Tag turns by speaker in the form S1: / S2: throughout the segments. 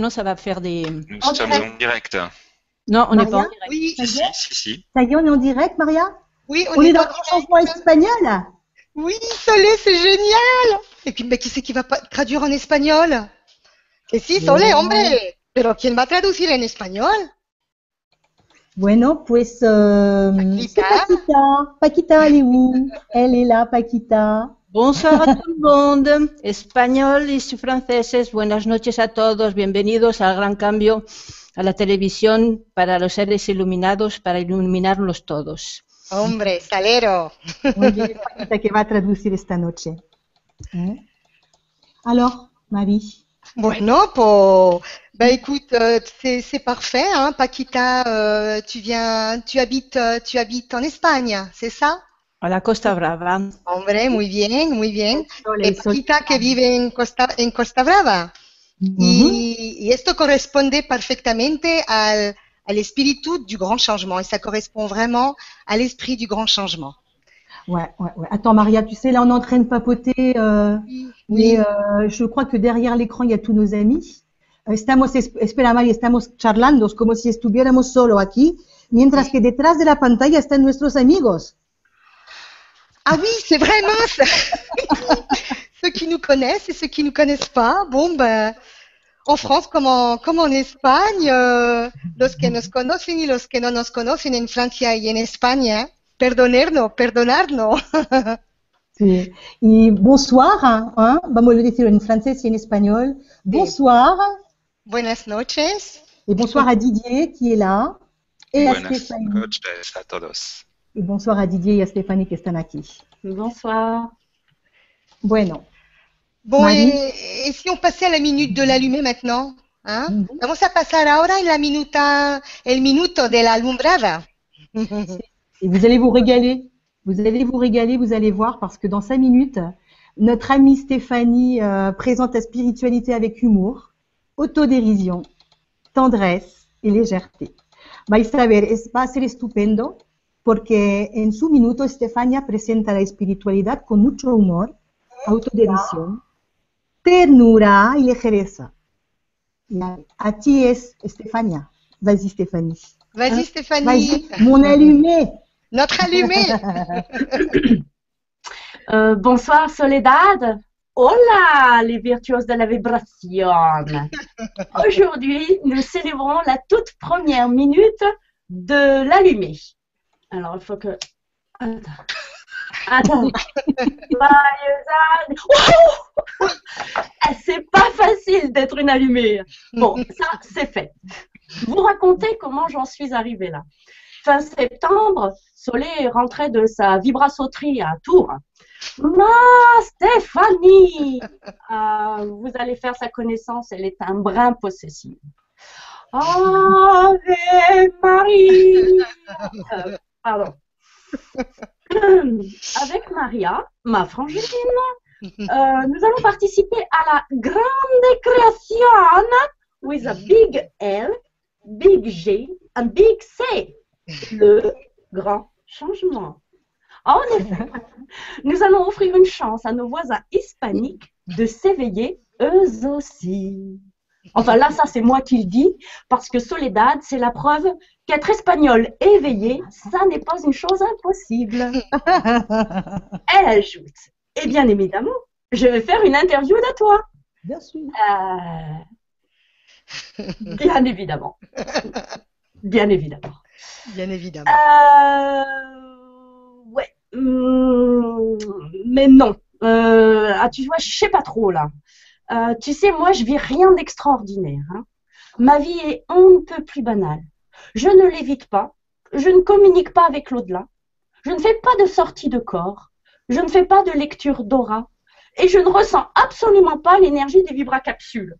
S1: Sinon, ça va faire des.
S2: Nous
S3: En
S2: sommes
S3: direct.
S2: en direct.
S1: Non, on n'est pas en
S3: Maria
S1: direct.
S4: Oui,
S3: Ça y
S2: Si,
S3: est,
S2: si, si.
S3: ça y est, on est en direct, Maria
S4: oui,
S3: On, est, dans
S4: en
S3: le changement
S4: direct.
S3: espagnol
S4: Oui, Solé, c'est génial. Et puis, mais qui c'est qui va pa- traduire en espagnol Que si, Solé,
S3: Génial.
S4: hombre. Pero ¿quién va a traducir en español
S3: Bueno, pues. euh, c'est
S4: Paquita.
S3: Paquita. Paquita, elle est où Elle est là, Paquita.
S1: Bonsoir a tout le monde, españoles y franceses, buenas noches a todos, bienvenidos al gran cambio a la televisión para los seres iluminados, para iluminarnos todos.
S4: Hombre, salero.
S3: On dirait Paquita que va traducir esta noche. Hein Alors, Marie
S4: Bueno, pues, bah écoute, euh, c'est c'est parfait, hein, Paquita. euh, tu viens, tu habites, euh, tu habites en Espagne, c'est ça
S1: A la Costa Brava.
S4: Hombre, muy bien, muy bien.
S3: Sol
S4: Et
S3: et sol.
S4: Paquita que vive en Costa, en Costa Brava.
S3: Mhm.
S4: Y, y esto corresponde perfectamente al, al espíritu du grand changement. Et ça correspond vraiment à l'esprit du grand changement.
S3: Ouais, ouais, ouais. Attends, Maria, tu sais, là, on est en train de papoter. euh,
S4: Oui.
S3: Mais euh, je crois que derrière l'écran, il y a tous nos amis. Euh, Estamos, es- espera María, estamos charlando como si estuviéramos solo aquí, mientras que detrás de la pantalla están nuestros amigos.
S4: Ah oui, c'est vrai, mince Ceux qui nous connaissent et ceux qui ne nous connaissent pas, bon, ben, en France comme en, comme en Espagne, euh, los que nos conocen y los que no nos conocen en Francia y en España, perdonarnos, perdonarnos.
S3: Sí. Y bonsoir, hein, hein, vamos a decirlo en francés y en espagnol. Bonsoir,
S4: Buenas noches.
S3: et bonsoir à Didier qui est là, et à
S2: Buenas
S3: Stéphanie.
S2: noches a todos.
S3: Et bonsoir à Didier et à Stéphanie qui están aquí.
S5: Bonsoir.
S3: Bueno.
S4: Bon,
S3: Marie.
S4: et, et si on passait à la minute de l'allumé maintenant hein Vamos a pasar ahora en la minuta, el minuto de la alumbrada.
S3: Et vous allez vous régaler. Vous allez vous régaler, vous allez voir, parce que dans cinq minutes, notre amie Stéphanie euh, présente la spiritualité avec humour, autodérision, tendresse et légèreté. Vais a ver, es, va a ser estupendo, porque en su minuto Estefania presenta la espiritualidad con mucho humor, autoderision, ternura y ligereza. Y A a ti es Estefania. Vas-y, Stéphanie.
S4: Vas-y Stéphanie,
S3: Vas-y, mon allumé.
S4: notre allumée.
S5: Euh, bonsoir Soledad. Hola les virtuoses de la vibration. Aujourd'hui, nous célébrons la toute première minute de l'allumée. Alors, il faut que... Attends. Attends. Joyeux ann- Wouhou Eh, C'est pas facile d'être une allumée. Bon, ça, c'est fait. Vous racontez comment j'en suis arrivée là. Fin septembre, Soleil rentrait de sa vibrasauterie à Tours. Ma Stéphanie Euh, Vous allez faire sa connaissance, elle est un brin possessive. Ave Marie Euh, Pardon. Avec Maria, ma frangine, euh, nous allons participer à la grande création with a big L, big G, un big C. Le grand changement. En effet, nous allons offrir une chance à nos voisins hispaniques de s'éveiller eux aussi. Enfin là, ça c'est moi qui le dis, parce que Soledad, c'est la preuve qu'être espagnol éveillé, ça n'est pas une chose impossible. Elle ajoute, et bien évidemment, je vais faire une interview de toi.
S3: Bien sûr.
S4: Ah,
S5: Euh, Bien évidemment. Bien évidemment.
S4: Bien évidemment.
S5: Euh, ouais. Hum, mais non. Euh, ah, tu vois, je sais pas trop là. Euh, tu sais, moi, je vis rien d'extraordinaire. hein. Ma vie est on ne peut plus banale. Je ne l'évite pas. Je ne communique pas avec l'au-delà. Je ne fais pas de sortie de corps. Je ne fais pas de lecture d'aura. Et je ne ressens absolument pas l'énergie des vibracapsules.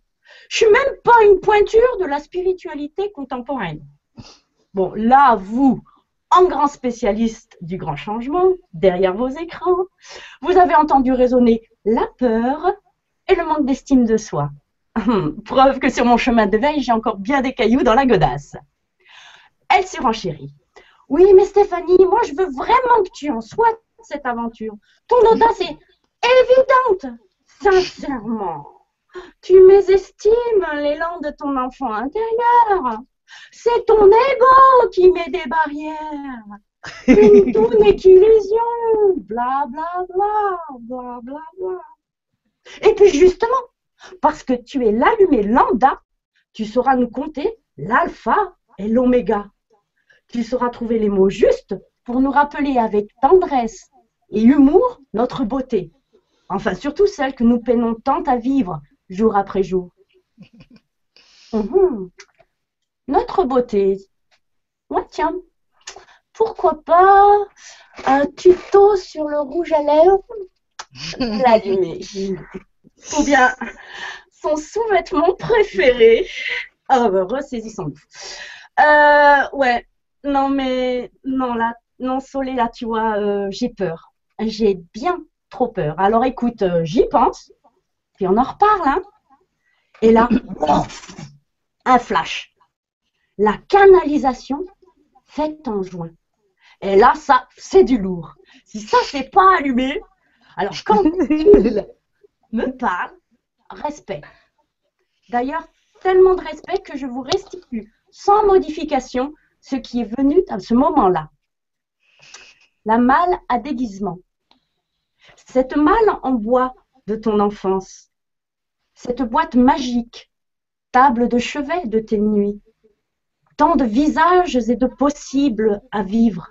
S5: Je suis même pas une pointure de la spiritualité contemporaine. Bon, là, vous, en grand spécialiste du grand changement, derrière vos écrans, vous avez entendu résonner la peur et le manque d'estime de soi. Hum, Preuve que sur mon chemin de veille, j'ai encore bien des cailloux dans la godasse. Elle surenchérit. Oui, mais Stéphanie, moi, je veux vraiment que tu en sois de cette aventure. Ton audace est évidente, sincèrement. Tu mésestimes l'élan de ton enfant intérieur. C'est ton ego Oh, qui met des barrières. Une tout n'est qu'illusion. Bla bla bla bla bla bla. Et puis justement, parce que tu es l'allumé lambda, tu sauras nous compter l'alpha et l'oméga. Tu sauras trouver les mots justes pour nous rappeler avec tendresse et humour notre beauté. Enfin, surtout celle que nous peinons tant à vivre jour après jour. Mhm. Notre beauté. Ouais, tiens. Pourquoi pas un tuto sur le rouge à lèvres L'allumer. Ou bien son sous-vêtement préféré. Ah, bah, ressaisissons-nous. Euh, ouais. Non, mais non, là, non, Soleil, là, tu vois, euh, j'ai peur. J'ai bien trop peur. Alors écoute, euh, j'y pense, puis on en reparle. Hein. Et là, un flash. La canalisation faite en juin. Et là, ça, c'est du lourd. Si ça, c'est pas allumé, alors quand il me parle, respect. D'ailleurs, tellement de respect que je vous restitue sans modification ce qui est venu à ce moment-là. La malle à déguisement. Cette malle en bois de ton enfance. Cette boîte magique, table de chevet de tes nuits. Tant de visages et de possibles à vivre.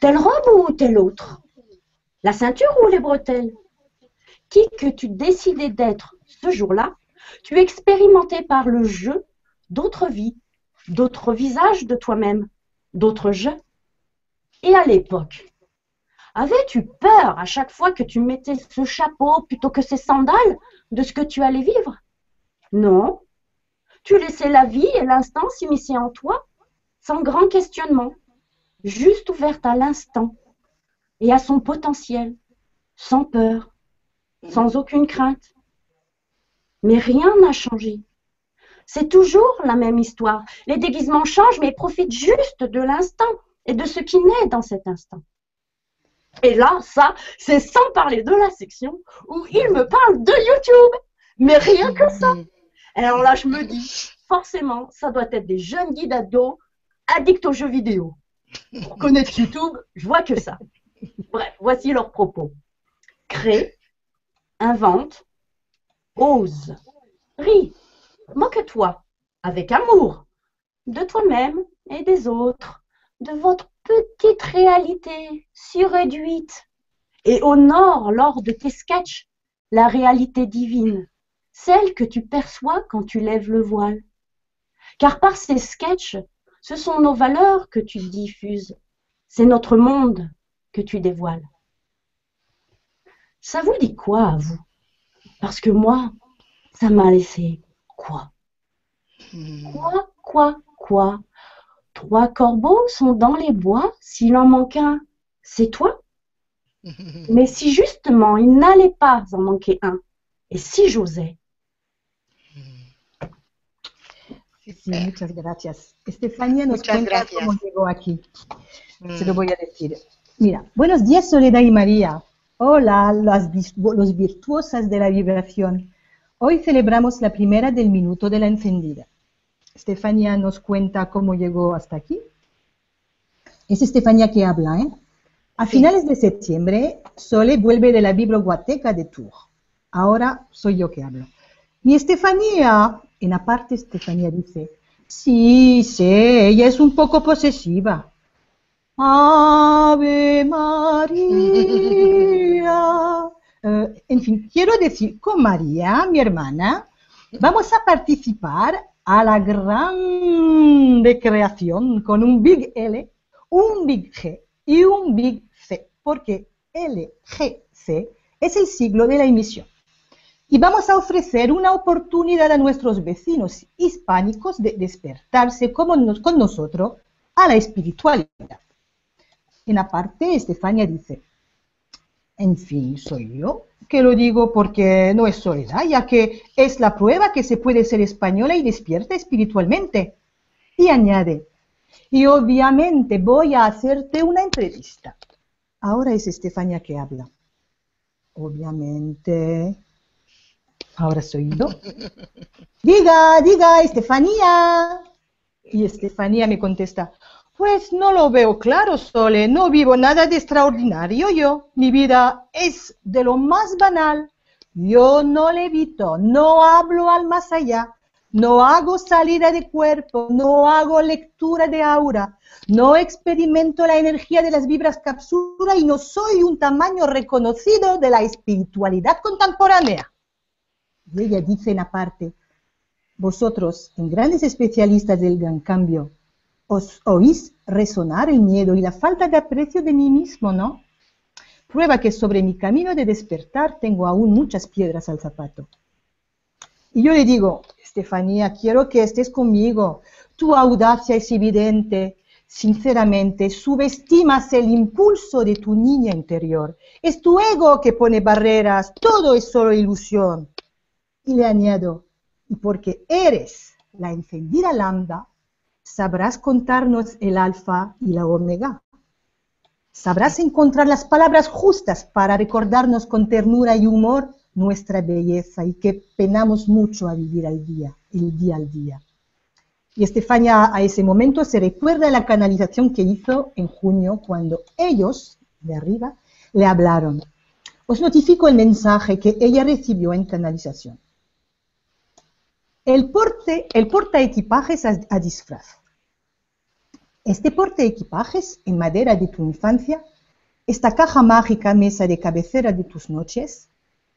S5: Telle robe ou telle autre La ceinture ou les bretelles Qui que tu décidais d'être ce jour-là, tu expérimentais par le jeu d'autres vies, d'autres visages de toi-même, d'autres jeux. Et à l'époque, Avais-tu peur à chaque fois que tu mettais ce chapeau plutôt que ces sandales de ce que tu allais vivre Non. Tu laissais la vie et l'instant s'immiscer en toi sans grand questionnement, juste ouverte à l'instant et à son potentiel, sans peur, Mhm. sans aucune crainte. Mais rien n'a changé. C'est toujours la même histoire. Les déguisements changent, mais profitent juste de l'instant et de ce qui naît dans cet instant. Et là, ça, c'est sans parler de la section où il me parle de YouTube. Mais rien que ça. Et alors là, je me dis, forcément, ça doit être des jeunes guides ados addicts aux jeux vidéo. Pour connaître YouTube, je vois que ça. Bref, voici leurs propos. Crée, invente, ose, ris, moque-toi, avec amour, de toi-même et des autres, de votre petite réalité surréduite, et honore lors de tes sketchs la réalité divine, celle que tu perçois quand tu lèves le voile. Car par ces sketchs, ce sont nos valeurs que tu diffuses, c'est notre monde que tu dévoiles. Ça vous dit quoi à vous Parce que moi, ça m'a laissé quoi
S4: Mm.
S5: Quoi, quoi, quoi Trois corbeaux sont dans les bois, s'il en manque un, c'est toi. Mais si justement il n'allait pas en manquer un, et si j'osais
S3: Sí, muchas gracias. Estefanía nos
S4: Muchas
S3: cuenta
S4: gracias.
S3: cómo llegó aquí. Se lo
S4: Mm.
S3: voy a decir. Mira, buenos días Soledad y María. Hola, las vis- los virtuosas de la vibración. Hoy celebramos la primera del minuto de la encendida. Estefanía nos cuenta cómo llegó hasta aquí. Es Estefanía que habla, ¿eh? A finales de septiembre, Sole vuelve de la biblioteca de Tours. Ahora soy yo que hablo. Y Estefanía, en aparte Estefanía dice, sí, sé, ella es un poco posesiva. Ave María. Eh, en fin, quiero decir, con María, mi hermana, vamos a participar a la grande creación con un Big L, un Big G y un Big C, porque LGC es el siglo de la emisión. Y vamos a ofrecer una oportunidad a nuestros vecinos hispánicos de despertarse como nos- con nosotros a la espiritualidad. En aparte, Estefania dice, en fin, soy yo que lo digo porque no es soledad, ya que es la prueba que se puede ser española y despierta espiritualmente. Y añade, y obviamente voy a hacerte una entrevista. Ahora es Estefania que habla. Obviamente. Ahora soy yo. Diga, diga, Estefanía. Y Estefanía me contesta, pues no lo veo claro, Sole, no vivo nada de extraordinario yo. Mi vida es de lo más banal. Yo no levito, no hablo al más allá, no hago salida de cuerpo, no hago lectura de aura, no experimento la energía de las vibras capsula y no soy un tamaño reconocido de la espiritualidad contemporánea. Y ella dice en aparte, vosotros, en grandes especialistas del gran cambio, os oís resonar el miedo y la falta de aprecio de mí mismo, ¿no? Prueba que sobre mi camino de despertar tengo aún muchas piedras al zapato. Y yo le digo, Estefanía, quiero que estés conmigo. Tu audacia es evidente. Sinceramente, subestimas el impulso de tu niña interior. Es tu ego que pone barreras. Todo es solo ilusión. Y le añado, y porque eres la encendida lambda, sabrás contarnos el alfa y la omega. Sabrás encontrar las palabras justas para recordarnos con ternura y humor nuestra belleza y que penamos mucho a vivir al día, el día al día. Y Estefania a ese momento se recuerda la canalización que hizo en junio cuando ellos, de arriba, le hablaron. Os notifico el mensaje que ella recibió en canalización. El, porte, el porta equipajes a, a, disfraz. Este porta equipajes en madera de tu infancia, esta caja mágica mesa de cabecera de tus noches,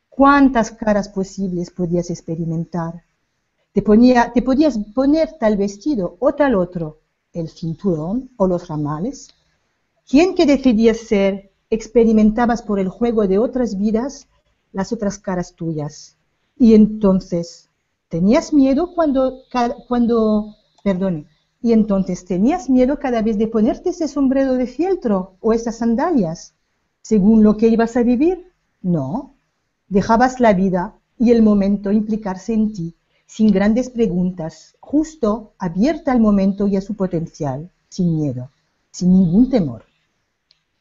S3: cuántas caras posibles podías experimentar. Te, ponía, te podías poner tal vestido o tal otro, el cinturón o los ramales. Quien que decidías ser, experimentabas por el juego de otras vidas las otras caras tuyas. Y entonces tenías miedo cuando, cuando, perdone, y entonces tenías miedo cada vez de ponerte ese sombrero de fieltro o esas sandalias, según lo que ibas a vivir. No, dejabas la vida y el momento implicarse en ti, sin grandes preguntas, justo abierta al momento y a su potencial, sin miedo, sin ningún temor.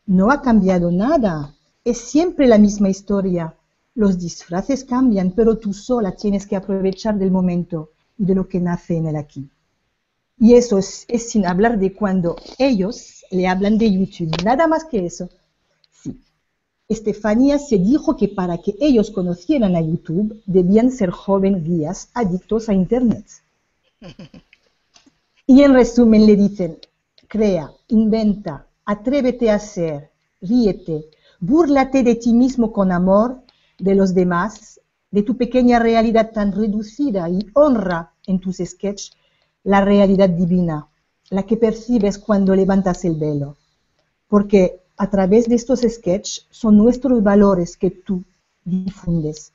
S3: No ha cambiado nada, es siempre la misma historia, los disfraces cambian, pero tú sola tienes que aprovechar del momento y de lo que nace en el aquí. Y eso es, es, sin hablar de cuando ellos le hablan de YouTube, nada más que eso. Sí. Estefanía se dijo que para que ellos conocieran a YouTube debían ser jóvenes guías adictos a Internet. Y en resumen le dicen, crea, inventa, atrévete a ser, ríete, búrlate de ti mismo con amor de los demás, de tu pequeña realidad tan reducida y honra en tus sketches la realidad divina, la que percibes cuando levantas el velo. Porque a través de estos sketches son nuestros valores que tú difundes.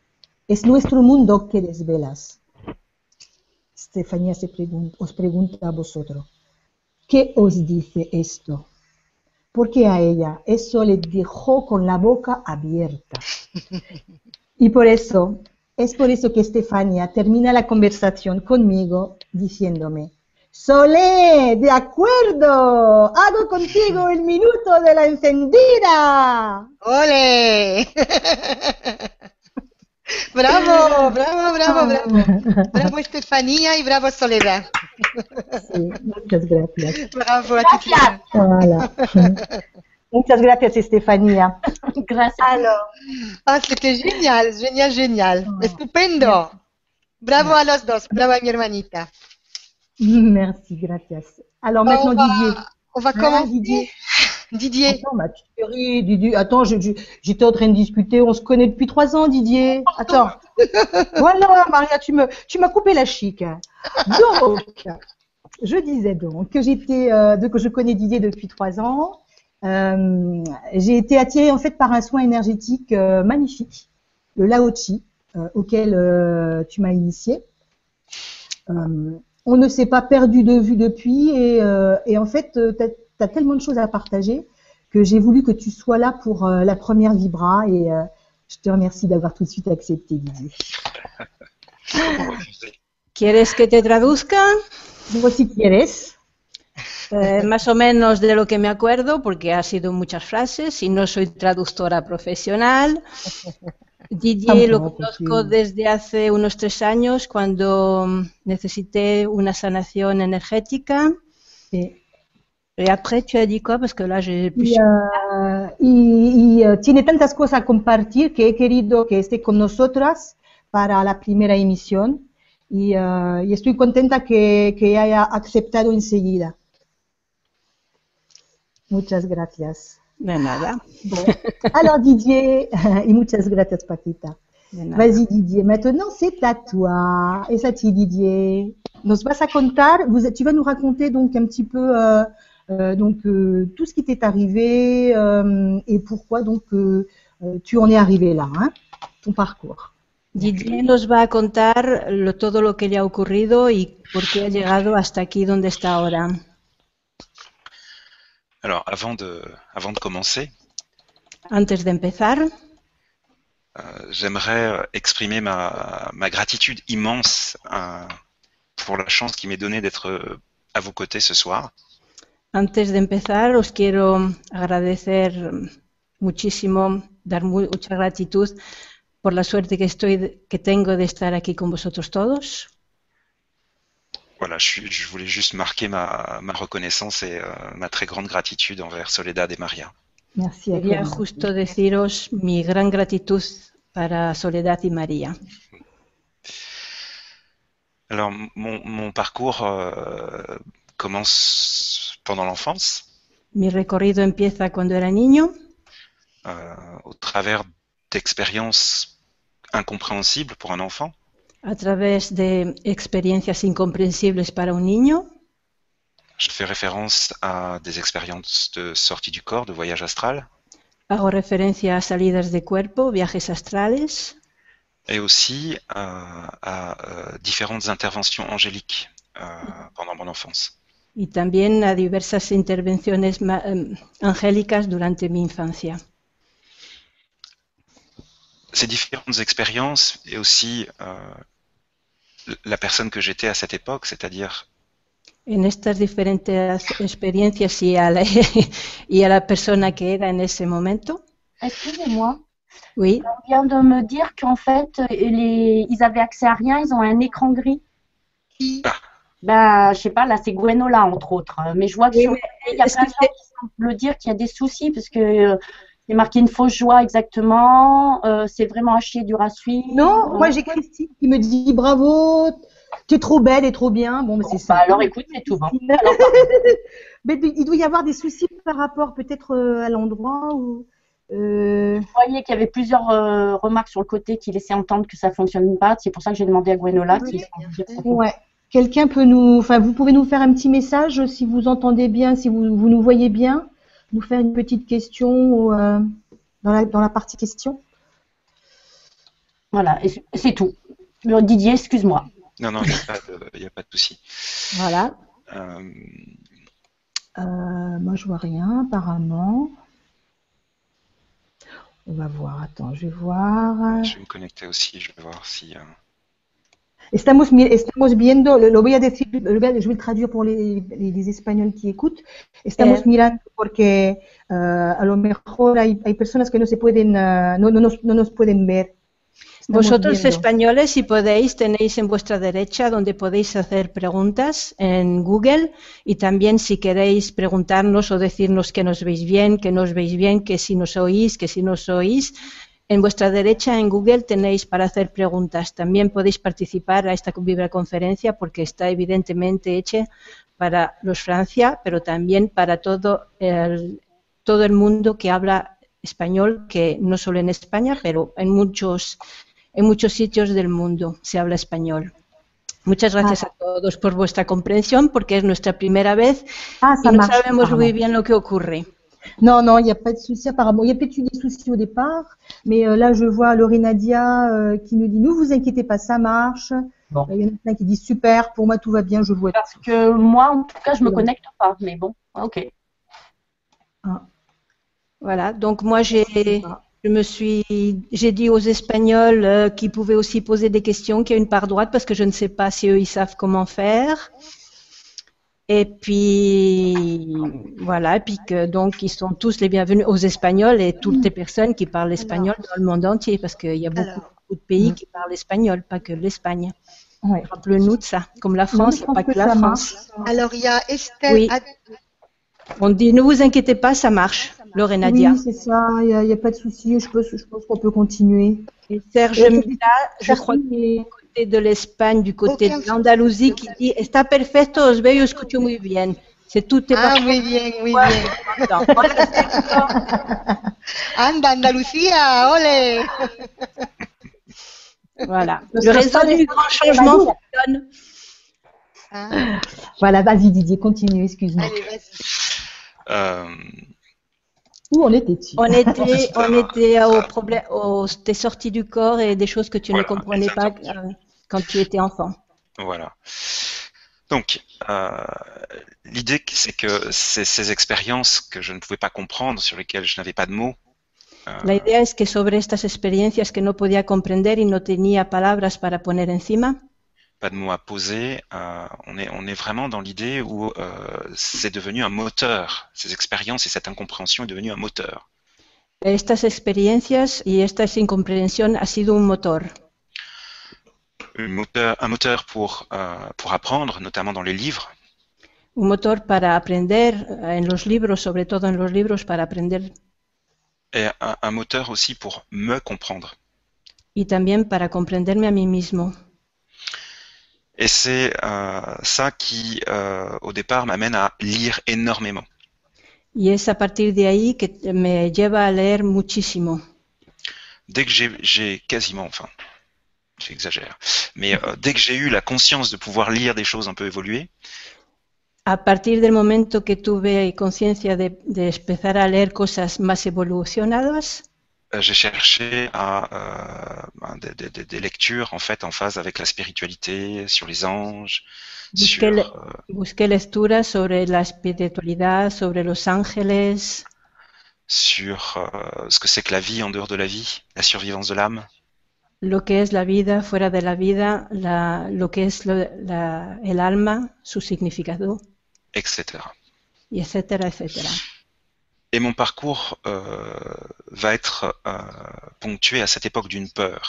S3: Es nuestro mundo que desvelas. Estefanía se pregun os pregunta a vosotros, ¿qué os dice esto? porque a ella eso le dejó con la boca abierta. Y por eso, es por eso que Estefania termina la conversación conmigo diciéndome, Solé, de acuerdo, hago contigo el minuto de la encendida.
S4: ¡Ole! bravo, bravo, bravo, bravo. Bravo Estefanía y bravo Soledad.
S3: Sí, muchas gracias.
S4: Bravo a ti. Gracias.
S3: Voilà. Muchas gracias, Estefanía.
S5: Gracias.
S4: Alors. Ah, c'était génial, génial, génial. Oh. Estupendo. Bravo à los dos, bravo à mi hermanita.
S3: Merci, gracias. Alors bon, maintenant,
S4: on va,
S3: Didier.
S4: On va commencer. Ah, Didier.
S3: Didier. Attends, ma tuerie, Didier. Attends, j'étais en train de discuter. On se connaît depuis trois ans, Didier. Attends. voilà, Maria, tu me, tu m'as coupé la chic. Donc, je disais donc que j'étais, euh, que je connais Didier depuis trois ans. Euh, j'ai été attirée en fait par un soin énergétique euh, magnifique, le Laochi, auquel euh, tu m'as initiée Euh, on ne s'est pas perdu de vue depuis et, euh, et en fait, tu as, as, tellement de choses à partager que j'ai voulu que tu sois là pour euh, la première Vibra et euh, je te remercie d'avoir tout de suite accepté Didier.
S1: ¿Quieres que te traduzca?
S3: Digo, si quieres.
S1: Eh, más o menos de lo que me acuerdo, porque ha sido muchas frases y no soy traductora profesional. Didier lo conozco desde hace unos tres años cuando necesité una sanación energética.
S3: Et,
S1: Et après, tu as dit quoi Parce que là, j'ai
S3: y, ah, y- y, eh, tiene tantas cosas a compartir que he querido que esté con nosotras para la primera emisión y, eh, y estoy contenta que, que haya aceptado enseguida. Muchas gracias.
S1: De nada.
S3: Alors Didier, y muchas gracias Paquita.
S1: de nada.
S3: Vas-y Didier, maintenant c'est à toi. Et ça t'y Didier. Nos vas a contar, vous, êtes- tu vas nous raconter donc un petit peu euh, euh, donc euh, tout ce qui t'est arrivé euh, et pourquoi donc euh, euh, tu en es arrivé là, hein, ton parcours.
S1: Didier nos va a contar lo- todo lo que le ha ocurrido y por qué ha llegado hasta aquí donde está ahora.
S2: Alors, avant de, avant de commencer,
S1: Antes de empezar,
S2: euh, j'aimerais euh, exprimer ma, ma gratitude immense euh, pour la chance qui m'est donnée d'être euh, à vos côtés ce soir.
S1: antes de empezar, os quiero agradecer muchísimo, dar mu- mucha gratitud por la suerte que estoy, que tengo de estar aquí con vosotros todos.
S2: Voilà, je, suis- je voulais juste marquer ma, ma reconnaissance et euh, ma très grande gratitude envers Soledad et Maria.
S3: Merci
S5: Eh
S3: à
S1: Quería
S3: toi.
S1: justo deciros mi gran gratitud para Soledad y María.
S2: Alors, m- mon, mon parcours euh, commence pendant l'enfance,
S1: Mi recorrido empieza cuando era niño,
S2: euh, au travers d'expériences incompréhensibles pour un enfant.
S1: a través de experiencias incomprensibles para un niño.
S2: Je fais référence à des expériences de sortie du corps, de voyage astral,
S1: Hago referencia a salidas de cuerpo, viajes astrales
S2: et aussi euh, à euh, différentes interventions angéliques euh, pendant mon enfance.
S1: y también a diversas intervenciones ma- em, angélicas durante mi infancia.
S2: Ces différentes expériences et aussi euh, la personne que j'étais à cette époque, c'est-à-dire
S1: En estas diferentes experiencias y a la, y a la persona que era en ese momento,
S5: Excusez-moi,
S1: oui,
S5: on vient de me dire qu'en fait, euh, les... ils avaient accès à rien, ils ont un écran gris.
S4: Qui
S5: Bah, je sais pas, là, c'est Gwenola, entre autres. Euh, Mais je vois que
S1: Oui,
S5: sur
S1: mais
S5: le- il y a
S1: est-ce
S5: plein de
S1: que
S5: gens qui semblent dire qu'il y a des soucis, parce que euh, c'est marqué une fausse joie, exactement. Euh, c'est vraiment à chier, dur à suivre.
S3: Non,
S5: Euh,
S3: moi j'ai Christine qui me dit bravo, tu es trop belle et trop bien. Bon, mais c'est ça.
S5: bah, alors, écoute, c'est tout. hein.
S3: Mais il doit y avoir des soucis par rapport peut-être euh, à l'endroit où. euh,
S5: Vous voyez qu'il y avait plusieurs euh, remarques sur le côté qui laissaient entendre que ça fonctionne pas. C'est pour ça que j'ai demandé à Gwenola.
S4: Oui,
S5: qui-
S4: bien
S5: qui-
S4: sûr.
S3: ouais. Quelqu'un peut nous, enfin, vous pouvez nous faire un petit message si vous entendez bien, si vous, vous nous voyez bien, nous faire une petite question ou, euh, dans, la, dans la partie question.
S5: Voilà, et c'est- c'est tout. Euh, Didier, excuse-moi.
S2: non non il n'y a pas de, il y a pas de souci.
S1: voilà.
S2: Euh,
S3: Euh, moi, je vois rien apparemment. On va voir. Attends, je vais voir.
S2: je vais me connecter aussi, je vais voir si euh,
S3: Estamos, mi- estamos viendo, lo, lo voy a decir, lo voy a- je vais le traduire pour les, les- les espagnols qui écoutent. Estamos
S1: Eh.
S3: mirando porque eh, a lo mejor hay, hay personas que no se pueden, eh, no, no nos, no nos pueden ver. Estamos
S1: Vosotros
S3: viendo.
S1: españoles, si podéis, tenéis en vuestra derecha donde podéis hacer preguntas en Google y también si queréis preguntarnos o decirnos que nos veis bien, que nos veis bien, que si nos oís, que si nos oís. En vuestra derecha en Google tenéis para hacer preguntas. También podéis participar a esta vibraconferencia porque está evidentemente hecha para los Francia, pero también para todo el, todo el mundo que habla español, que no solo en España, pero en muchos en muchos sitios del mundo se habla español. Muchas gracias a todos por vuestra comprensión, porque es nuestra primera vez
S3: Ah,
S1: y
S3: ça
S1: no
S3: marche.
S1: sabemos
S3: apparemment.
S1: muy bien lo que ocurre.
S3: Non, non, il n'y a pas de souci apparemment. Il y a peut-être eu des soucis au départ, mais euh, là je vois Lorena Dia euh, qui nous dit, ne vous inquiétez pas, ça marche. Euh,
S5: Bon.
S3: Il y en a plein qui disent super, pour moi tout va bien, je vois.
S1: Ah.
S5: Parce que moi, en tout cas, je me connecte pas. Mais bon, ok.
S1: Voilà, donc moi j'ai
S3: pas.
S1: je me suis j'ai dit aux Espagnols euh, qui pouvaient aussi poser des questions, qu'il y a une part droite parce que je ne sais pas si eux ils savent comment faire. Et puis voilà, et puis que donc ils sont tous les bienvenus aux Espagnols et toutes les personnes qui parlent espagnol dans le monde entier, parce qu'il y a beaucoup,
S4: Alors.
S1: beaucoup de
S3: Mm.
S1: pays qui parlent espagnol, pas que l'Espagne.
S3: Ouais.
S1: Rappelons-nous de ça, comme la France, il
S3: je
S1: y a
S3: pense
S1: pas
S3: que
S1: que la
S3: ça
S1: France.
S4: Alors, il y a Estelle. Ah,
S1: Oui.
S4: Ad-
S1: On dit ne vous inquiétez pas, ça marche, Laure et Nadia.
S3: Oui, c'est ça, il n'y a, il y a pas de souci, je pense, je pense qu'on peut continuer.
S1: Et Serge
S3: Et-
S1: Mila, je crois du
S3: que...
S1: côté de l'Espagne, du côté
S4: Aucun
S1: de l'Andalousie, qui dit Está perfecto, os veo y escucho muy bien. C'est tout est
S4: Ah,
S1: parfait.
S4: muy bien, muy
S1: Ouais.
S4: bien.
S1: Voilà, d'accord.
S4: Anda, Andalucía, ole.
S1: Voilà.
S5: Parce
S1: Le
S5: que
S1: résultat
S5: ça, les-
S1: du grand changement fonctionne.
S4: Ah,
S3: Voilà, vas-y Didier, continue, excuse-moi.
S4: allez, vas-y.
S2: Euh,
S3: Où en était-tu
S1: On était,
S2: Ça
S1: on
S2: va,
S1: était
S2: ça
S1: au
S2: va.
S1: problème, aux, tes sorties du corps et des choses que tu
S2: Voilà,
S1: ne comprenais pas
S2: exactement.
S1: euh, quand tu étais enfant.
S2: Voilà. Donc, euh, l'idée, c'est que ces, ces expériences que je ne pouvais pas comprendre, sur lesquelles je n'avais pas de mots, euh,
S1: La idea es que sobre estas experiencias que no podía comprender y no tenía palabras para poner encima,
S2: pas de mots à poser, euh, on, est, on est vraiment dans l'idée où euh, c'est devenu un moteur. Ces expériences et cette incompréhension est devenue un moteur.
S1: estas experiencias y esta incomprensión ha sido un motor.
S2: Un moteur, un moteur pour, euh, pour apprendre, notamment dans les livres,
S1: Un motor para aprender eh, en los libros, sobre todo en los libros para aprender
S2: et un, un moteur aussi pour me comprendre.
S1: y también para comprenderme a mí mismo.
S2: Et c'est euh, ça qui, euh, au départ, m'amène à lire énormément.
S1: Y es a partir de ahí que me lleva a leer muchísimo.
S2: dès que j'ai- j'ai quasiment, enfin, j'exagère, mais euh, dès que j'ai eu la conscience de pouvoir lire des choses un peu évoluées,
S1: A partir del momento que tuve conciencia de, de empezar a leer cosas más evolucionadas,
S2: euh, j'ai cherché à euh, ben, des, des- des- des lectures en fait en phase avec la spiritualité, sur les anges, sur
S1: Quelle-
S2: euh,
S1: busqué lecturas sobre la espiritualidad, sobre los ángeles,
S2: sur euh, ce que c'est que la vie en dehors de la vie, la survivance de l'âme,
S1: lo que es la vida fuera de la vida, la- lo que es lo- la- el alma, su significado,
S2: etc.
S1: y etcétera, etcétera.
S2: Et mon parcours euh, va être euh, ponctué à cette époque d'une peur.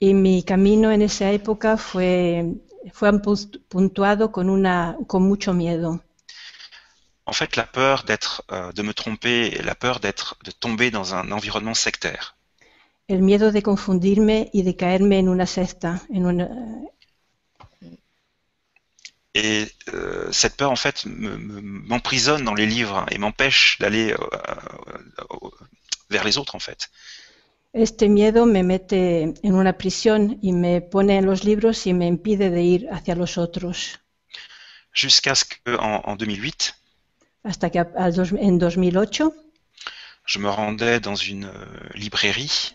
S1: Y mi camino en esa época fue, fue ampus- puntuado con, una, con mucho miedo.
S2: En fait, la peur d'être, euh, de me tromper, et la peur d'être, de tomber dans un environnement sectaire.
S1: El miedo de confundirme y de caerme en una cesta, en una,
S2: Et euh, cette peur, en fait, me- me- m'emprisonne dans les livres hein, et m'empêche d'aller euh, euh, vers les autres, en fait.
S1: Este miedo me mete en una prisión y me pone en los libros y me impide de ir hacia los otros.
S2: Jusqu'à ce que, en, en 2008,
S1: Hasta que a- al dos- en 2008
S2: je me rendais dans une euh, librairie,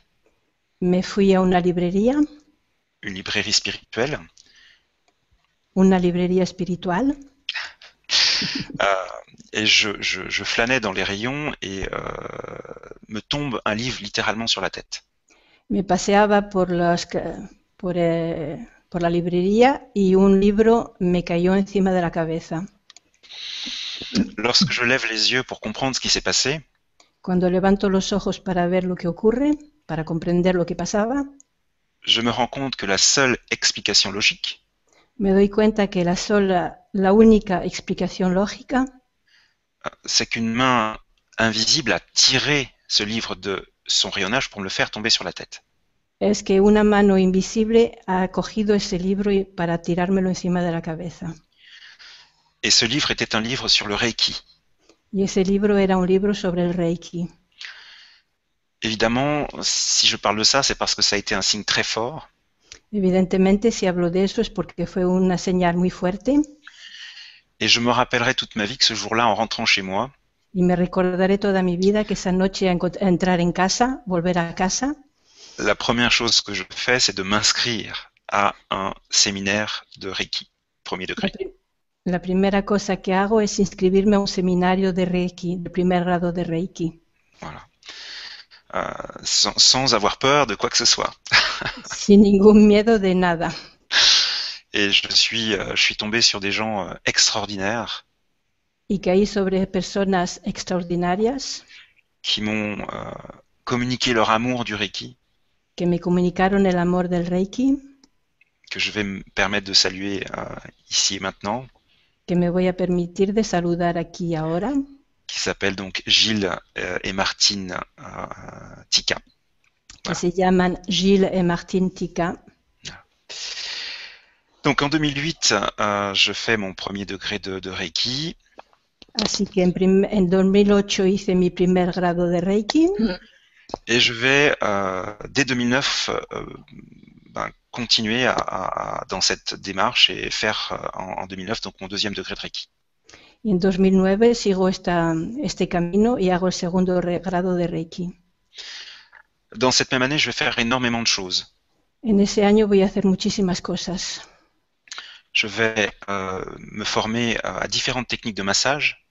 S1: me fui a una librería,
S2: une librairie spirituelle,
S1: una librería espiritual,
S2: euh, et je, je- je flânais dans les rayons et euh, me tombe un livre littéralement sur la tête.
S1: me paseaba por, las ca- por, eh, por la librería y un libro me cayó encima de la cabeza.
S2: Lorsque je lève les yeux pour comprendre ce qui s'est passé,
S1: Cuando levanto los ojos para ver lo que ocurre, para comprender lo que pasaba,
S2: je me rends compte que la seule explication logique,
S1: me doy cuenta que la sola, la única explicación lógica
S2: Euh, c'est qu'une main invisible a tiré ce livre de son rayonnage pour me le faire tomber sur la tête.
S1: Es que una mano invisible ha cogido ese libro y- para tirármelo encima de la cabeza.
S2: Et ce livre était un livre sur le Reiki.
S1: Y ese libro era un libro sobre el Reiki.
S2: Évidemment, si je parle de ça, c'est parce que ça a été un signe très fort.
S1: Evidentemente, si hablo de eso es porque fue una señal muy fuerte
S2: Et je me rappellerai toute ma vie que ce jour-là, en rentrant chez moi,
S1: y me recordaré toda mi vida que esa noche a encont- a entrar en casa, volver a casa,
S2: la première chose que je fais, c'est de m'inscrire à un séminaire de Reiki, premier
S1: la,
S2: degré.
S1: pri- la primera cosa que hago es inscribirme a un seminario de Reiki, de primer grado de Reiki,
S2: Voilà. Euh, sans, sans avoir peur de quoi que ce soit.
S1: sin ningún miedo de nada.
S2: Et je suis, euh, je suis tombé sur des gens euh, extraordinaires
S1: y caí sobre personas extraordinarias
S2: qui m'ont euh, communiqué leur amour du Reiki,
S1: que me comunicaron el amor del Reiki,
S2: que je vais me permettre de saluer euh, ici et maintenant,
S1: que me voy a permitir de saludar aquí ahora,
S2: qui s'appellent donc Gilles euh, et Martine euh, Tika.
S1: que se llaman Gilles et Martín Tica.
S2: Donc en 2008, euh, je fais mon premier degré de, de Reiki.
S1: Así que en, prim- en 2008 hice mi primer grado de Reiki
S2: Et je vais, euh, dès 2009, euh, ben, continuer à, à- à- dans cette démarche et faire euh, en, en 2009 donc mon deuxième degré de Reiki.
S1: y en 2009 sigo esta, este camino y hago el segundo re- grado de Reiki.
S2: Dans cette même année, je vais faire énormément de choses.
S1: En ese año voy a hacer muchísimas cosas.
S2: Je vais euh, me former euh, à différentes techniques de massage.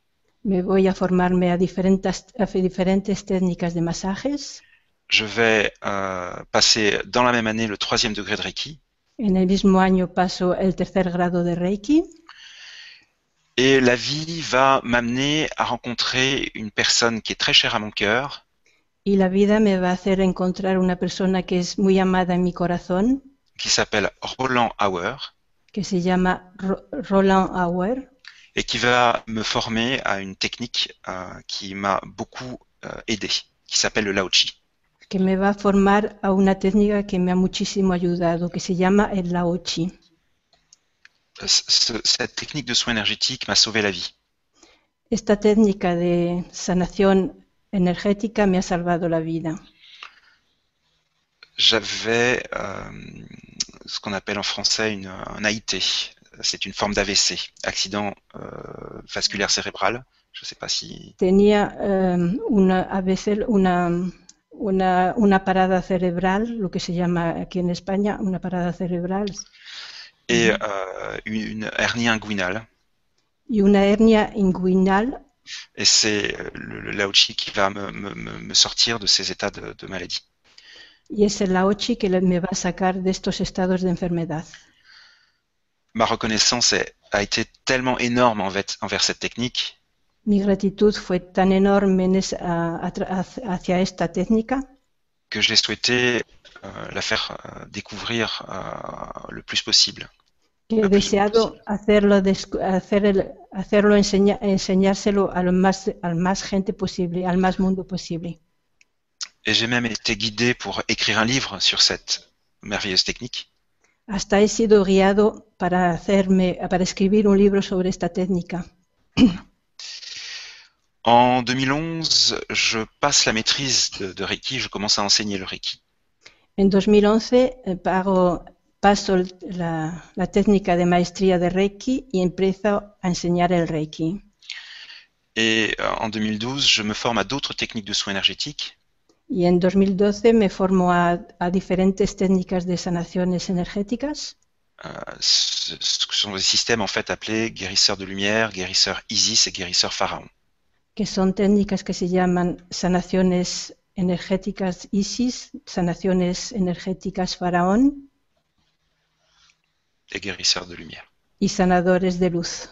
S1: Me voy a formarme a diferentes, a diferentes técnicas de masajes.
S2: Je vais euh, passer dans la même année le troisième degré de Reiki.
S1: En el mismo año paso el tercer grado de Reiki
S2: Et la vie va m'amener à rencontrer une personne qui est très chère à mon cœur,
S1: y la vida me va a hacer encontrar una persona que es muy amada en mi corazón,
S2: qui s'appelle Roland Hauer,
S1: que se llama Ro- Roland Auer,
S2: et qui va me former à une technique euh, qui m'a beaucoup euh, aidé, qui s'appelle le Lao Chi.
S1: que me va a formar a una técnica que me ha muchísimo ayudado, que se llama el Lao Chi.
S2: Euh, ce- cette technique de soins énergétique m'a sauvé la vie.
S1: Esta técnica de sanación energética me ha salvado la vida.
S2: J'avais euh, ce qu'on appelle en français une, un AIT. C'est une forme d'AVC, accident euh, vasculaire cérébral. Je ne sais pas si.
S1: Tenía eh, una, a veces una, una, una parada cerebral, lo que se llama aquí en España una parada cerebral,
S2: Et euh, une, une hernie inguinale.
S1: y una hernia inguinal.
S2: Et c'est euh, le, le Lao Chi qui va me, me- me- me sortir de ces états de, de maladie.
S1: Y es el Laochi que le- me va a sacar de estos estados de enfermedad.
S2: Ma reconnaissance est- a été tellement énorme en fait- envers cette technique
S1: Mi gratitud fue tan enorme en esa- a- atra- hacia- hacia esta técnica
S2: que j'ai souhaité euh, la faire euh, découvrir euh, le plus possible.
S1: que he
S2: Ah, pues,
S1: deseado hacerlo, descu- hacer el- hacerlo enseña- enseñárselo a lo más, al más gente posible, al más mundo posible.
S2: Et j'ai même été guidé pour écrire un livre sur cette merveilleuse technique.
S1: Hasta he sido guiado para hacerme, para escribir un libro sobre esta técnica.
S2: En 2011, je passe la maîtrise de, de Reiki, je commence à enseigner le Reiki.
S1: En 2011 eh, pago- paso el- la, la técnica de maestría de Reiki y empiezo a enseñar el Reiki.
S2: Et euh, en 2012, je me forme à d'autres techniques de soins énergétiques.
S1: Y en 2012 me formo a, a diferentes técnicas de sanaciones energéticas,
S2: Euh, ce, ce sont des systèmes en fait appelés guérisseurs de lumière, guérisseurs Isis et guérisseurs Pharaon.
S1: que son técnicas que se llaman sanaciones energéticas Isis, sanaciones energéticas Faraón
S2: Et guérisseurs de lumière.
S1: y sanadores de luz.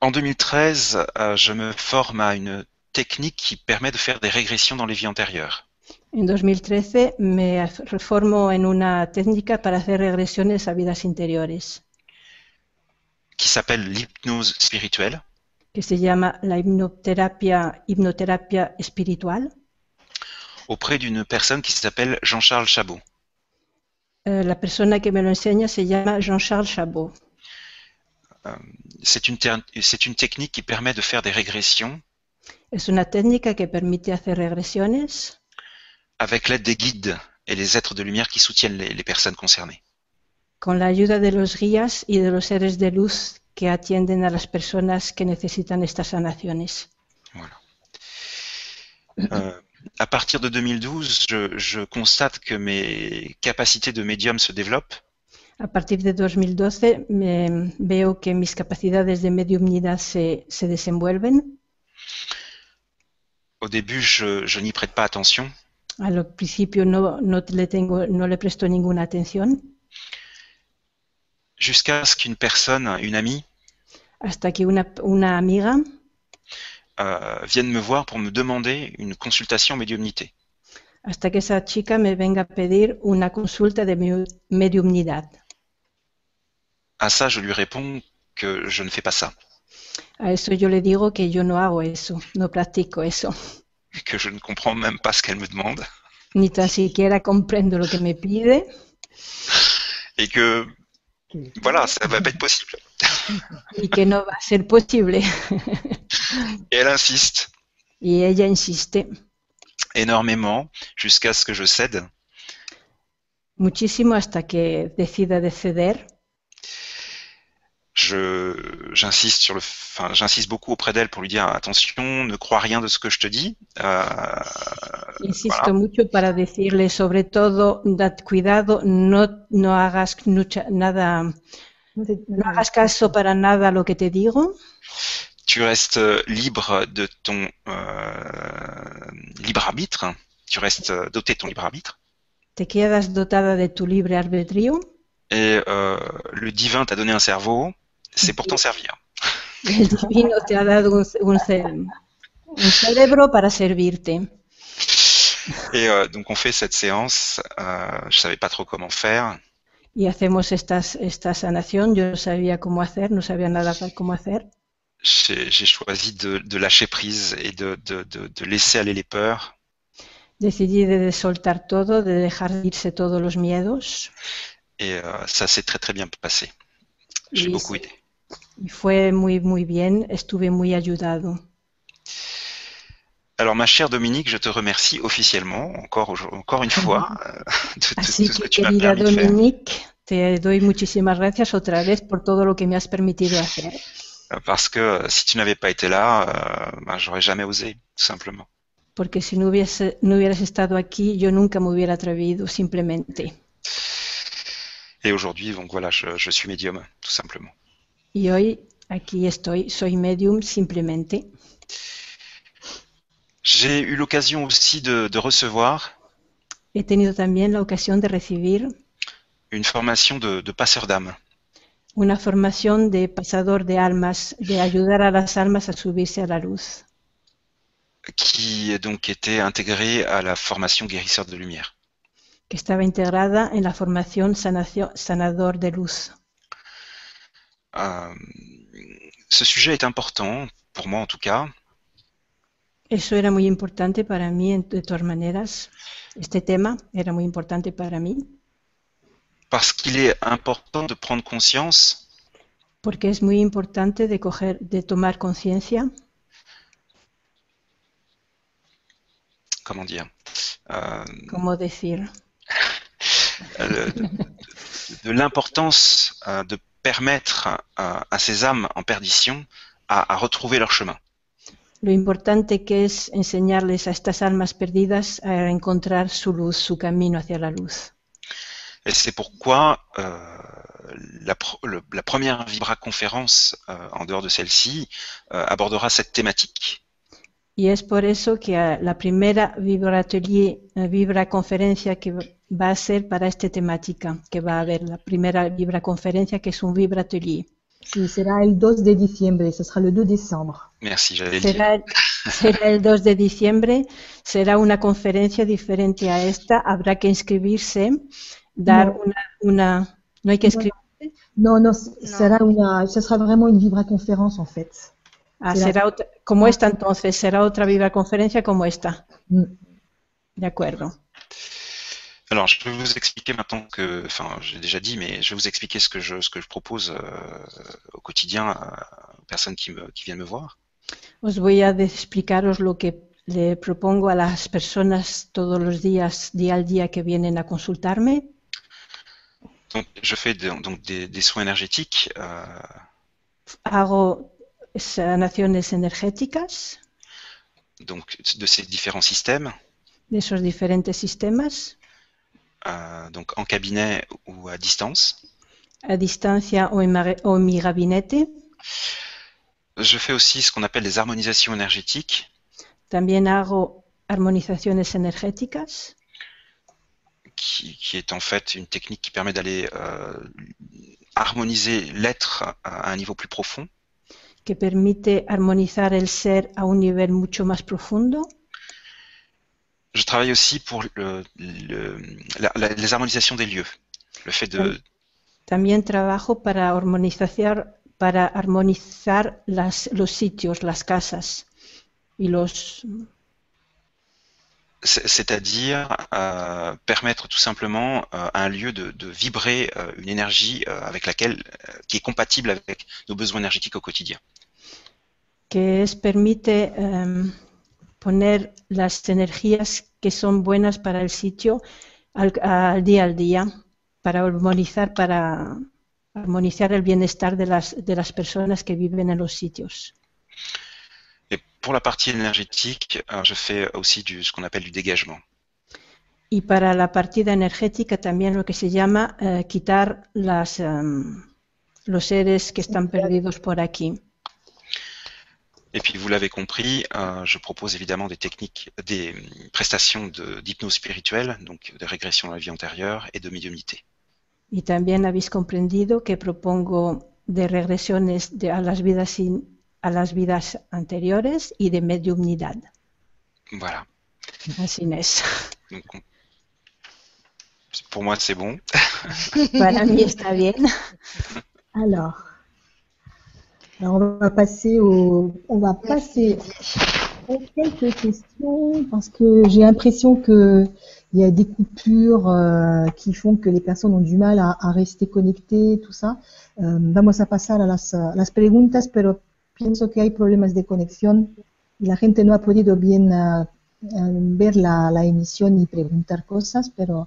S2: En 2013, euh, je me forme à une technique qui permet de faire des régressions dans les vies antérieures.
S1: En 2013 me af- reformo en una técnica para hacer regresiones a vidas interiores,
S2: qui s'appelle l'hypnose spirituelle.
S1: que se llama la hipnoterapia, hipnoterapia espiritual.
S2: auprès d'une personne qui s'appelle Jean-Charles Chabot.
S1: Eh, la persona que me lo enseña se llama Jean-Charles Chabot.
S2: C'est une, ter- c'est une technique qui permet de faire des régressions
S1: Es una técnica que permite hacer regresiones
S2: avec l'aide des guides et les êtres de lumière qui soutiennent les, les personnes concernées.
S1: con la ayuda de los guías y de los seres de luz que atienden a las personas que necesitan estas sanaciones.
S2: Euh, à partir de 2012, je, je constate que mes capacités de médium se développent
S1: A partir de 2012 me- veo que mis capacidades de mediumnidad se, se desenvuelven.
S2: Au début, je, je n'y prête pas attention.
S1: Al principio no, no le tengo, no le presto ninguna atención
S2: jusqu'à ce qu'une personne, une amie,
S1: hasta que una, una amiga
S2: euh, vienne me voir pour me demander une consultation médiumnité.
S1: hasta que esa chica me venga a pedir una consulta de mi- mediumnidad.
S2: À ça, je lui réponds que je ne fais pas ça,
S1: A eso yo le digo que yo no hago eso, no practico eso,
S2: que je ne comprends même pas ce qu'elle me demande,
S1: ni tan siquiera comprendo lo que me pide
S2: et que voilà, ça va pas être possible.
S1: y que no va a ser posible.
S2: Et elle insiste
S1: Y ella insiste
S2: énormément jusqu'à ce que je cède.
S1: muchísimo hasta que decida de ceder.
S2: Je j'insiste sur le, enfin j'insiste beaucoup auprès d'elle pour lui dire attention, ne crois rien de ce que je te dis. Euh,
S1: Insisto mucho para decirle, sobre todo, dad cuidado, no, no hagas nucha- nada, no
S3: Mm.
S1: hagas caso para nada a lo que te digo.
S2: tu restes euh, libre de ton euh, libre arbitre. Tu restes euh, doté de ton libre arbitre.
S1: Te quedas dotada de tu libre albedrío
S2: Et euh, le divin t'a donné un cerveau, c'est pour t'en servir.
S1: El divino te ha dado un, ce- un ce- un cerebro para servirte.
S2: Et euh, donc on fait cette séance. Euh, je savais pas trop comment faire.
S1: Y hacemos estas, esta sanación. Yo no sabía cómo hacer, no sabía nada para cómo hacer.
S2: J'ai j'ai choisi de, de lâcher prise et de, de, de, de laisser aller les peurs.
S1: Decidí de soltar todo, de dejar irse todos los miedos.
S2: Et euh, ça s'est très très bien passé. J'ai
S1: Y,
S2: beaucoup aidé.
S1: y fue muy, muy bien. Estuve muy ayudado.
S2: Alors ma chère Dominique, je te remercie officiellement, encore, aujourd- encore une fois, euh, de, de
S1: Así
S2: tout ce que
S1: que,
S2: tu m'as
S1: querida
S2: permis de faire.
S1: Dominique, te doy muchísimas gracias otra vez por todo lo que me has permitido hacer.
S2: Euh, Parce que euh, si tu n'avais pas été là, euh, ben, j'aurais jamais osé, tout simplement.
S1: Porque si no, hubiese, no hubieras estado aquí, yo nunca me hubiera atrevido, simplemente.
S2: Et aujourd'hui, donc voilà, je, je suis médium, tout simplement.
S1: Y hoy aquí estoy, soy medium simplemente.
S2: J'ai eu l'occasion aussi de, de recevoir
S1: He tenido también la ocasión de recibir
S2: une formation de, de passeur d'âme.
S1: una formación de pasador de almas, de ayudar a las almas a subirse a la luz,
S2: qui est donc été intégré à la formation guérisseur de lumière.
S1: que estaba integrada en la formación sanación, sanador de luz.
S2: Euh, ce sujet est important, pour moi en tout cas,
S1: Eso era muy importante para mí, en- de todas maneras. Este tema era muy importante para mí,
S2: parce qu'il est important de prendre conscience
S1: porque es muy importante de, coger, de tomar conciencia
S2: comment dire, euh,
S1: cómo decir.
S2: le- de- de l'importance euh, de permettre euh, à ces âmes en perdition à, à retrouver leur chemin.
S1: lo importante que es enseñarles a estas almas perdidas a encontrar su luz, su camino hacia la luz.
S2: Et c'est pourquoi euh, la, pr- le- la première Vibra conférence euh, en dehors de celle-ci euh, abordera cette thématique.
S1: Y es por eso que a la primera vibratelier, eh, vibraconferencia que va a ser para esta temática, que va a haber la primera vibraconferencia que es un vibratelier.
S3: Sí, será el 2 de diciembre, ce sera le 2 décembre.
S2: Merci, j'allais le dire.
S1: Será el, será el 2 de diciembre, será una conferencia diferente a esta, habrá que inscribirse, dar
S3: No.
S1: una... una no hay que
S3: No,
S1: escribir,
S3: Non, non, ce sera, una- ce sera vraiment une vibraconférence en fait.
S1: ah,
S3: será-
S1: será otra- como esta entonces, será otra vibraconferencia como esta.
S3: Mm.
S1: De acuerdo.
S2: Alors, je peux vous expliquer maintenant que, enfin, j'ai déjà dit, mais je vais vous expliquer ce que je, ce que je propose euh, au quotidien euh, aux personnes qui, me, qui viennent me voir.
S1: Os voy a de- explicaros lo que le propongo a las personas todos los días, día al día que vienen a consultarme.
S2: Donc, je fais de- donc des, des soins énergétiques, euh,
S1: Hago sanaciones energéticas
S2: donc de ces différents systèmes,
S1: de esos diferentes sistemas,
S2: euh, donc en cabinet ou à distance.
S1: a distancia o en, ma- o en mi gabinete.
S2: Je fais aussi ce qu'on appelle des harmonisations énergétiques,
S1: También hago armonizaciones energéticas,
S2: qui, qui est en fait une technique qui permet d'aller euh, harmoniser l'être à un niveau plus profond,
S1: que permite armonizar el ser a un nivel mucho más profundo.
S2: je travaille aussi pour le- le- la- la- les harmonisations des lieux. Le fait de,
S1: También trabajo para armonizar, para armonizar las- los sitios, las casas y los
S2: c'est- c'est-à-dire euh, permettre tout simplement euh, à un lieu de, de vibrer euh, une énergie euh, avec laquelle, euh, qui est compatible avec nos besoins énergétiques au quotidien.
S1: que es permite em, poner las energías que son buenas para el sitio al, al día al día para armonizar para armonizar el bienestar de las de las personas que viven en los sitios.
S2: Et pour la partie énergétique, euh, je fais aussi du, ce qu'on appelle du dégagement.
S1: Y para la partida energética también lo que se llama eh, quitar las em, los seres que están perdidos por aquí.
S2: Et puis, vous l'avez compris, euh, je propose évidemment des techniques, des euh, prestations de- d'hypnose spirituelle, donc de régression dans la vie antérieure et de médiumnité.
S1: Y también habéis comprendido que propongo de regresiones de- a, las vidas in- a las vidas anteriores y de mediumnidad.
S2: Voilà.
S1: Así es.
S2: Donc, on- Pour moi, c'est bon.
S1: Para mí está bien.
S3: Alors, alors on va passer au, on va passer aux quelques questions parce que j'ai l'impression que il y a des coupures euh, qui font que les personnes ont du mal à, à rester connectées, tout ça. Euh, vamos a pasar a las, a las preguntas, pero pienso que hay problemas de conexión y la gente no ha podido bien ah, ah, ver la, la emisión y preguntar cosas, pero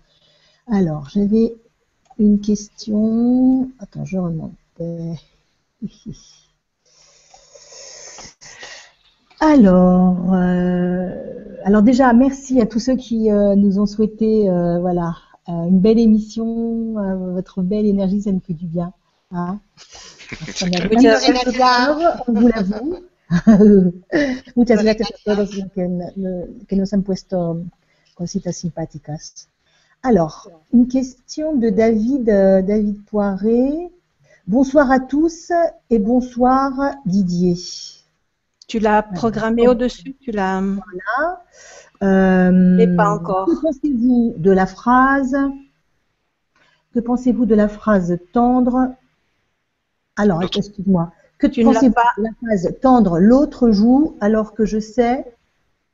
S3: alors, j'avais une question. Attends, je remonte. Euh, ici. Alors, euh, alors déjà, merci à tous ceux qui euh, nous ont souhaité, euh, voilà, euh, une belle émission, euh, votre belle énergie, ça nous fait du bien. hein.
S2: C'est
S3: On a
S2: clair.
S1: Muchas
S3: bien besoin de
S4: gracias.
S3: peur, on vous l'avoue. Muchas gracias a todos los que, que nos han puesto cositas simpáticas. Alors, une question de David, euh, David Poiré. Bonsoir à tous et bonsoir Didier.
S1: Tu l'as programmé au-dessus, tu l'as.
S3: Euh,
S1: Mais pas encore.
S3: Que pensez-vous de la phrase Que pensez-vous de la phrase tendre Alors,
S2: L'autre.
S3: excuse-moi. Que
S1: Tu ne l'as
S3: pensez-vous
S1: pas.
S3: de la phrase tendre l'autre joue alors que je sais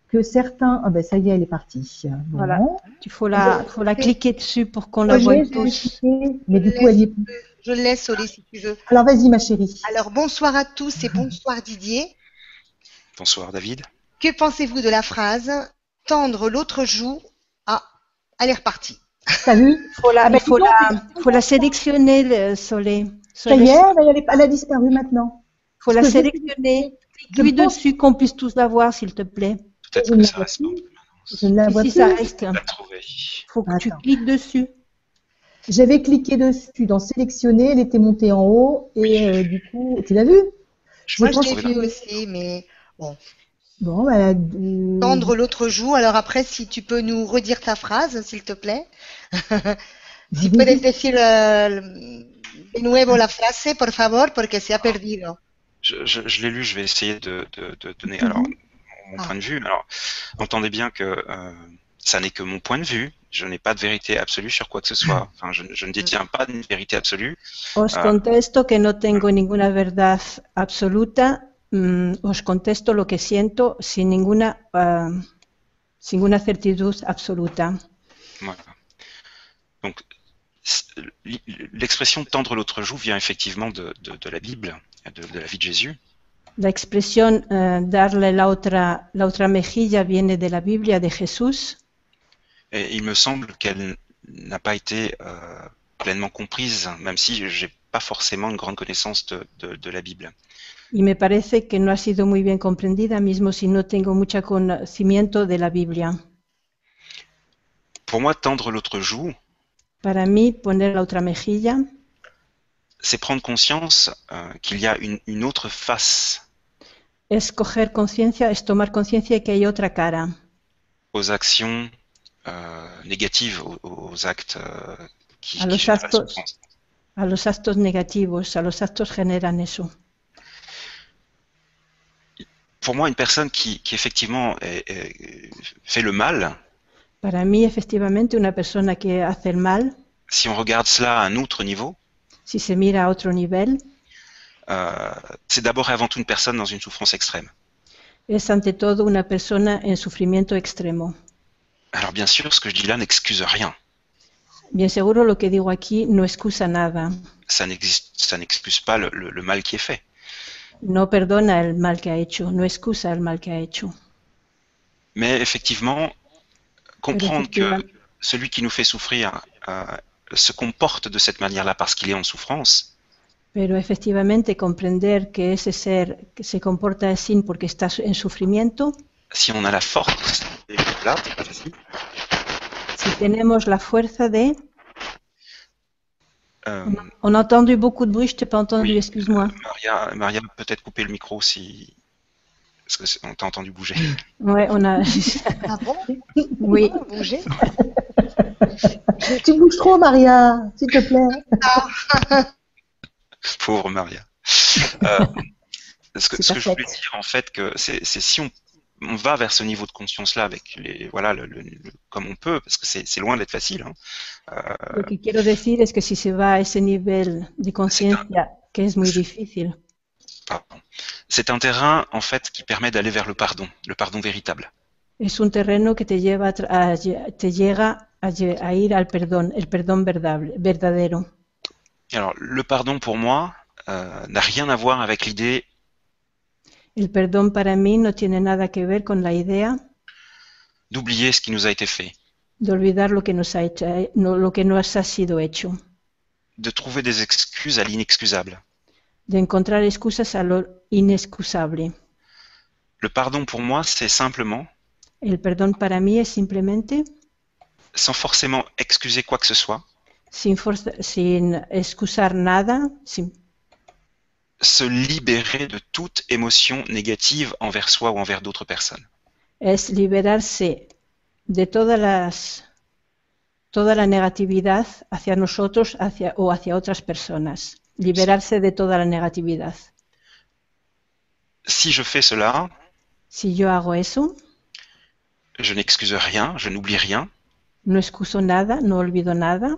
S3: que certains. Ah ben ça y est, elle est partie. Bon. Euh,
S1: Voilà. Tu faut la, faut la cliquer dessus pour qu'on la
S3: Je
S1: voie
S3: l'ai
S1: tous.
S3: vérifiée, mais du coup, elle y est plus.
S4: Je le laisse, Solé, si tu veux.
S3: Alors vas-y, ma chérie.
S1: Ah,
S4: Alors, bonsoir à tous et bonsoir Didier.
S2: Bonsoir David.
S4: Que pensez-vous de la phrase Tendre l'autre joue à. Elle est repartie.
S3: T'as vu
S1: Faut la,
S3: Ah bah,
S1: faut
S3: dis donc,
S1: la, faut la sélectionner, le- Solé.
S3: Ça y
S1: Solé,
S3: est, elle, est- elle a disparu maintenant.
S1: Faut la
S3: Parce que je-
S1: sélectionner.
S3: je
S1: Clique-lui
S3: pense-
S1: dessus qu'on puisse tous la voir, s'il te plaît.
S2: Peut-être
S3: Je
S2: que
S3: ne
S2: ça
S3: la vois
S2: reste.
S3: plus. Je ne la vois
S1: Ici,
S3: plus.
S1: ça reste.
S2: La trouver.
S1: Faut que tu
S3: Attends.
S1: cliques dessus.
S3: J'avais cliqué dessus dans sélectionner, elle était montée en haut et euh, du coup, tu l'as vu
S2: Je
S4: Moi,
S2: vais
S4: je
S2: la
S4: l'ai
S2: trouver là.
S4: vu aussi, mais
S3: Bon, bah, elle a- euh,
S4: tendre l'autre joue. Alors, après, si tu peux nous redire ta phrase, s'il te plaît. Si puedes decir eh, de nuevo la frase, por favor, porque se ha perdido.
S2: Je, je- je l'ai lu, je vais essayer de, de- de donner alors, mon
S4: Ah.
S2: point de vue. Alors, entendez bien que euh, ça n'est que mon point de vue. Je n'ai pas de vérité absolue sur quoi que ce soit. Enfin, je,
S4: Mhm.
S2: je ne détiens pas de vérité absolue.
S1: Os
S2: Ah.
S1: Oh, contesto que no tengo ninguna verdad absoluta. mm, os contesto lo que siento sin ninguna, ah, sin ninguna certitud absoluta.
S2: Voilà. Donc, c- l'expression tendre l'autre joue vient effectivement de, de- de la Bible, de- de la vie de Jésus.
S1: La expresión eh, darle la otra, la otra mejilla viene de la Biblia de Jesús
S2: Et il me semble qu'elle n'a pas été euh, pleinement comprise, même si j'ai pas forcément une grande connaissance de, de- de la Bible.
S1: y me parece que no ha sido muy bien comprendida, mismo si no tengo mucho conocimiento de la Biblia.
S2: Pour moi, tendre l'autre joue,
S1: Para mí, poner la otra mejilla
S2: c'est prendre conscience euh, qu'il y a une, une autre face
S1: es coger conciencia, es tomar conciencia de que hay otra cara.
S2: aux actions euh, négatives, aux, aux actes euh, qui,
S1: À le
S2: qui génèrent
S1: chasse-
S2: la souffrance.
S1: a los actos negativos, a los actos generan eso.
S2: Pour moi, une personne qui, qui effectivement est- est- fait le mal,
S1: Para mí, efectivamente, una persona que hace el mal,
S2: si on regarde cela à un autre niveau,
S1: si se mira a otro nivel,
S2: euh, c'est d'abord et avant tout une personne dans une souffrance extrême.
S1: es ante todo una persona en sufrimiento extremo.
S2: Alors bien sûr, ce que je dis là n'excuse rien.
S1: Bien seguro lo que digo aquí no excusa nada,
S2: Ça n'existe- ça n'excuse pas le, le- le mal qui est fait.
S1: no perdona el mal que ha hecho, no excusa el mal que ha hecho.
S2: Mais effectivement, comprendre
S1: Effectivement.
S2: que celui qui nous fait souffrir euh, se comporte de cette manière-là parce qu'il est en souffrance,
S1: Pero efectivamente comprender que ese ser que se comporta así porque está su- en sufrimiento,
S2: si on a la force, et là, c'est pas facile,
S1: si tenemos la fuerza de...
S2: euh,
S1: On a entendu beaucoup de bruit, je t'ai pas entendu,
S2: Oui.
S1: excuse-moi.
S2: Maria, Maria peut-être couper le micro si. Parce que c'est- on t'a entendu bouger.
S1: Ouais, on a...
S4: Ah bon
S1: oui,
S4: Bougez.
S3: Tu bouges trop, Maria, s'il te plaît.
S2: Pauvre Maria. Euh, ce que,
S3: C'est
S2: ce que je voulais
S3: parfait.
S2: dire, en fait, que c'est c'est si on, on va vers ce niveau de conscience-là, avec les, voilà, le, le- le- comme on peut, parce que c'est c'est loin d'être facile, hein,
S1: lo que quiero decir es que si se va a ese nivel de conciencia, que es muy difícil,
S2: pardon. c'est un terrain, en fait, qui permet d'aller vers le pardon, le pardon véritable.
S1: es un terreno que te, lleva a tra- a lle- te llega a, lle- a ir al perdón, el perdón verdable- verdadero.
S2: Et Alors, le pardon, pour moi, euh, n'a rien à voir avec l'idée
S1: El perdón para mí no tiene nada que ver con la idea
S2: d'oublier ce qui nous a été fait,
S1: de olvidar lo que nos ha hecho, eh, no- lo que nos ha sido hecho,
S2: de trouver des excuses à l'inexcusable.
S1: de encontrar excusas a lo inexcusable.
S2: Le pardon, pour moi, c'est simplement,
S1: El perdón para mí es simplemente
S2: sans forcément excuser quoi que ce soit,
S1: sin, forza- sin excusar nada, sin-
S2: se libérer de toute émotion négative envers soi ou envers d'autres personnes.
S1: es liberarse de todas las toda la negatividad hacia nosotros hacia, o hacia otras personas. Liberarse de toda la negatividad.
S2: Si je fais cela,
S1: Si yo hago eso,
S2: je n'excuse rien, je n'oublie rien,
S1: no excuso nada, no olvido nada,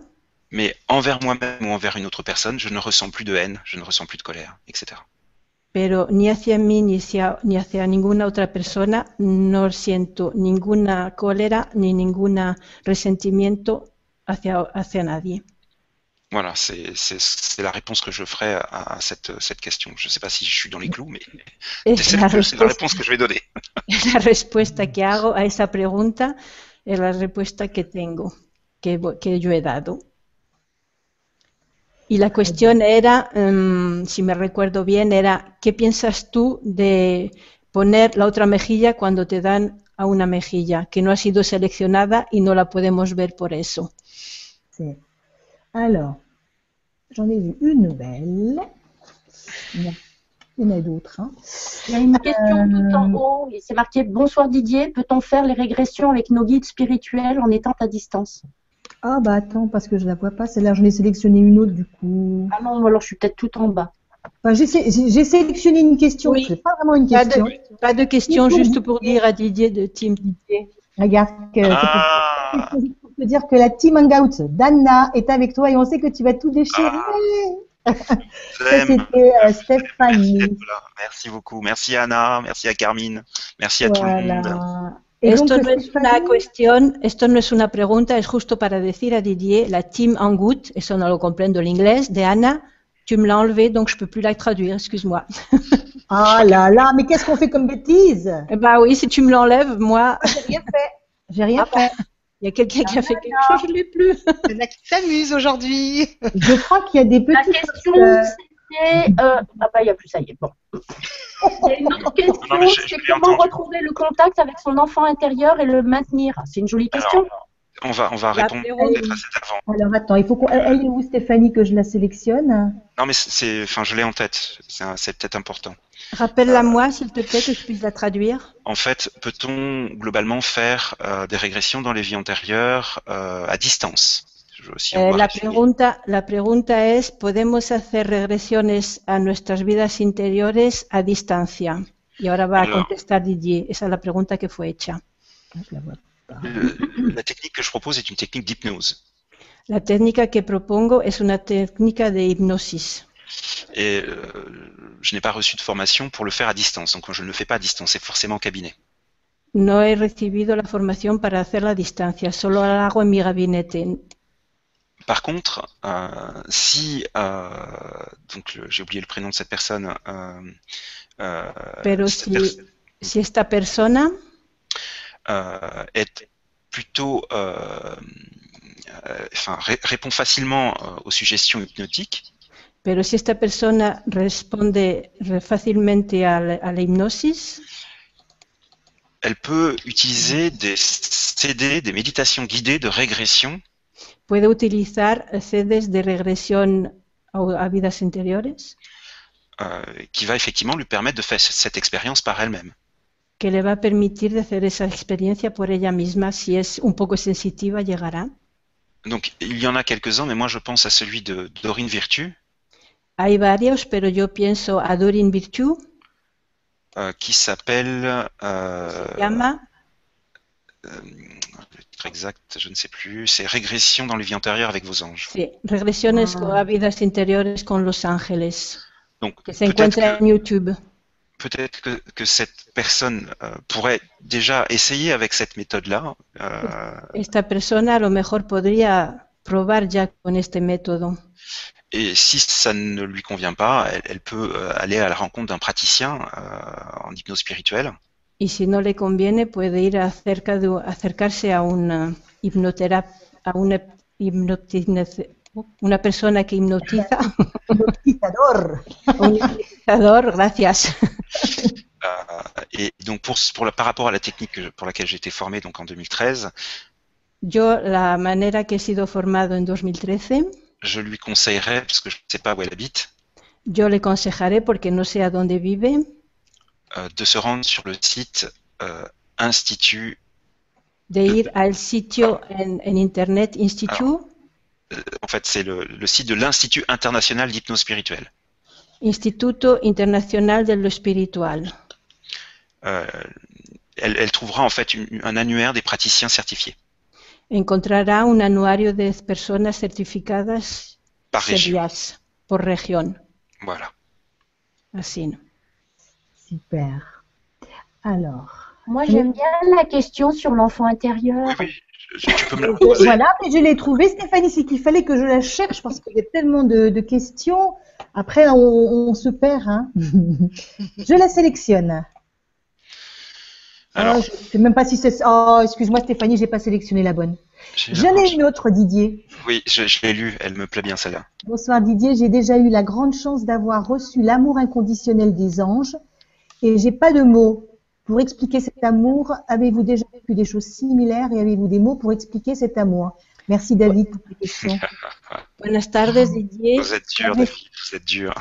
S2: mais envers moi-même ou envers une autre personne, je ne ressens plus de haine, je ne ressens plus de colère, etc.
S1: pero ni hacia mí ni hacia, ni hacia ninguna otra persona no siento ninguna cólera ni ningún resentimiento hacia, hacia nadie.
S2: Voilà, c'est c'est- c'est la réponse que je ferai à, à cette, cette question. Je ne sais pas si je suis dans les clous, mais
S1: Es
S2: c'est
S1: la
S2: c'est la
S1: respuesta
S2: réponse que je vais donner.
S1: es la respuesta que hago a esa pregunta, es la respuesta que tengo, que, vo- que yo he dado. Y la cuestión era, em, si me recuerdo bien, era, ¿qué piensas tú de poner la otra mejilla cuando te dan a una mejilla que no ha sido seleccionada y no la podemos ver por eso?
S6: C'est- Alors, j'en ai vu une nouvelle. Il y en a- il y en a d'autres. hein.
S5: Il y a une question tout en haut, et c'est marqué Bonsoir Didier, peut-on faire les régressions avec nos guides spirituels en étant à distance
S6: Ah bah attends, parce que je la vois pas. Celle-là, j'en ai sélectionné une autre du coup.
S5: Ah non, alors je suis peut-être tout en bas.
S6: Enfin, j'ai sé- j'ai j'ai sélectionné une question.
S1: Oui.
S6: C'est pas vraiment une
S1: Pas de,
S6: question.
S1: pas de question, juste pour dire à Didier de Team
S6: Regarde, que-
S2: Ah,
S6: c'est pour- pour te dire que la team hangout d'Anna est avec toi et on sait que tu vas tout déchirer.
S2: Ah,
S6: Ça,
S2: j'aime.
S6: c'était euh,
S2: Merci
S6: Stéphanie.
S2: d'être là. Merci beaucoup. Merci à Anna, merci à Carmine, merci à tout le monde.
S6: Voilà. Et donc,
S1: Esto no es
S6: Stéphanie-
S1: una cuestión, esto no es una pregunta, es justo para decir a Didier, la team en good, eso no lo comprendo el inglés, de Ana, tu me l'as enlevé, donc je peux plus la traduire, excuse-moi.
S6: Ah là là, mais qu'est-ce qu'on fait comme bêtise
S1: Eh ben oui, si tu me l'enlèves, moi,
S6: J'ai rien fait. J'ai
S5: Ah,
S6: rien fait.
S1: il y a quelqu'un qui a fait quelque chose, je l'ai plus.
S4: Il y en a qui s'amusent aujourd'hui.
S6: Je crois qu'il y a des
S5: La
S6: petits.
S5: question
S6: euh,
S5: c'était. euh, Ah bah il n'y a plus, ça y est, bon. Il y a une autre
S2: Non, mais je-
S5: question
S2: je
S5: c'est
S2: l'ai
S5: comment
S2: entendu.
S5: retrouver le contact avec son enfant intérieur et le maintenir Ah, C'est une jolie
S2: Alors,
S5: question.
S2: on va, on va
S1: La
S2: répondre
S1: prérogative.
S2: peut-être à cet avant.
S6: Alors attends, il faut qu'on. Elle elle est où Stéphanie que je la sélectionne
S2: Non, mais c'est- c'est, enfin, je l'ai en tête. C'est un- c'est peut-être important.
S1: Rappelle-la moi, s'il te plaît, que je puisse la traduire.
S2: En fait, peut-on globalement faire euh, des régressions dans les vies antérieures euh, à distance Je- je- si on
S1: Eh,
S2: va
S1: la,
S2: réfléchir.
S1: pregunta, la pregunta es, ¿podemos hacer regresiones a nuestras vidas interiores a distancia? Y ahora va
S2: Alors.
S1: a contestar Didier. Esa es la pregunta que fue hecha.
S6: Ah, Je la vois pas.
S2: Le- la technique que je propose est une technique d'hypnose.
S1: La técnica que propongo es una técnica de hipnosis.
S2: Et euh, je n'ai pas reçu de formation pour le faire à distance. Donc je ne le fais pas à distance, c'est forcément en cabinet.
S1: No he recibido la formación para hacer la distancia, solo la hago en mi gabinete.
S2: Par contre, euh, si euh, donc le- j'ai oublié le prénom de cette personne, euh, euh,
S1: Pero
S2: cette
S1: si,
S2: personne,
S1: si esta persona
S2: euh, est plutôt, euh, euh, enfin ré- répond facilement euh, aux suggestions hypnotiques,
S1: Pero si esta persona responde re- fácilmente a la, a la hipnosis,
S2: elle peut utiliser des CD, des méditations guidées de régression
S1: puede utilizar CDs de regresión a, a vidas interiores
S2: euh, qui va effectivement lui permettre de faire cette expérience par elle-même.
S1: que le va a permitir de hacer esa experiencia por ella misma. Si es un poco sensitiva, llegará.
S2: Donc il y en a quelques-uns, mais moi je pense à celui de Dorine Virtue,
S1: Hay varios, pero yo pienso a Dorin Virtue,
S2: euh, qui s'appelle. euh,
S1: llama
S2: euh, le titre exact, je ne sais plus, c'est Régression dans les vies antérieures avec vos anges.
S1: sí, Regresiones
S5: Ah.
S1: a vidas interiores con los ángeles,
S2: Donc
S1: que se
S2: peut-être
S1: encuentra
S2: que,
S1: en YouTube.
S2: peut-être que, que cette personne euh, pourrait déjà essayer avec cette méthode-là. euh,
S1: Esta persona a lo mejor podría probar ya con este método.
S2: et si ça ne lui convient pas, elle, elle peut euh, aller à la rencontre d'un praticien euh, en hypnose spirituelle
S1: Y si no le conviene, puede ir acerca de, acercarse a una hipnotera, a una hipnotiz- una persona que hipnotiza,
S6: Hipnotizador.
S1: un hipnotizador, gracias.
S2: Euh, et donc pour, ce- pour la, par rapport à la technique que je- pour laquelle j'ai été formé donc en 2013,
S1: Yo la manera que he sido formado en 2013,
S2: je lui conseillerais, parce que je ne sais pas où elle habite,
S1: yo le aconsejaré porque no sé a dónde vive,
S2: euh, de se rendre sur le site euh, Institut
S1: de ir al sitio en, en internet Institute,
S2: Euh, en fait, c'est le, le site de l'Institut international d'hypnose spirituelle.
S1: Instituto Internacional de lo Espiritual.
S2: Euh, elle, elle trouvera en fait une- un annuaire des praticiens certifiés
S1: Encontrará un anuario de personas certificadas
S2: par région.
S1: serias por región,
S2: Voilà.
S1: así. ¿no?
S6: Super. Alors,
S5: Moi, j'aime bien la question sur l'enfant intérieur.
S2: Je- tu peux me la
S6: euh,
S2: reposer.
S6: voilà, mais je l'ai trouvé, Stéphanie, c'est qu'il fallait que je la cherche parce qu'il y a tellement de, de questions. Après, on, on se perd. hein. je la sélectionne.
S2: Alors,
S3: Euh,
S6: Oh, je ne sais même pas si c'est. Oh, excuse-moi, Stéphanie, j'ai pas sélectionné la bonne.
S2: j'ai-
S6: J'en ai une autre, Didier.
S2: Oui, je, je l'ai lu. Elle me plaît bien celle-là.
S6: Bonsoir Didier, j'ai déjà eu la grande chance d'avoir reçu l'amour inconditionnel des anges et j'ai pas de mots pour expliquer cet amour. Avez-vous déjà vécu des choses similaires et avez-vous des mots pour expliquer cet amour Merci David pour tes questions.
S1: Buenas tardes, Didier.
S2: Vous êtes dur,
S1: oui.
S2: David, Vous êtes dur.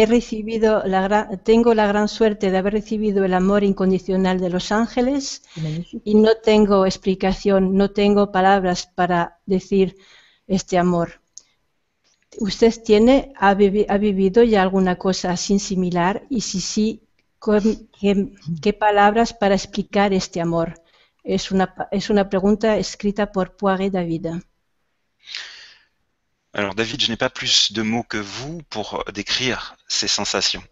S1: He recibido la gran- tengo la gran suerte de haber recibido el amor incondicional de los ángeles
S6: C'est magnifique.
S1: y no tengo explicación, no tengo palabras para decir este amor. ¿Usted tiene, ha, vivi- ha vivido ya alguna cosa así similar? Y si sí, con- ¿qué, qué palabras para explicar este amor? Es una, pa- es una pregunta escrita por Poiré David.
S2: Alors, David, je n'ai pas plus de mots que vous pour décrire ces sensations.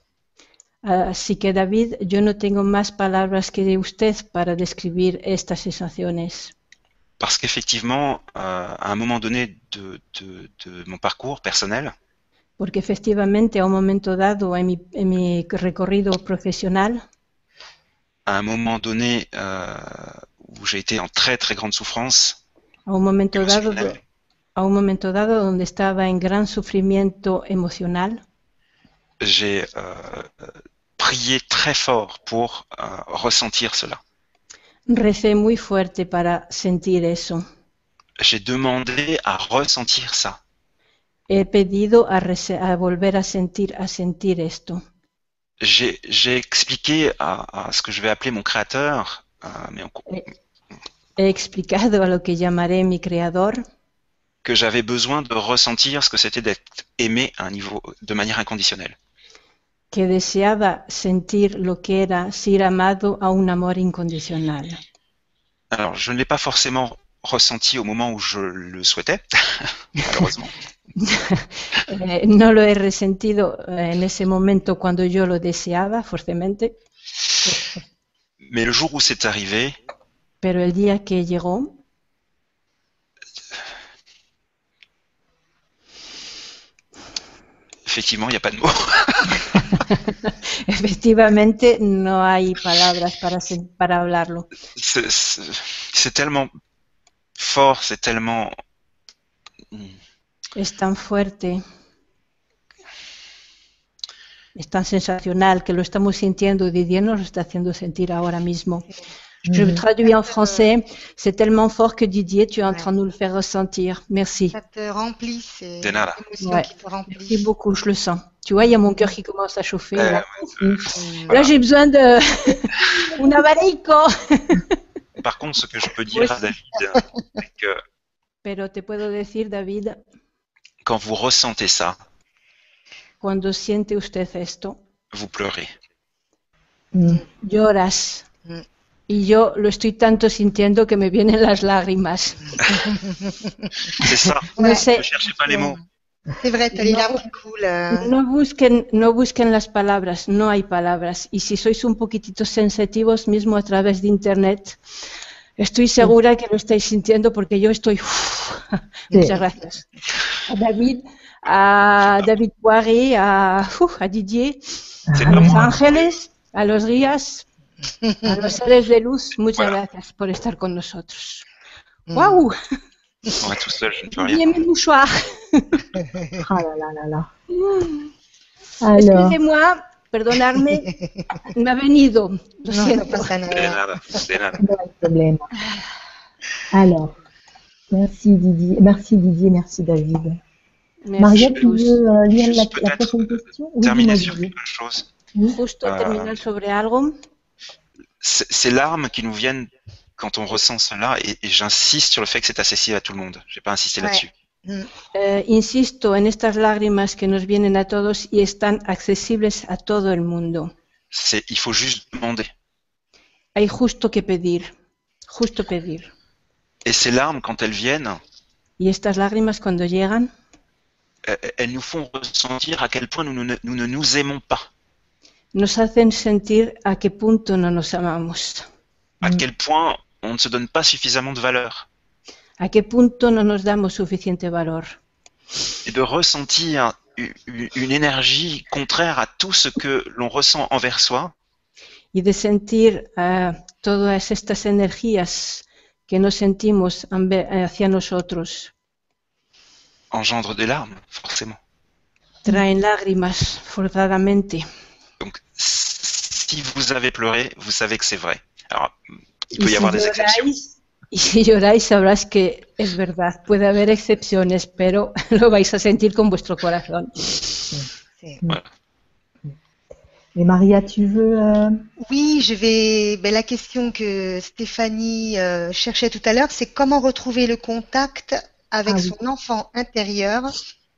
S1: Así que David, yo no tengo más palabras que de usted para describir estas sensaciones.
S2: Parce qu'effectivement, euh, à un moment donné de, de- de mon parcours personnel,
S1: Porque efectivamente a un momento dado en mi, en mi recorrido profesional,
S2: à un moment donné euh, où j'ai été en très très grande souffrance,
S1: a un momento dado,
S2: émotionnel,
S1: a un momento dado donde estaba en gran sufrimiento emocional,
S2: j'ai euh, prié très fort pour euh, ressentir cela.
S1: recé muy fuerte para sentir eso.
S2: J'ai demandé à ressentir ça.
S1: He pedido a, rese- a volver a sentir, a sentir esto.
S2: J'ai j'ai expliqué à, à ce que je vais appeler mon créateur, euh, mais on-
S1: He explicado a lo que llamaré mi creador
S2: que j'avais besoin de ressentir ce que c'était d'être aimé à un niveau de manière inconditionnelle.
S1: que deseaba sentir lo que era ser amado a un amor incondicional.
S2: Alors, je ne l'ai pas forcément ressenti au moment où je le souhaitais, malheureusement.
S1: Eh, no lo he resentido eh, en ese momento cuando yo lo deseaba, forcemente,
S2: Mais le jour où c'est arrivé,
S1: pero el día que llegó,
S2: effectivement, il n'y a pas de mots.
S1: efectivamente no hay palabras para, sen- para hablarlo.
S2: C'est- C'est c'est tellement fort, c'est tellement...
S1: Es tan fuerte, es tan sensacional que lo estamos sintiendo y Didier nos lo está haciendo sentir ahora mismo. Je le traduis en français, c'est tellement fort que Didier, tu es en
S4: Ouais.
S1: train de nous le faire ressentir. Merci.
S4: Ça te remplit, c'est
S2: De nada.
S4: l'émotion
S1: Ouais.
S4: qui te remplit.
S1: Merci beaucoup, je le sens. Tu vois, il y a mon cœur qui commence à chauffer.
S2: Euh,
S1: là,
S4: Mm.
S1: Là, j'ai besoin de. Un abanico.
S2: Par contre, ce que je peux dire à David, c'est que
S1: Pero te puedo decir, David,
S2: quand vous ressentez ça,
S1: cuando siente usted esto,
S2: vous pleurez.
S6: Mm.
S1: lloras.
S4: Mm.
S1: Y yo lo estoy tanto sintiendo que me vienen las lágrimas.
S2: C'est ça,
S1: No
S4: Ouais.
S2: ne
S1: sé,
S2: cherchez pas les mots.
S4: C'est vrai, t'as les
S1: Non.
S4: larmes qui coulent. euh.
S1: no busquen, no busquen las palabras, no hay palabras. Y si sois un poquitito sensitivos, mismo a través de internet, estoy segura que lo estáis sintiendo porque yo estoy. Muchas gracias. A David, a David Poiré, a, uf, a Didier,
S2: C'est
S1: a Los
S2: vraiment-
S1: Ángeles, a Los Rías, a los seres de luz, muchas
S2: Voilà.
S1: gracias por estar con nosotros.
S4: Mm.
S1: ¡Wow!
S2: On est tout seul, je ne peux rien.
S1: Bien, mi mouchoir.
S6: Ah là là là là. Alors,
S1: Excusez-moi, perdonadme, me ha venido. Lo
S4: Non, ça
S1: siento.
S4: passe à
S2: De
S4: nada.
S2: nada, de nada.
S6: pas de problème. Alors, merci Didier, merci Didier, merci David. Maria,
S1: Merci a
S6: tu
S1: todos.
S6: veux euh, lire la,
S2: Juste
S6: la
S2: peut-être,
S6: prochaine
S2: euh,
S6: question Oui,
S2: Terminer
S6: dis-moi,
S2: sur
S6: Didier.
S2: quelque chose.
S1: Justo
S2: Ah.
S1: terminar sobre algo.
S2: C- Ces larmes qui nous viennent quand on ressent cela, et, et j'insiste sur le fait que c'est accessible à tout le monde. J'ai pas insisté
S4: Ouais.
S2: là-dessus.
S1: Eh, insisto en estas lágrimas que nos vienen a todos y están accesibles a todo el mundo.
S2: C'est, il faut juste demander.
S1: Hay justo que pedir, justo pedir.
S2: Et ces larmes, quand elles viennent,
S1: Y estas lágrimas cuando llegan,
S2: euh, elles nous font ressentir à quel point nous, ne- nous ne nous aimons pas,
S1: nos hacen sentir a qué punto no nos amamos,
S2: à
S6: Mm.
S2: quel point on ne se donne pas suffisamment de valeur.
S1: a qué punto no nos damos suficiente valor.
S2: et de ressentir u- u- une énergie contraire à tout ce que l'on ressent envers soi,
S1: y de sentir ah, todas estas energías que nos sentimos ambe- hacia nosotros.
S2: engendre des larmes, forcément.
S1: Traen lágrimas, forzadamente.
S2: Donc, si vous avez pleuré, vous savez que c'est vrai. Alors, il
S1: y,
S2: peut y
S1: si
S2: avoir des exceptions.
S1: lloráis, y si lloráis, sabrás que es verdad. Puede haber excepciones, pero lo vais a sentir con vuestro corazón.
S6: Mais Maria, tu veux. euh,
S2: Ah.
S4: Oui, je vais. ben, la question que Stéphanie euh, cherchait tout à l'heure, c'est comment retrouver le contact avec
S6: Ah oui.
S4: son enfant intérieur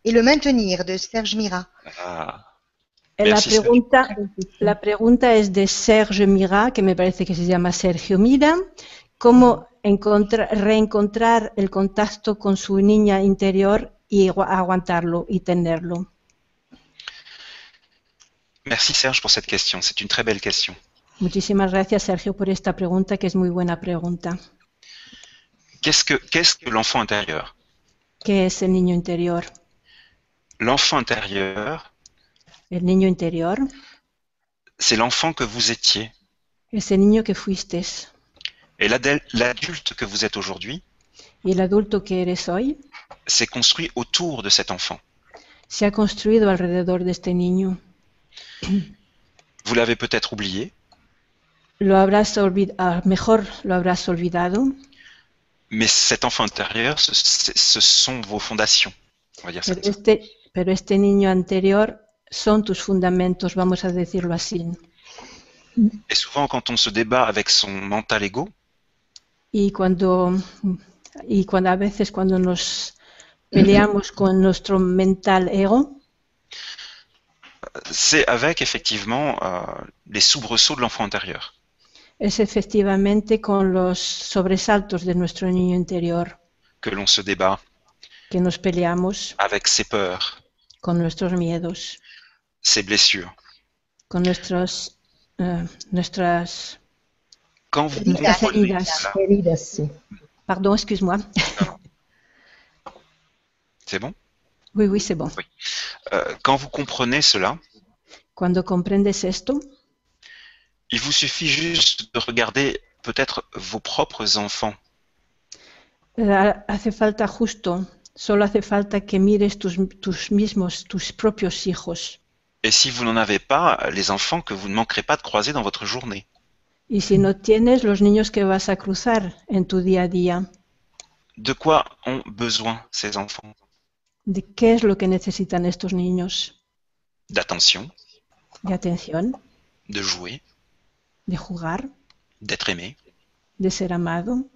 S4: et le maintenir de Serge Mira.
S2: Ah,
S1: La
S2: Merci, Sergio.
S1: pregunta, la pregunta es de Sergio Mira, que me parece que se llama Sergio Mira. ¿Cómo encontra- reencontrar el contacto con su niña interior y agu- aguantarlo y tenerlo?
S2: merci Serge pour cette question. C'est une très belle question.
S1: Muchísimas gracias, Sergio, por esta pregunta, que es muy buena pregunta.
S2: Qu'est-ce que qu'est-ce que l'enfant intérieur
S1: ¿Qué es el niño interior?
S2: L'enfant intérieur,
S1: El niño interior
S2: c'est l'enfant que vous étiez.
S1: es el niño que fuiste
S2: Et l'adel- l'adulte que vous êtes aujourd'hui,
S1: y el adulto que eres hoy
S2: c'est construit autour de cet enfant.
S1: se ha construido alrededor de este niño.
S2: Vous l'avez peut-être oublié,
S1: Lo habrás olvidado, mejor lo habrás olvidado,
S2: Mais cet enfant intérieur, ce, c'est- ce sont vos fondations. On va dire ça.
S1: pero
S2: comme ça.
S1: este, pero este niño anterior son tus fundamentos, vamos a decirlo así.
S2: Et souvent, quand on se débat avec son mental ego,
S1: Y cuando, y cuando a veces cuando nos peleamos con nuestro mental ego,
S2: C'est avec effectivement euh, les soubresauts de l'enfant intérieur.
S1: es efectivamente con los sobresaltos de nuestro niño interior,
S2: que l'on se débat
S1: que nos peleamos
S2: avec ses peurs,
S1: con nuestros miedos,
S2: ses blessures.
S1: con nuestros, eh, nuestras...
S2: Quand vous
S1: Heridas,
S2: comprenez
S1: heridas.
S2: cela,
S6: Heridas, sí.
S1: Pardon, excuse-moi.
S2: c'est bon.
S1: Oui, oui, c'est bon.
S2: Euh, quand vous comprenez cela,
S1: Cuando comprendes esto,
S2: il vous suffit juste de regarder peut-être vos propres enfants
S1: eh, hace falta justo, solo hace falta que mires tus, tus mismos, tus propios hijos.
S2: Et si vous n'en avez pas, les enfants que vous ne manquerez pas de croiser dans votre journée.
S1: Y si no tienes los niños que vas a cruzar en tu día a día,
S2: De quoi ont besoin ces enfants
S1: de qué es lo que necesitan estos niños,
S2: D'attention,
S1: de atención,
S2: de jouer,
S1: de jugar,
S2: d'être aimé,
S1: de ser amado,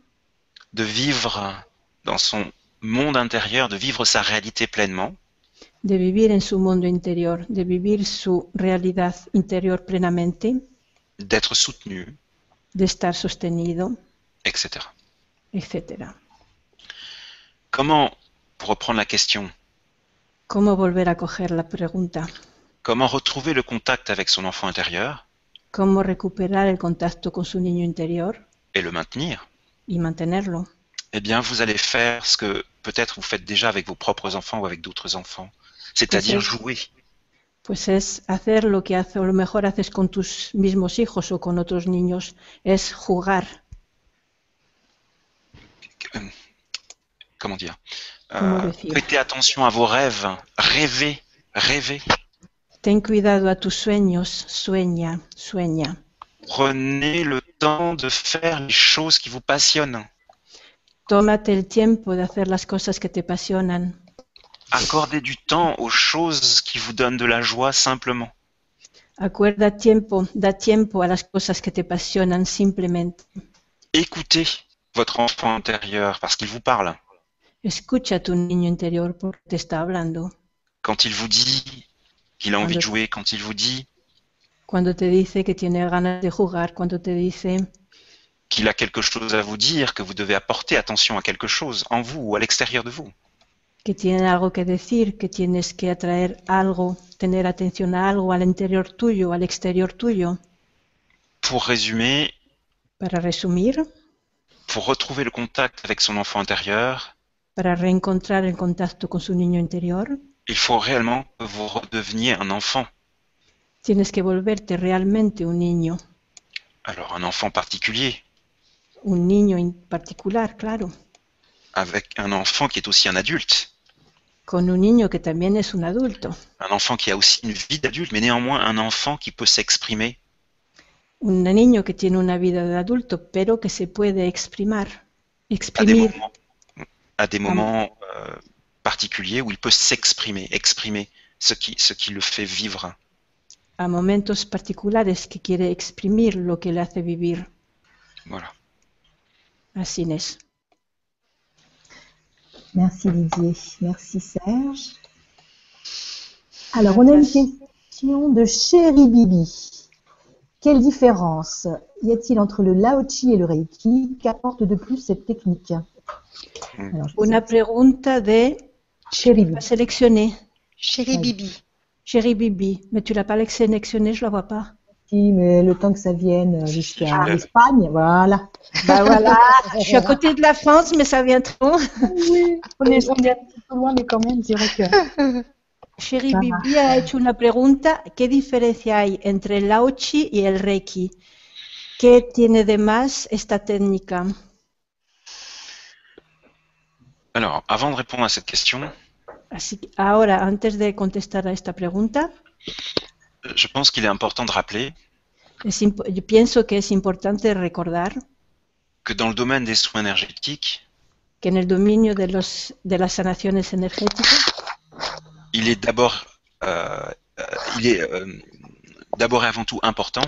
S2: de vivre dans son monde intérieur, de vivre sa réalité pleinement,
S1: de vivir en su mundo interior, de vivir su realidad interior plenamente,
S2: d'être soutenu,
S1: de estar sostenido,
S2: etc.
S1: etc.
S2: Comment, pour reprendre la question,
S1: ¿Cómo volver a coger la pregunta?
S2: comment retrouver le contact avec son enfant intérieur
S1: ¿Cómo recuperar el contacto con su niño interior
S2: et le maintenir
S1: y mantenerlo?
S2: Eh bien, vous allez faire ce que peut-être vous faites déjà avec vos propres enfants ou avec d'autres enfants, c'est-à-dire
S1: Mhm.
S2: jouer.
S1: Pues es hacer lo que hace, o lo mejor haces con tus mismos hijos o con otros niños, es jugar,
S2: comment dire
S1: Comment
S2: euh,
S1: le dire
S2: Prêtez attention à vos rêves, rêvez, rêvez,
S1: Ten cuidado a tus sueños, sueña, sueña.
S2: prenez le temps de faire les choses qui vous passionnent,
S1: Tómate el tiempo de hacer las cosas que te apasionan.
S2: accordez du temps aux choses qui vous donnent de la joie simplement.
S1: Acuerda tiempo, da tiempo a las cosas que te apasionan simplemente.
S2: Écoutez votre enfant intérieur parce qu'il vous parle.
S1: Escucha a tu niño interior porque te está hablando.
S2: Quand il vous dit qu'il a envie de
S1: Allez.
S2: jouer, quand il vous dit
S1: Cuando te dice que tiene ganas de jugar, cuando te dice
S2: qu'il a quelque chose à vous dire, que vous devez apporter attention à quelque chose en vous ou à l'extérieur de vous.
S1: que tiene algo que decir, que tienes que atraer algo, tener atención a algo al interior tuyo, al exterior tuyo.
S2: Pour résumer,
S1: Para resumir,
S2: pour retrouver le contact avec son enfant intérieur,
S1: para reencontrar el contacto con su niño interior,
S2: il faut réellement que vous redeveniez un enfant.
S1: Tienes que volverte realmente un niño,
S2: Alors un enfant particulier,
S1: un niño en particular, claro,
S2: avec un enfant qui est aussi un adulte,
S1: con un niño que también es un adulto,
S2: un enfant qui a aussi une vie d'adulte, mais néanmoins un enfant qui peut s'exprimer,
S1: un niño que tiene una vida de adulto, pero que se puede exprimar,
S2: à des
S1: exprimir
S2: moments, à des moments euh, particuliers où il peut s'exprimer, exprimer ce qui, ce qui le fait vivre.
S1: a momentos particulares que quiere exprimir lo que le hace vivir.
S2: Voilà.
S1: Así es.
S6: Merci Didier, merci Serge. Alors, on a une question de Chérie Bibi. Quelle différence y a-t-il entre le Laochi et le Reiki Qu'apporte de plus cette technique
S2: Hmm.
S6: Alors, je-
S1: Una pregunta de
S6: Chérie Bibi.
S1: pas sélectionnée.
S4: Chérie
S6: Oui.
S4: Bibi.
S1: Chérie Bibi, mais tu l'as pas sélectionnée, je la vois pas.
S6: Oui, mais le temps que ça vienne euh, jusqu'à l'Espagne, voilà.
S1: Bah voilà, je suis à côté de la France, mais ça vient trop.
S6: On est, on est un petit peu loin, mais quand même, je dirais que...
S1: Sherry
S6: Ajá.
S1: Bibi ha hecho una pregunta, ¿qué diferencia hay entre el Laochi y el Reiki? ¿Qué tiene de más esta técnica?
S2: Alors, avant de répondre à cette question,
S1: Así que ahora, antes de contestar a esta pregunta,
S2: euh, je pense qu'il est important de rappeler
S1: es imp- yo pienso que es importante recordar
S2: que dans le domaine des soins énergétiques,
S1: que en el dominio de, los, de las sanaciones energéticas
S2: il est d'abord, euh, euh, il est euh, d'abord et avant tout important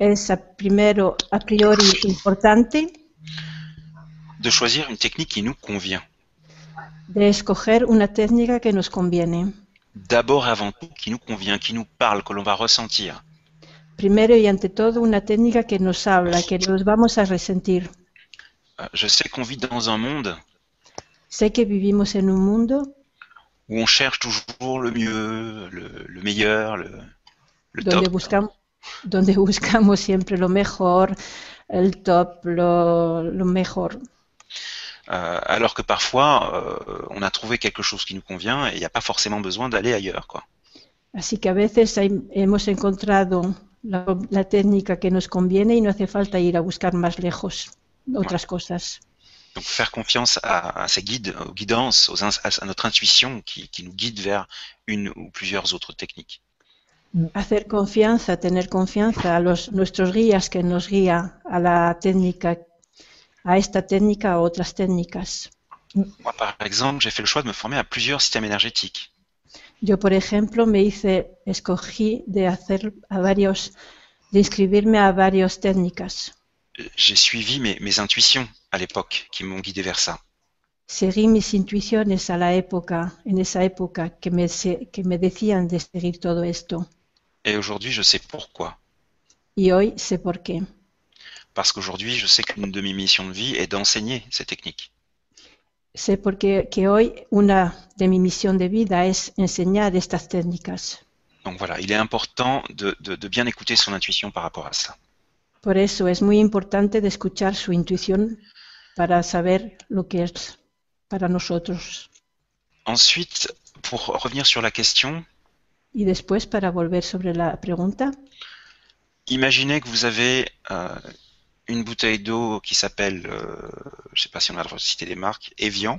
S1: es a- primero a priori importante
S2: de choisir une technique qui nous convient.
S1: de escoger una técnica que nos conviene.
S2: D'abord, avant tout, qui nous convient, qui nous parle, que l'on va ressentir.
S1: Primero y ante todo, una técnica que nos habla, que nos vamos a resentir.
S2: Euh, Je sais qu'on vit dans un monde
S1: Sé que vivimos en un mundo
S2: où on cherche toujours le mieux, le, le meilleur, le, le
S1: donde
S2: top.
S1: buscamos, donde buscamos siempre lo mejor, el top, lo, lo mejor.
S2: Euh, alors que parfois, euh, on a trouvé quelque chose qui nous convient et il n'y a pas forcément besoin d'aller ailleurs. Quoi.
S1: Así que a veces hay- hemos encontrado la, la técnica que nos conviene y no hace falta ir a buscar más lejos otras cosas.
S2: Donc faire confiance à, à ces guides, aux guidances, aux ins- à notre intuition qui, qui nous guide vers une ou plusieurs autres techniques.
S1: Hacer confianza, tener confianza a los, nuestros guías que nos guía a la técnica, a esta técnica o otras técnicas.
S2: Moi, par exemple, j'ai fait le choix de me former à plusieurs systèmes énergétiques.
S1: Yo, por ejemplo, me hice, escogí de hacer a varios, de inscribirme a varias técnicas.
S2: J'ai suivi mes, mes intuitions à l'époque qui m'ont guidé vers ça.
S1: Seguí mis intuiciones a la época, en esa época que me, se- que me decían de seguir todo esto.
S2: Et aujourd'hui, je sais pourquoi.
S1: Y hoy sé por qué.
S2: Parce qu'aujourd'hui, je sais qu'une de mes missions de vie est d'enseigner ces techniques.
S1: Sé porque que hoy una de mi misión de vida es enseñar estas técnicas.
S2: Donc voilà, il est important de, de- de bien écouter son intuition par rapport à ça.
S1: Por eso es muy importante de escuchar su intuición para saber lo que es para nosotros.
S2: Ensuite, pour revenir sur la question,
S1: Y después, para volver sobre la pregunta,
S2: imaginez que vous avez euh, une bouteille d'eau qui s'appelle, euh, je ne sais pas si on a le droit de citer des marques, Evian.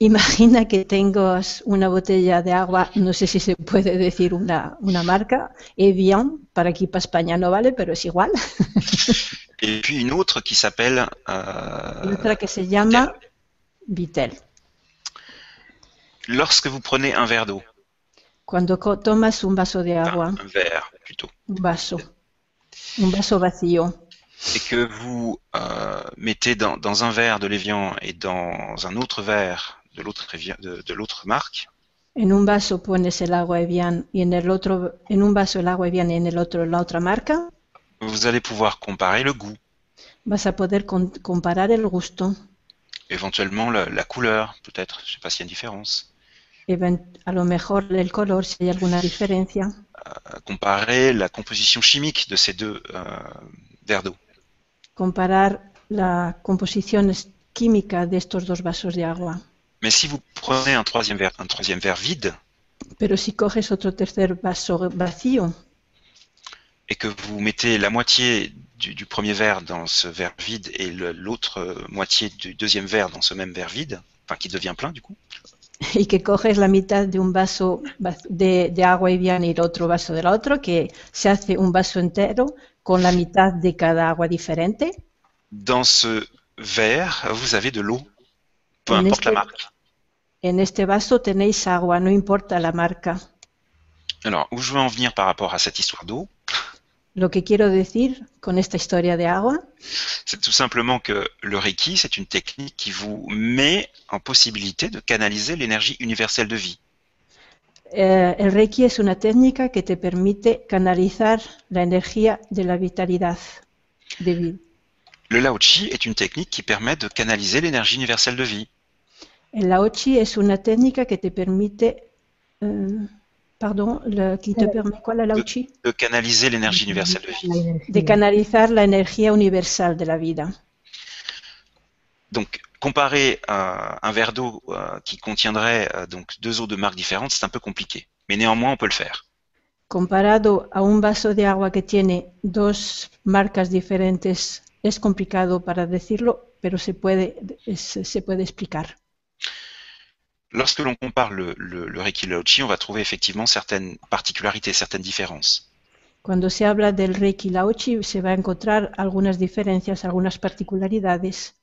S1: Imagina que tengas una botella de agua, no sé si se puede decir una, una marca, Evian, para aquí para España no vale, pero es igual.
S2: Et puis une autre qui s'appelle
S1: Y
S2: euh,
S1: otra que se llama Vitel.
S2: lorsque vous prenez un verre d'eau,
S1: Cuando co- tomas un vaso de agua,
S2: enfin, un verre plutôt,
S1: un vaso, un vaso vacío,
S2: et que vous euh, mettez dans, dans un verre de l'Evian et dans un autre verre de l'autre Evian- de- de l'autre marque,
S1: en un vaso pones el agua Evian y en el otro, en un vaso el agua Evian y en el otro la otra marca,
S2: vous allez pouvoir comparer le goût,
S1: vas a poder con- comparar el gusto,
S2: éventuellement la, la couleur, peut-être, je ne sais pas s'il y a une différence,
S1: even- a lo mejor el color, si hay alguna diferencia.
S2: Euh, comparer la composition chimique de ces deux euh, verres d'eau.
S1: comparar la composición es- química de estos dos vasos de agua.
S2: Mais si vous prenez un troisième verre, un troisième verre vide
S1: Pero si coges otro tercer vaso vacío
S2: et que vous mettez la moitié du, du premier verre dans ce verre vide et le- l'autre euh, moitié du deuxième verre dans ce même verre vide, enfin qui devient plein du coup,
S1: y que coges la mitad de un vaso va- de, de agua Evian y el otro vaso del otro, que se hace un vaso entero con la mitad de cada agua diferente,
S2: dans ce verre vous avez de l'eau, peu
S1: Mais
S2: importe
S1: c'est-
S2: la marque.
S1: en este vaso tenéis agua, no importa la marca.
S2: Alors où je veux en venir par rapport à cette histoire d'eau,
S1: Lo que quiero decir con esta historia de agua
S2: c'est tout simplement que le Reiki c'est une technique qui vous met en possibilité de canaliser l'énergie universelle de vie.
S1: Eh, el Reiki es una técnica que te permite canalizar la energía de la vitalidad de vida.
S2: Le Lao Chi est une technique qui permet de canaliser l'énergie universelle de vie.
S1: El Laochi es una técnica que te permite, eh, pardon, la- qui te permet quoi, la Laochi?
S2: de canaliser l'énergie universelle de vie.
S1: De canalizar la energía universal de la vida.
S2: Donc, comparer euh, un verre d'eau euh, qui contiendrait euh, donc deux eaux de marques différentes, c'est un peu compliqué. Mais néanmoins, on peut le faire.
S1: Comparado a un vaso de agua que tiene dos marcas diferentes, es complicado para decirlo, pero se puede, es- se puede explicar.
S2: Lorsque l'on compare le, le, le Reiki Laochi, on va trouver effectivement certaines particularités, certaines différences.
S1: Cuando se habla del Reiki Laochi se va a encontrar algunas diferencias, algunas particularidades.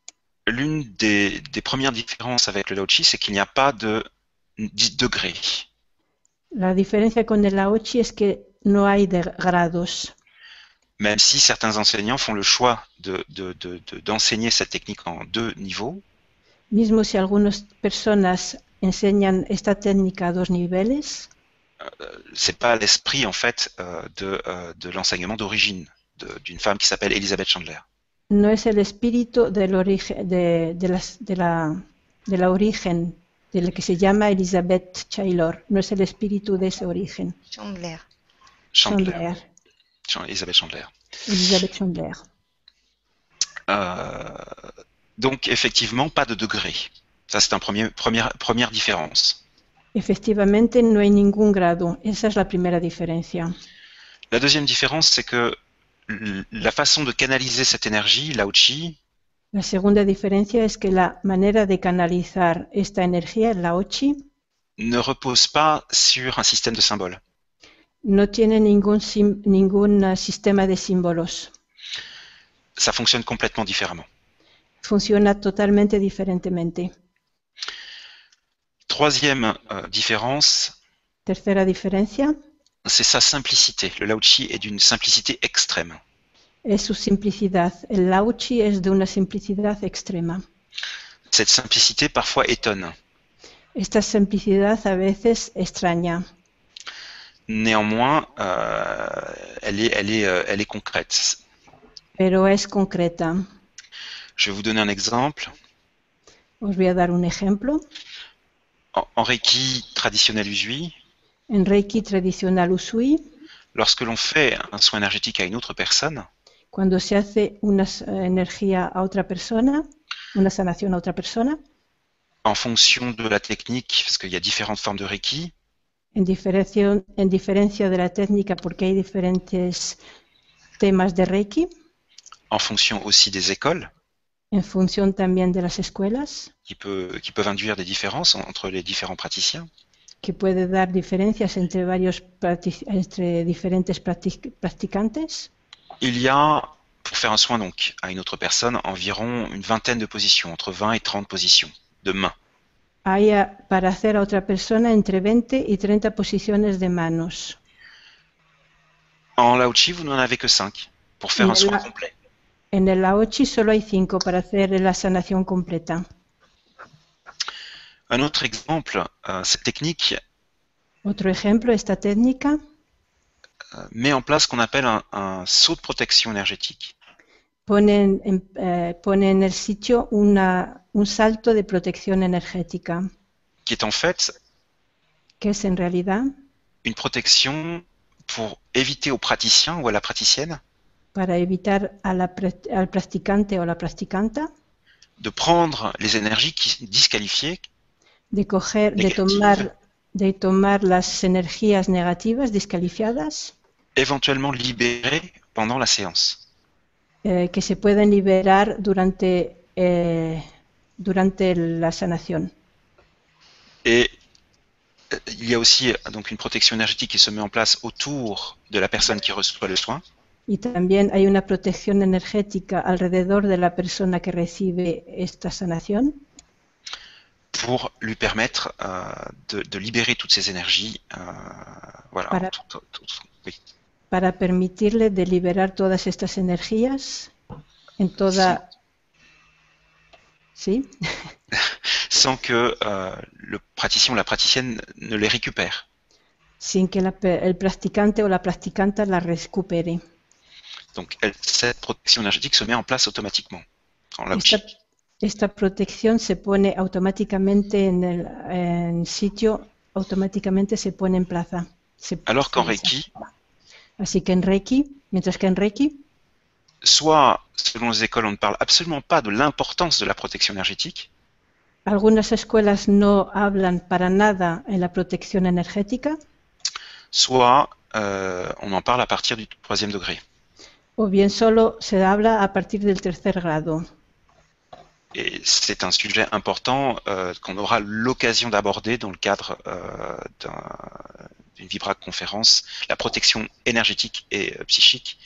S2: L'une des, des premières différences avec le Laochi, c'est qu'il n'y a pas de 10 degrés.
S1: La diferencia con el Laochi es que no hay de- grados,
S2: Même si certains enseignants font le choix d'enseigner de, de, de- de- d'enseigner cette technique en deux niveaux,
S1: mismo si algunas personas enseñan esta técnica a dos niveles.
S2: Euh, c'est pas l'esprit en fait euh, de, euh, de l'enseignement d'origine de- d'une femme qui s'appelle Elisabeth Chandler.
S1: No es el espíritu del origen, de, de las- de la, de la origen, de la que se llama Elizabeth Taylor. No es el espíritu de ese origen.
S4: Chandler.
S2: Chandler.
S1: Chandler.
S2: Chan- Elisabeth Chandler.
S1: Elizabeth Chandler.
S2: Euh, donc effectivement, pas de degré. Ça, c'est un premier, première, première différence.
S1: Efectivamente, no hay ningún grado. Esa es la primera diferencia.
S2: La deuxième différence, c'est que l- la façon de canaliser cette énergie, lao chi,
S1: La segunda diferencia es que la manera de canalizar esta energía, la Ochi,
S2: ne repose pas sur un système de symboles.
S1: no tiene ningún, sim- ningún eh, sistema de símbolos.
S2: Ça fonctionne complètement différemment.
S1: Funciona totalmente diferentemente.
S2: Troisième euh, différence,
S1: Tercera diferencia
S2: c'est sa simplicité. Le lao chi est d'une simplicité extrême.
S1: es su simplicidad. El Lauchi es de una simplicidad extrema.
S2: Cette simplicité parfois étonne.
S1: Esta simplicidad a veces extraña,
S2: Néanmoins, euh, elle, est, elle, est, euh, elle est concrète.
S1: pero es concreta.
S2: Je vais vous donner un exemple.
S1: Os voy a dar un ejemplo.
S2: En, en Reiki traditionnel usui,
S1: En Reiki tradicional Usui,
S2: lorsque l'on fait un soin énergétique à une autre personne,
S1: cuando se hace una s- eh, energía a otra persona, una sanación a otra persona,
S2: en fonction de la technique, parce qu'il y a différentes formes de Reiki,
S1: en, diferencia- en diferencia de la técnica, porque hay diferentes temas de Reiki,
S2: en fonction aussi des écoles,
S1: en función también de las escuelas,
S2: qui, peut- qui peuvent induire des différences en- entre les différents praticiens,
S1: que puede dar diferencias entre varios practic- entre diferentes practic- practicantes.
S2: il y a, pour faire un soin donc à une autre personne, environ une vingtaine de positions, entre 20 et 30 positions de main.
S1: Hay a- para hacer a otra persona entre 20 y 30 posiciones de manos.
S2: En Lao Chi, vous n'en avez que 5 pour faire
S1: Mais
S2: un soin
S1: là-
S2: complet.
S1: En el Aochi solo hay 5 para hacer la sanación completa.
S2: Un autre exemple, euh, cette technique
S1: Otro ejemplo, esta técnica
S2: euh, met en place ce qu'on appelle un, un saut de protection énergétique.
S1: ponen en, eh, pone en el sitio una- un salto de protección energética,
S2: qui est en fait
S1: que es en realidad
S2: une protection pour éviter au praticien ou à la praticienne
S1: para evitar a la prac- al practicante o la practicanta
S2: de prendre les énergies qui, disqualifiées
S1: de coger, de
S2: Negativa.
S1: tomar, de tomar las energías negativas descalificadas
S2: éventuellement libérées pendant la séance.
S1: eh, que se pueden liberar durante, eh, durante la sanación.
S2: Et euh, il y a aussi euh, donc une protection énergétique qui se met en place autour de la personne qui reçoit le soin,
S1: Y también hay una protección energética alrededor de la persona que recibe esta sanación
S2: pour lui permettre euh, de, de libérer toutes ces énergies. euh, voilà.
S1: Voilà.
S2: Tout- tout- tout- oui.
S1: para permitirle de liberar todas estas energías en toda... Sí,
S2: sans que euh, le praticien ou la praticienne ne les récupère.
S1: sin que la pe- el practicante o la practicante la recupere.
S2: Donc elle- cette protection énergétique se met en place automatiquement. En Lao Chi.
S1: Esta, esta protección se pone automáticamente en el en sitio, automáticamente se pone en plaza. Se-
S2: Alors qu'en
S1: se-
S2: Reiki,
S1: Así que en Reiki, mientras que en Reiki
S2: soit selon les écoles, on ne parle absolument pas de l'importance de la protection énergétique,
S1: Algunas escuelas no hablan para nada en la protección energética,
S2: soit euh, on en parle à partir du troisième degré.
S1: o bien solo se habla a partir del tercer grado.
S2: Et c'est un sujet important euh, qu'on aura l'occasion d'aborder dans le cadre euh, d'un- d'une Vibra conférence. La protection énergétique et euh, psychique,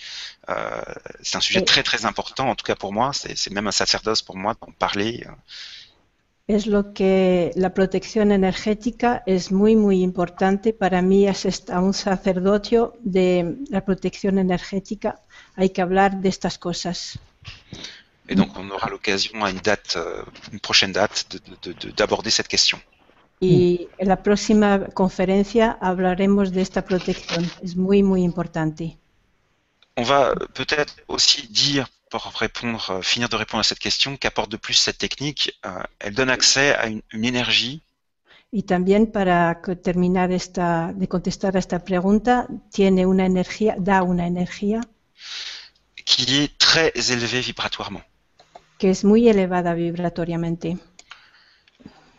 S2: euh, c'est un sujet
S1: Et-
S2: très très important, en tout cas pour moi. C'est c'est même un sacerdoce pour moi d'en parler. euh,
S1: Es lo que la protección energética es muy, muy importante. Para mí, es est- a un sacerdocio de la protección energética, hay que hablar de estas cosas.
S2: Et donc, on aura l'occasion à une date, euh, une prochaine date, de- de- de- d'aborder cette question.
S1: Y en la próxima conferencia hablaremos de esta protección. Es muy, muy importante.
S2: On va euh, peut-être aussi dire, pour répondre, euh, finir de répondre à cette question, qu'apporte de plus cette technique euh, Elle donne accès à une, une énergie.
S1: Y también para co- terminar esta, de contestar a esta pregunta, tiene una energía, da una energía
S2: qui est très élevée vibratoirement.
S1: que es muy elevada vibratoriamente.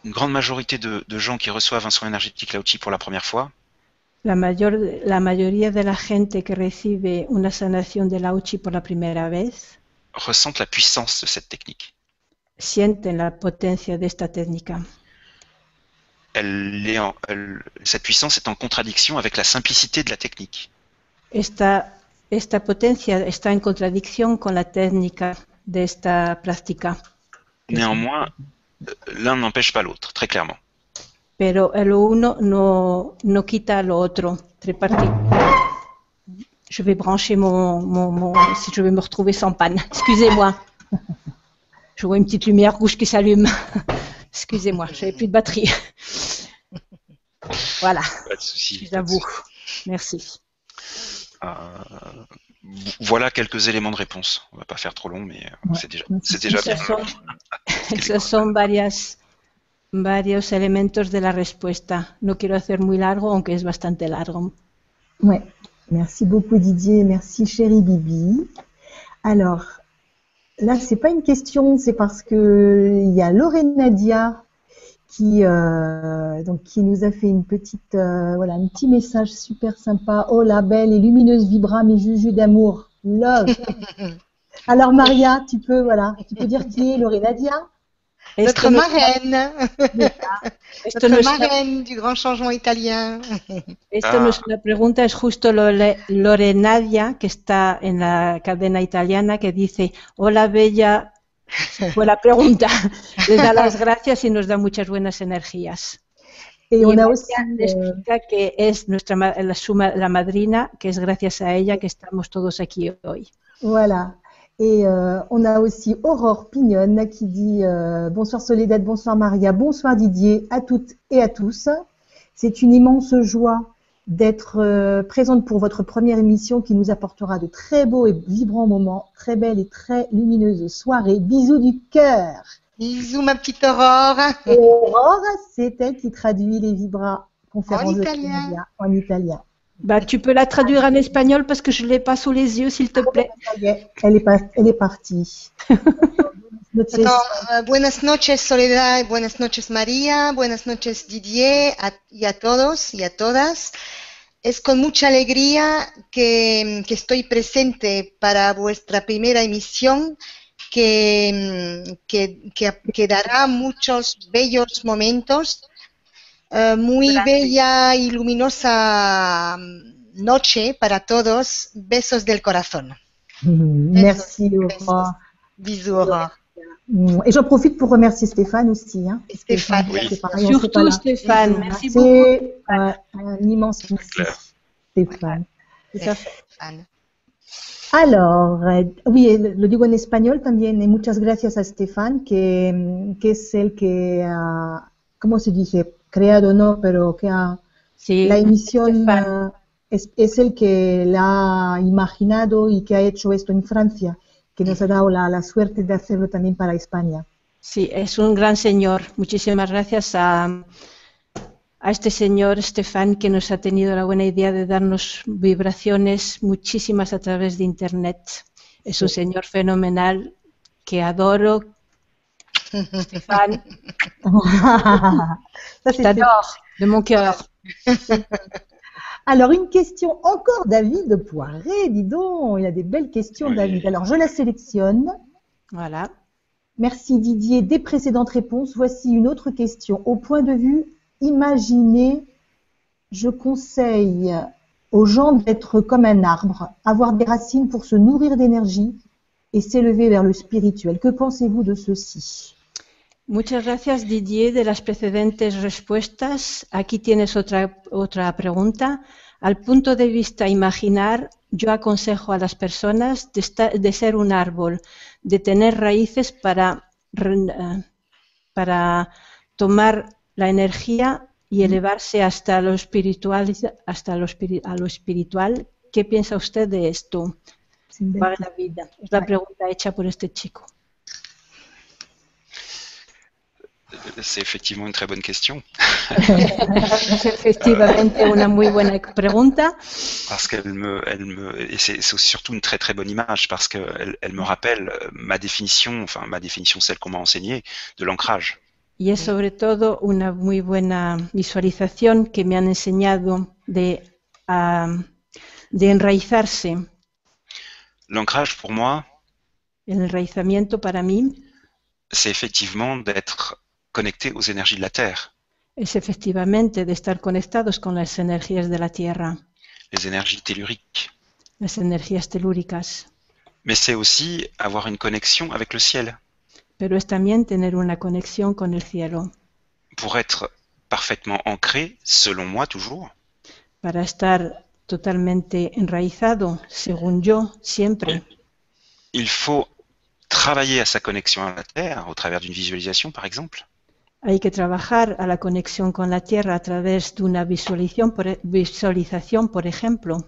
S2: Une grande majorité de, de gens qui reçoivent un soin énergétique Laochi pour la première fois
S1: La, mayor, la mayoría de la gente que recibe una sanación de la UCI por la primera vez
S2: ressentent la puissance de cette technique.
S1: sienten la potencia de esta técnica.
S2: Elle est en- elle- cette puissance est en contradiction avec la simplicité de la technique.
S1: Esta, esta potencia está en contradicción con la técnica de esta práctica,
S2: Néanmoins, euh, l'un n'empêche pas l'autre, très clairement.
S1: pero el uno no, no quita lo otro. Tres parti- Je vais brancher mon, mon- mon- si je vais me retrouver sans panne. Excusez-moi. Je vois une petite lumière rouge qui s'allume. Excusez-moi, j'avais plus de batterie. Voilà,
S2: Pas de souci.
S1: j'avoue. Merci.
S2: Euh, voilà quelques éléments de réponse. On va pas faire trop long, mais euh,
S3: Ouais.
S2: c'est déjà, c'est déjà bien.
S1: Esas son, esas son varias, varios elementos de la respuesta. No quiero hacer muy largo, aunque es bastante largo.
S3: Ouais. Merci beaucoup Didier, merci chérie Bibi. Alors, là, c'est pas une question, c'est parce que il y a Lorena Dia qui, euh, donc, qui nous a fait une petite, euh, voilà, un petit message super sympa. Oh la belle et lumineuse vibra, mes jujus d'amour. Love. Alors Maria, tu peux, voilà, tu peux dire qui est Lorena Dia
S4: Notre
S1: no-
S4: marraine,
S1: esto no
S4: notre
S1: es una-
S4: marraine du grand changement italien.
S1: Esto no es una pregunta, es justo Lore- Lorenadia, que está en la cadena italiana, que dice, hola Bella, fue la pregunta. Les da las gracias y nos da muchas buenas energías.
S3: Et on a
S1: Maria
S3: aussi. euh,
S1: Explica que es nuestra ma- la, suma, la madrina, que es gracias a ella que estamos todos aquí hoy.
S3: Voilà. Et euh, on a aussi Aurore Pignonne qui dit euh, bonsoir Soledad, bonsoir Maria, bonsoir Didier, à toutes et à tous. C'est une immense joie d'être euh, présente pour votre première émission qui nous apportera de très beaux et vibrants moments, très belle et très lumineuse soirée. Bisous du cœur.
S4: Bisous, ma petite Aurore.
S3: Et Aurore, c'est elle qui traduit les vibras conférences
S4: En
S3: de
S4: italien.
S3: Trinidad en italien.
S1: Bah, tu peux la traduire en espagnol parce que je l'ai pas sous les yeux, s'il te plaît.
S3: Ça y est, elle est, pas- elle est partie. Notre
S4: No, eh, buenas noches Soledad, buenas noches María, buenas noches Didier a- y a todos y a todas. Es con mucha alegría que, que estoy presente para vuestra primera emisión que, mm, que- que- que dará muchos bellos momentos, eh, muy bella y luminosa mm, noche para todos. Besos del corazón.
S3: Mm, Merci Aurore.
S4: Bisous, Aurore.
S3: Mm. Et j'en profite pour remercier Stéphane aussi. Hein, parce que
S4: Stéphane,
S3: Jean-Pierre,
S2: oui.
S3: c'est pareil, on sait pas
S1: Surtout
S3: là.
S1: Stéphane, merci
S3: C'est,
S1: beaucoup.
S3: euh, un immense merci,
S2: Claire.
S3: Stéphane.
S1: Tout à fait.
S4: Anne.
S3: Alors, eh, oui, eh, lo digo en español también, eh, muchas gracias a Stéphane, que, mm, que es el que ha, ¿cómo se dice? Creado, no, pero que ha,
S1: Sí,
S3: la emisión
S1: Stéphane.
S3: ah, es, es el que la ha imaginado y que ha hecho esto en Francia, que nos ha dado la, la suerte de hacerlo también para España.
S1: sí, es un gran señor. Muchísimas gracias a, a este señor Estefan que nos ha tenido la buena idea de darnos vibraciones muchísimas a través de Internet. Es un señor fenomenal que adoro. Estefan,
S3: Ça, c'est fait.
S1: t'adore de mon cœur.
S3: Alors, une question encore David Poiré, dis donc, il a des belles questions
S2: Oui.
S3: David. Alors, je la sélectionne.
S1: Voilà.
S3: Merci Didier des précédentes réponses. Voici une autre question. Au point de vue imaginé, je conseille aux gens d'être comme un arbre, avoir des racines pour se nourrir d'énergie et s'élever vers le spirituel. Que pensez-vous de ceci
S1: Muchas gracias, Didier, de las precedentes respuestas. Aquí tienes otra, otra pregunta. Al punto de vista imaginar, yo aconsejo a las personas de, esta- de ser un árbol, de tener raíces para, ren- eh, para tomar la energía y elevarse hasta lo espiritual, hasta lo espiri- a lo espiritual. ¿Qué piensa usted de esto
S6: C'est une belle
S1: para la vida? Es la pregunta hecha por este chico.
S2: C'est effectivement une très bonne question,
S1: Es efectivamente una muy buena pregunta.
S2: parce qu'elle me, elle me, et c'est c'est surtout une très très bonne image, parce qu'elle elle me rappelle euh, ma définition, enfin ma définition, celle qu'on m'a enseignée, de l'ancrage.
S1: Y es sobre todo una muy buena visualización que me han enseñado de, ah, de enraizarse.
S2: L'ancrage, pour moi,
S1: El enraizamiento para mí
S2: c'est effectivement d'être connecté aux énergies de la Terre,
S1: es efectivamente de estar conectados con las energías de la Tierra,
S2: les énergies telluriques.
S1: las energías telúricas,
S2: Mais c'est aussi avoir une connexion avec le ciel.
S1: pero es también tener una conexión con el cielo.
S2: Pour être parfaitement ancré, selon moi toujours,
S1: Para estar totalmente enraizado, según yo, siempre
S2: il faut travailler à sa connexion à la Terre au travers d'une visualisation, par exemple,
S1: hay que trabajar a la conexión con la Tierra a través de una visualización, por e- visualización, por ejemplo.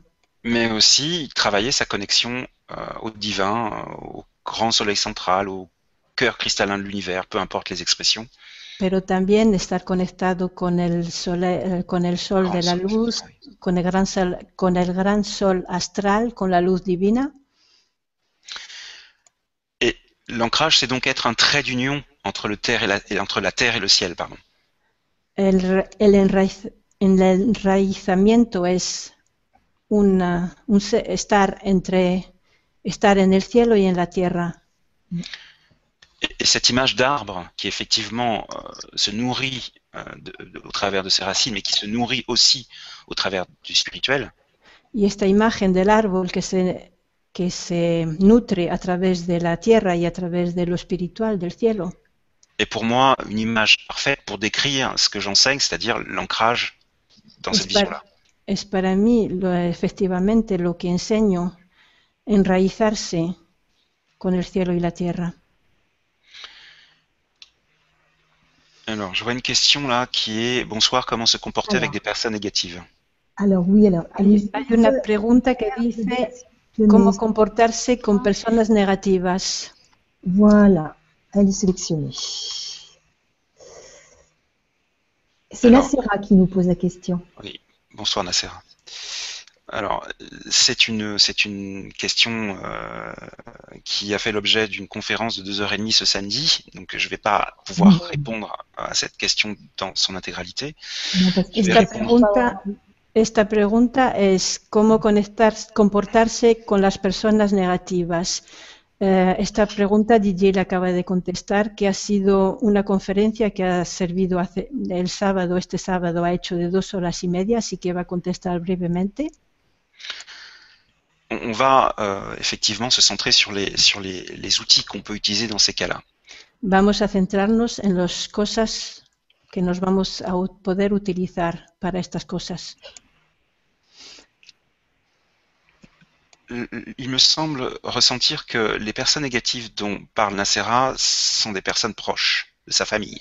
S2: mais aussi travailler sa connexion euh, au divin, euh, au grand soleil central, au cœur cristallin de l'univers, peu importe les expressions.
S1: pero también estar conectado con el sol, eh, con el sol
S2: Grand
S1: de la
S2: soleil
S1: luz,
S2: central.
S1: con el, gran sol, con el gran sol astral, con la luz divina.
S2: Et l'ancrage, c'est donc être un trait d'union entre, le terre et la- et entre la terre et le ciel, pardon.
S1: El, ra- el enraiz- el enraizamiento es una- un se- estar entre estar en el cielo y en la tierra.
S2: Et, et cette image d'arbre qui effectivement euh, se nourrit euh, de- de- au travers de ses racines, mais qui se nourrit aussi au travers du spirituel,
S1: Y esta imagen del árbol que se, que se nutre a través de la tierra y a través de lo espiritual del cielo,
S2: est pour moi une image parfaite pour décrire ce que j'enseigne, c'est-à-dire l'ancrage dans cette
S1: J'espère.
S2: vision-là.
S1: es para mí lo- efectivamente lo que enseño, enraizarse con el cielo y la tierra.
S2: Alors, je vois une question là qui est bonsoir, comment se comporter avec
S6: Alors.
S2: des personnes négatives
S6: Alors oui, alors allez-y.
S1: Hay una pregunta que dice cómo comportarse con personas negativas.
S6: Voilà, elle est sélectionnée. C'est
S2: Alors.
S6: la Sera qui nous pose la question.
S2: Bonsoir Nasser. Alors, euh, c'est une, c'est une question euh, qui a fait l'objet d'une conférence de deux heures et demie ce samedi, donc je ne vais pas pouvoir répondre à cette question dans son intégralité.
S6: Non, parce que
S2: Je vais
S6: ça,
S1: Esta
S2: répondre.
S1: pregunta, esta pregunta es cómo conectar, comportarse con las personas negativas. Eh, esta pregunta DJ la acaba de contestar, que ha sido una conferencia que ha servido hace- el sábado, este sábado ha hecho de dos horas y media, así que va a contestar brevemente.
S2: On, on va euh, effectivement se centrer sur les, sur les, les outils qu'on peut utiliser dans ces cas-là.
S1: Vamos a centrarnos en las cosas que nos vamos a u- poder utilizar para estas cosas.
S2: L- euh, Il me semble ressentir que les personnes négatives dont parle Nacera sont des personnes proches de sa famille.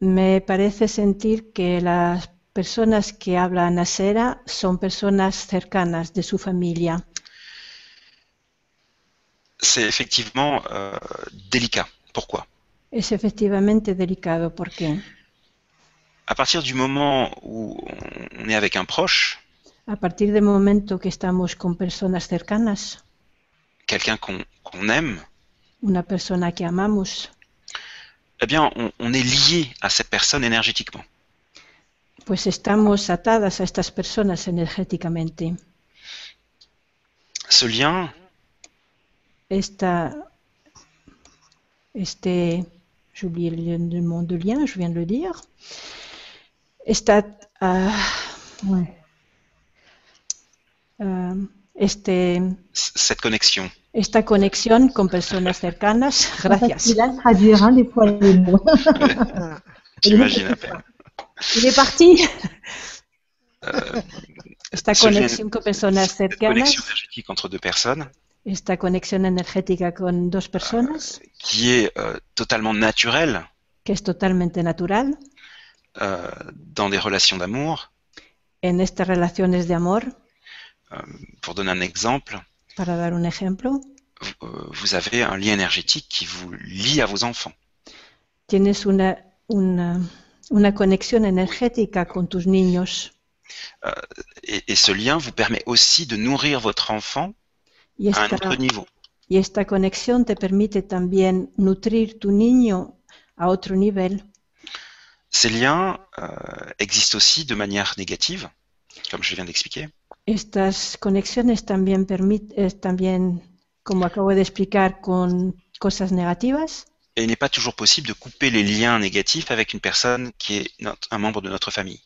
S1: Me parece sentir que las personas que hablan a Sera son personas cercanas de su familia.
S2: C'est effectivement euh, délicat. Pourquoi
S1: Es efectivamente delicado porque
S2: à partir du moment où on est avec un proche,
S1: a partir del momento que estamos con personas cercanas,
S2: quelqu'un qu'on qu'on aime,
S1: una persona que amamos,
S2: eh bien, on, on est lié à cette personne énergétiquement.
S1: pues estamos atadas a estas personas energéticamente.
S2: Ce lien,
S1: esta, este, j'ai oublié le, le nom de lien, je viens de le dire, esta, ah,
S6: Ouais.
S1: ah, este,
S2: c- cette connexion,
S1: esta conexión con personas cercanas,
S6: Facile
S1: gracias.
S6: à traduire, hein, des fois les mots.
S2: j'imagine à peine.
S1: Il est parti.
S2: Euh,
S1: Esta
S2: Ce
S1: conexión
S2: gen-
S1: con personas
S2: cette connexion
S1: cercanas,
S2: énergétique entre deux personnes
S1: esta conexión energética con dos personas,
S2: qui est euh, totalement naturelle
S1: que es totalmente natural
S2: euh, dans des relations d'amour.
S1: en estas relaciones de amor,
S2: Euh, pour donner un exemple,
S1: para dar un ejemplo,
S2: vous- euh, vous avez un lien énergétique qui vous lie à vos enfants.
S1: tienes una, una, una conexión energética con tus niños
S2: Et, et ce lien vous permet aussi de nourrir votre enfant
S1: y
S2: à un
S1: esta,
S2: autre niveau.
S1: y esta conexión te permite también nutrir tu niño a otro nivel.
S2: Ces liens euh, existent aussi de manière négative, comme je viens d'expliquer.
S1: Estas conexiones también permiten, también, como acabo de explicar, con cosas negativas
S2: Et il n'est pas toujours possible de couper les liens négatifs avec une personne qui est notre- un membre de notre famille.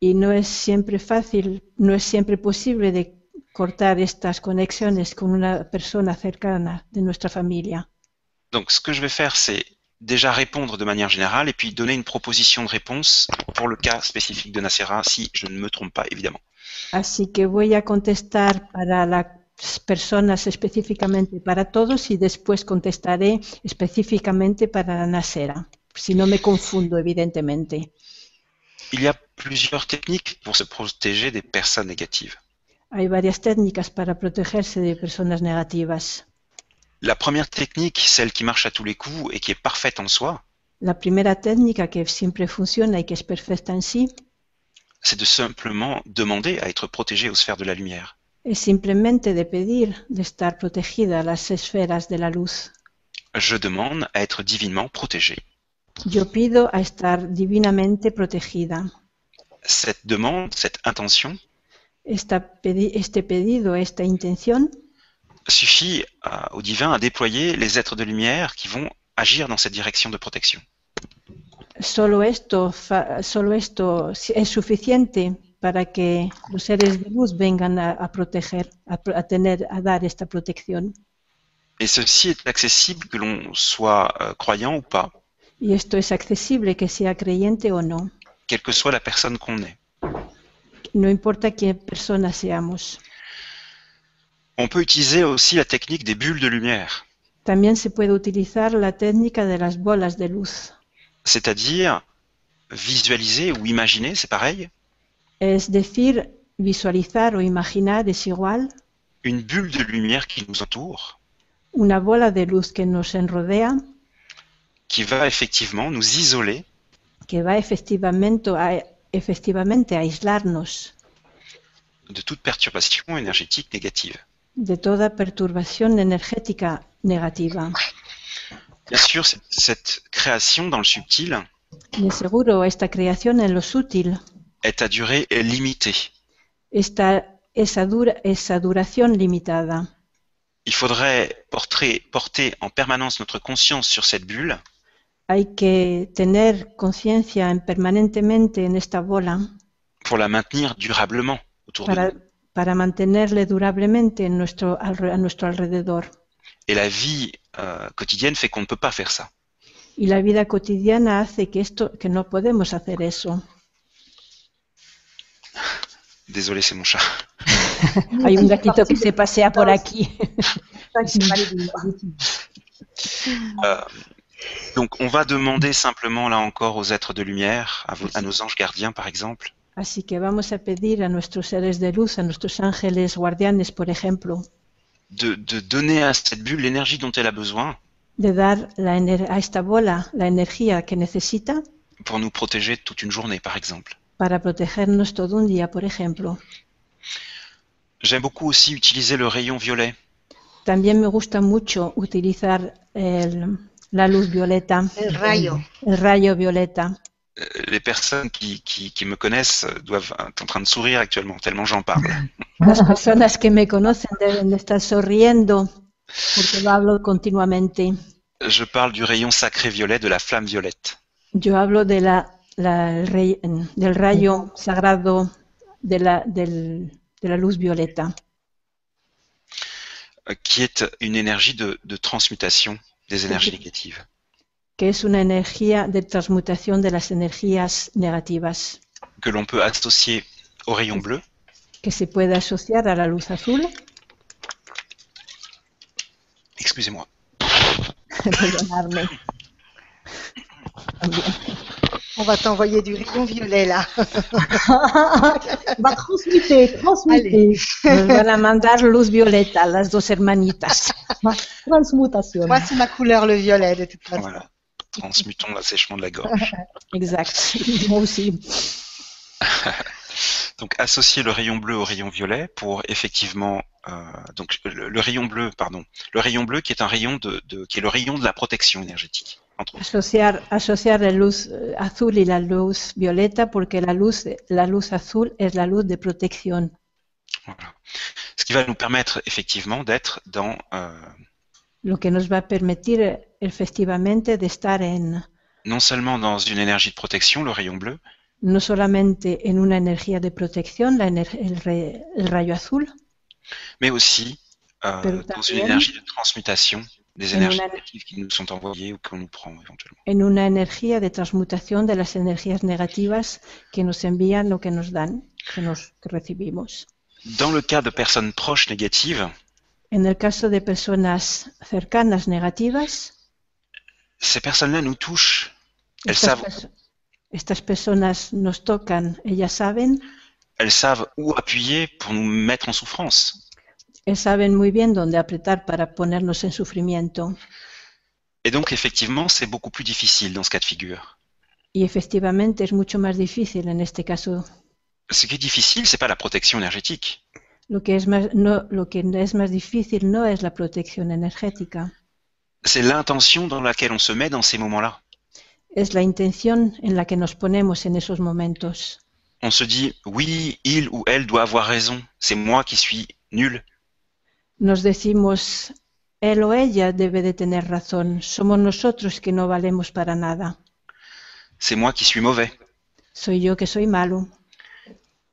S1: y no es siempre fácil, no es siempre posible de cortar estas conexiones con una persona cercana de nuestra familia.
S2: Donc ce que je vais faire, c'est déjà répondre de manière générale et puis donner une proposition de réponse pour le cas spécifique de Nacera, si je ne me trompe pas, évidemment.
S1: Así que voy a contestar para las personas específicamente para todos y después contestaré específicamente para Nasera, si no me confundo evidentemente.
S2: Il y a plusieurs techniques pour se protéger des personnes négatives.
S1: Hay varias técnicas para protegerse de personas negativas.
S2: La première technique, celle qui marche à tous les coups et qui est parfaite en soi,
S1: La primera técnica que siempre funciona y que es perfecta en sí
S2: c'est de simplement demander à être protégé aux sphères de la lumière.
S1: es simplemente de pedir de estar protegida a las esferas de la luz.
S2: Je demande à être divinement protégé.
S1: Yo pido a estar divinamente protegida.
S2: Cette demande, cette intention
S1: Esta pedi- este pedido, esta intención
S2: suffit à- au divin à déployer les êtres de lumière qui vont agir dans cette direction de protection.
S1: Solo esto, fa- solo esto si- es suficiente para que los seres de luz vengan a, a proteger, a, pro- a tener, a dar esta protección.
S2: Et ceci est accessible que l'on soit euh, croyant ou pas,
S1: Y esto es accesible, que sea creyente o no.
S2: quelle que soit la personne qu'on est.
S1: No importa qué persona seamos.
S2: On peut utiliser aussi la technique des bulles de lumière,
S1: También se puede utilizar la técnica de las bolas de luz.
S2: c'est-à-dire visualiser ou imaginer, c'est pareil,
S1: Es decir, visualizar o imaginar es igual
S2: une bulle de lumière qui nous entoure,
S1: una bola de luz que nos enrodea,
S2: qui va effectivement nous isoler
S1: que va efectivamente a- efectivamente a aislarnos
S2: de toute perturbation énergétique négative.
S1: de toda perturbación energética negativa.
S2: Bien sûr, c- cette création dans le subtil
S1: De seguro, esta creación en lo sutil,
S2: est à durée limitée.
S1: esta, esa, dura, esa duración limitada.
S2: Il faudrait porter, porter en permanence notre conscience sur cette bulle
S1: Hay que tener conciencia en- permanentemente en esta bola
S2: pour la maintenir durablement autour de
S1: para,
S2: nous.
S1: para mantenerle durablemente en nuestro, alre- a nuestro alrededor.
S2: Et la vie euh, quotidienne fait qu'on ne peut pas faire ça.
S1: Y la vida cotidiana hace que, esto, que no podemos hacer eso.
S2: Désolé, c'est mon chat.
S1: Hay un gatito que se pasea por aquí.
S2: Euh, donc on va demander simplement là encore aux êtres de lumière, à, vos- à nos anges gardiens par exemple,
S1: Así que vamos a pedir a nuestros seres de luz, a nuestros ángeles guardianes, por ejemplo,
S2: de, de donner à cette bulle l'énergie dont elle a besoin
S1: de dar la ener- a esta bola la energía que necesita
S2: pour nous protéger toute une journée par exemple.
S1: para protegernos todo un día, por ejemplo.
S2: J'aime beaucoup aussi utiliser le rayon violet.
S1: También me gusta mucho utilizar el- la luz violeta,
S4: El rayo.
S1: el rayo violeta.
S2: Euh, Les personnes qui, qui- qui me connaissent euh, doivent être en train de sourire actuellement, tellement j'en parle.
S1: Las personas que me conocen deben de estar sonriendo porque lo hablo continuamente.
S2: Je parle du rayon sacré violet, de la flamme violette.
S1: Yo hablo de la, la- el rey- del rayo sagrado de la, del- de la luz violeta.
S2: euh, qui est une énergie de, de transmutation des énergies
S1: Mhm.
S2: négatives.
S1: que es una energía de transmutación de las energías negativas
S2: que l'on peut associer au rayon bleu
S1: que se puede asociar a la luz azul.
S2: Excusez-moi.
S1: Perdonadme.
S4: On va t'envoyer du rayon violet là.
S6: On va transmuter, transmuter.
S1: Nos van a mandar luz violeta, las dos hermanitas.
S6: Transmutation.
S4: Moi, c'est ma couleur le violet de toute façon.
S2: Voilà. Transmutons l'assèchement de la gorge.
S1: Exact. Moi aussi.
S2: Donc associer le rayon bleu au rayon violet pour effectivement euh, donc le, le rayon bleu pardon le rayon bleu qui est un rayon de, de- qui est le rayon de la protection énergétique entre autres.
S1: Asociar, asociar la luz eh, azul y la luz violeta porque la luz, la luz azul es la luz de protección.
S2: Voilà. Ce qui va nous permettre effectivement d'être dans euh,
S1: Lo que nos va a permitir eh, efectivamente de estar en,
S2: non seulement dans une énergie de protection le rayon bleu
S1: no solamente en una energía de protección, la ener- el, re- el rayo azul,
S2: mais aussi euh,
S1: Pero
S2: dans une
S1: también-
S2: énergie de transmutation des
S1: En
S2: énergies
S1: una-
S2: négatives qui nous sont envoyées ou qu'on nous prend éventuellement.
S1: en una energía de transmutación de las energías negativas que nos envían o que nos dan, que, nos, que recibimos.
S2: Dans le cas de personnes proches négatives,
S1: En el caso de personas cercanas negativas,
S2: ces personnes-là nous touchent. Elles
S1: estas,
S2: savent,
S1: perso- estas personas nos tocan, ellas saben,
S2: elles savent où appuyer pour nous mettre en souffrance.
S1: ellas saben muy bien dónde apretar para ponernos en sufrimiento.
S2: Et donc effectivement, c'est beaucoup plus difficile dans ce cas de figure.
S1: Y efectivamente es mucho más difícil en este caso
S2: Ce qui est difficile, c'est pas la protection énergétique,
S1: Lo que, es más, no, lo que es más difícil no es la protección energética,
S2: c'est l'intention dans laquelle on se met dans ces moments-là.
S1: es la intención en la que nos ponemos en esos momentos.
S2: On se dit oui, il ou elle doit avoir raison. C'est moi qui suis nul.
S1: Nos decimos, él o ella debe de tener razón, somos nosotros que no valemos para nada,
S2: C'est moi qui suis mauvais.
S1: soy yo que soy malo.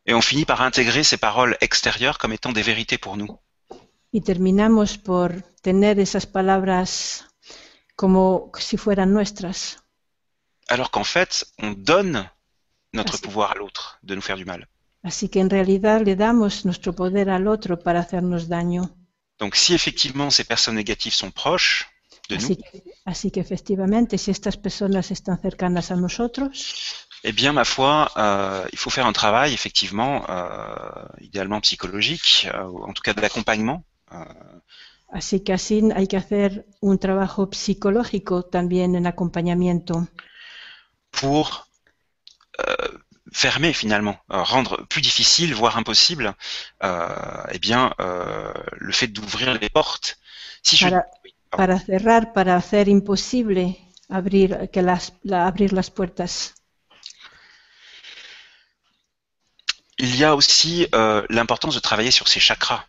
S2: Et on finit par intégrer ces paroles extérieures comme étant des vérités pour nous.
S1: Y terminamos por tener esas palabras como si fueran nuestras,
S2: Alors qu'en fait, on donne notre
S1: Merci.
S2: pouvoir à l'autre de nous faire du mal.
S1: así que en realidad le damos nuestro poder al otro para hacernos daño.
S2: Donc si effectivement ces personnes négatives sont proches de nous,
S1: Así que, así que efectivamente, si estas personas están cercanas a nosotros,
S2: Eh bien, ma foi, euh, il faut faire un travail, effectivement, euh, idéalement psychologique, euh, ou en tout cas de l'accompagnement, euh,
S1: así que así hay que hacer un trabajo psicológico también en acompañamiento
S2: pour euh, fermer finalement, euh, rendre plus difficile, voire impossible, euh, eh bien, euh, le fait d'ouvrir les portes. Si je,
S1: para, para cerrar, para hacer imposible abrir, que las, la- abrir las puertas.
S2: il y a aussi euh, l'importance de travailler sur ces chakras.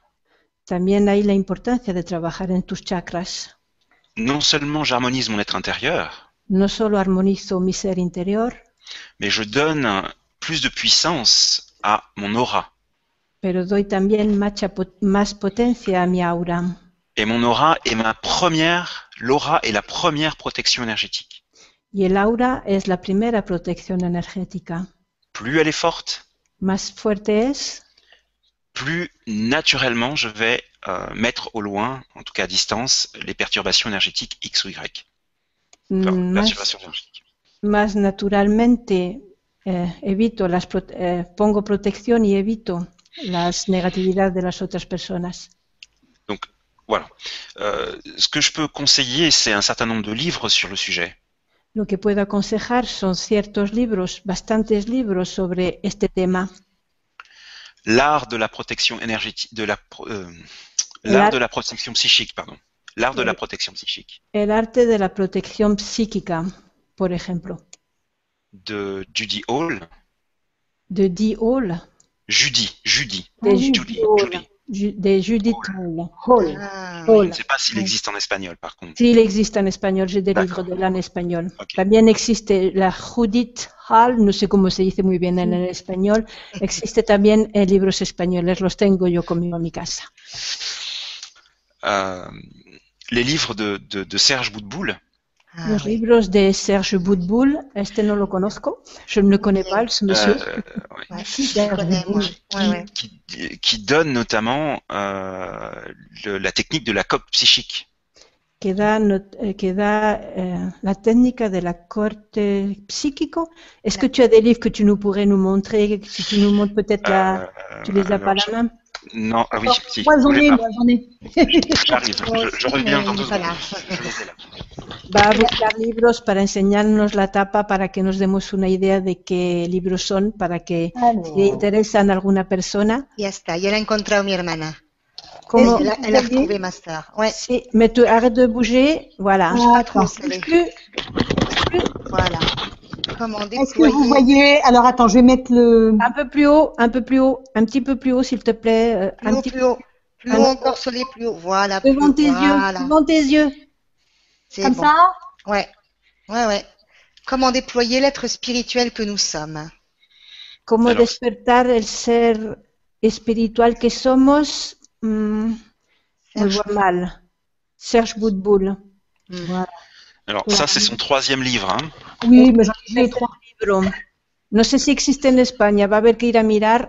S1: También hay la importancia de trabajar en tus chakras.
S2: Non seulement j'harmonise mon être intérieur,
S1: No solo armonizo mi ser interior,
S2: mais je donne plus de puissance à mon aura.
S1: pero doy también macha po- más potencia a mi aura.
S2: Et mon aura est ma première, l'aura est la première protection énergétique.
S1: Y el aura es la primera protección energética.
S2: Plus elle est forte,
S1: Más fuerte es,
S2: plus naturellement je vais euh, mettre au loin, en tout cas à distance, les perturbations énergétiques X ou Y. Enfin,
S1: mm, más,
S2: perturbations énergétiques.
S1: más naturalmente eh, evito las pro- eh, pongo protección y evito las negatividad de las otras personas.
S2: Voilà. Euh, ce que je peux conseiller, c'est un certain nombre de livres sur le sujet.
S1: Lo que puedo aconsejar son ciertos libros, bastantes libros sobre este tema.
S2: L'art de la protection énergétique, de la, pro- euh,
S1: L'art-
S2: l'art de la protection psychique, pardon. L'art de la
S1: Oui.
S2: protection psychique
S1: El arte de la protección psíquica, por ejemplo,
S2: de Judy Hall.
S1: de Dee Hall,
S2: Judy, Judy,
S1: de,
S5: oui,
S1: Ju-
S2: Judy,
S5: Hall.
S2: Judy.
S1: Ju- de Judith Hall.
S5: Hall.
S4: Ah.
S1: Hall.
S2: Je ne sais pas s'il existe en espagnol, par contre.
S1: Sí, le existe en español, j'ai des
S2: D'accord.
S1: livres de la en español.
S2: Ok.
S1: También existe la Judith Hall, no sé cómo se dice muy bien en el español. Existe también en libros españoles, los tengo yo conmigo en mi casa.
S2: Euh, les livres de, de- de Serge Boutboul,
S4: Ah,
S1: Los
S4: oui.
S1: libros de Serge Boutboul, este no lo conozco, je ne le connais pas, ce monsieur.
S2: Euh, ouais.
S4: Ouais, je connais, moi. Ouais, ouais.
S2: qui, qui donne notamment euh, le- la technique de la coque psychique.
S1: que da, not- eh, que da, eh, la técnica de la corte psíquico. Est-ce que tu as des livres que tu nous pourrais nous montrer Si tu nous montres peut-être la.
S2: Euh,
S1: Bah, Tu les as pas
S2: alors,
S1: la
S2: je-
S1: main
S2: Non, ah oui, si.
S3: Moi j'en
S2: bougez
S3: ai,
S2: pas.
S3: moi j'en ai.
S2: J'arrive, je, je reviens
S4: Mais
S2: dans deux
S4: voilà.
S2: secondes. Je les ai là.
S1: Va a buscar libros para enseñarnos la tapa para que nos demos una idea de qué libros son, para que si
S4: Oh.
S1: le interesan a alguna persona.
S4: Ya está, ya la he encontrado mi hermana.
S1: Como-
S4: Elle, elle a retrouvé ma star. Ouais.
S1: Sí, mais tu- arrête de bouger, voilà.
S4: Je sais pas trop où ça allait.
S1: Plus-
S4: Voilà. Comment
S3: Est-ce que vous
S4: déployer
S3: voyez Alors attends, je vais mettre le.
S1: un peu plus haut, un peu plus haut, un petit peu plus haut, s'il te plaît. euh,
S4: plus
S1: un
S4: haut,
S1: petit
S4: plus haut, plus haut
S1: Alors-
S4: encore sur les plus hauts. Voilà. plus
S1: devant
S4: haut,
S1: tes
S4: voilà.
S1: yeux, devant tes yeux.
S4: C'est
S3: Comme
S4: bon.
S3: ça
S4: Ouais. Ouais, ouais. Comment déployer l'être spirituel que nous sommes
S1: cómo
S2: Claro.
S1: despertar el ser espiritual que somos, mm, me
S4: Serge.
S1: voit mal. Serge Boutboul.
S4: Mm.
S1: Voilà.
S2: Alors,
S1: Voilà.
S2: ça, c'est son troisième livre. hein.
S3: Oui, mais j'en ai les trois.
S1: Este Libro. No sé si existe en España, va a haber que ir a mirar.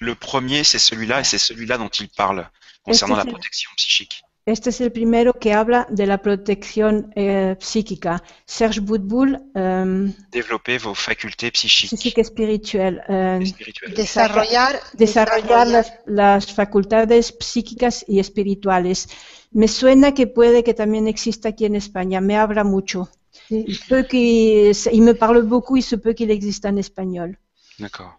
S2: Le premier, c'est celui-là, et c'est celui-là dont il parle concernant la
S1: c'est-
S2: protection psychique.
S1: Este es el primero que habla de la protección eh, psíquica. Serge Boutboul, eh,
S2: Développer vos facultés psychiques
S1: psíquica espiritual. eh,
S2: et spirituelles.
S4: Desarrollar,
S1: desarrollar las, las facultades psíquicas y espirituales. Me suena que puede que también exista aquí en España, me habla mucho.
S3: Sí.
S1: Il, peut qu'il- il me parle beaucoup, il se peut qu'il existe en espagnol.
S2: D'accord.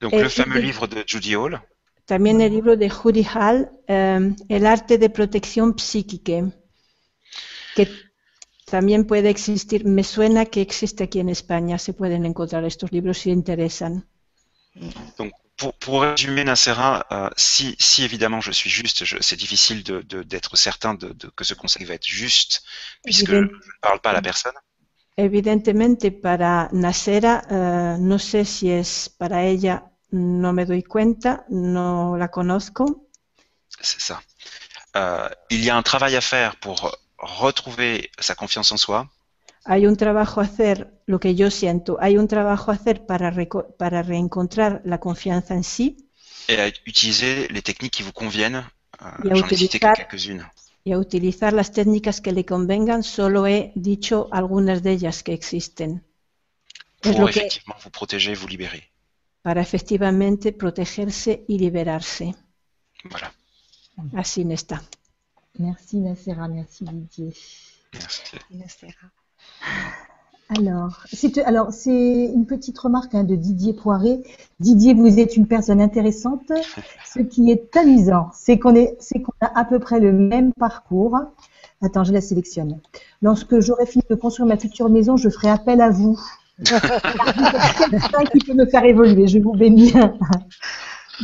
S2: Donc,
S1: Et-
S2: le fameux
S1: et-
S2: livre de Judy Hall.
S1: También el libro de Judy Hall, eh, El arte de protección psíquica, que también puede existir, me suena que existe aquí en España, se pueden encontrar estos libros si interesan.
S2: Pour, pour résumer, Nacera, euh, si, si évidemment je suis juste, je- c'est difficile de- de- d'être certain de, de- que ce conseil va être juste, puisque je
S1: Évidemment.
S2: ne parle pas à la personne.
S1: Evidentemente para Nasera, eh, no sé si es para ella, no me doy cuenta, no la conozco.
S2: C'est ça. Euh, il y a un travail à faire pour retrouver sa confiance en soi,
S1: Hay un trabajo a hacer, lo que yo siento, hay un trabajo a hacer para, reco- para reencontrar la confianza en sí
S2: et à utiliser les techniques qui vous conviennent. Euh,
S1: Et à
S2: J'en ai cité que
S1: utiliser-
S2: quelques-unes.
S1: y a utilizar las técnicas que le convengan. Solo he dicho algunas de ellas que existen. Es lo
S2: Pour
S1: que
S2: effectivement vous protéger, vous libérer.
S1: para efectivamente protegerse y liberarse.
S2: Voilà.
S1: Así está.
S3: Merci Nacera, merci Didier.
S2: Merci.
S3: Alors, c'est alors c'est une petite remarque hein, de Didier Poiré. Didier, vous êtes une personne intéressante. Ce qui est amusant, c'est qu'on est, c'est qu'on a à peu près le même parcours. Attends, je la sélectionne. Lorsque j'aurai fini de construire ma future maison, je ferai appel à vous. Car vous êtes quelqu'un qui peut me faire évoluer. Je vous bénis.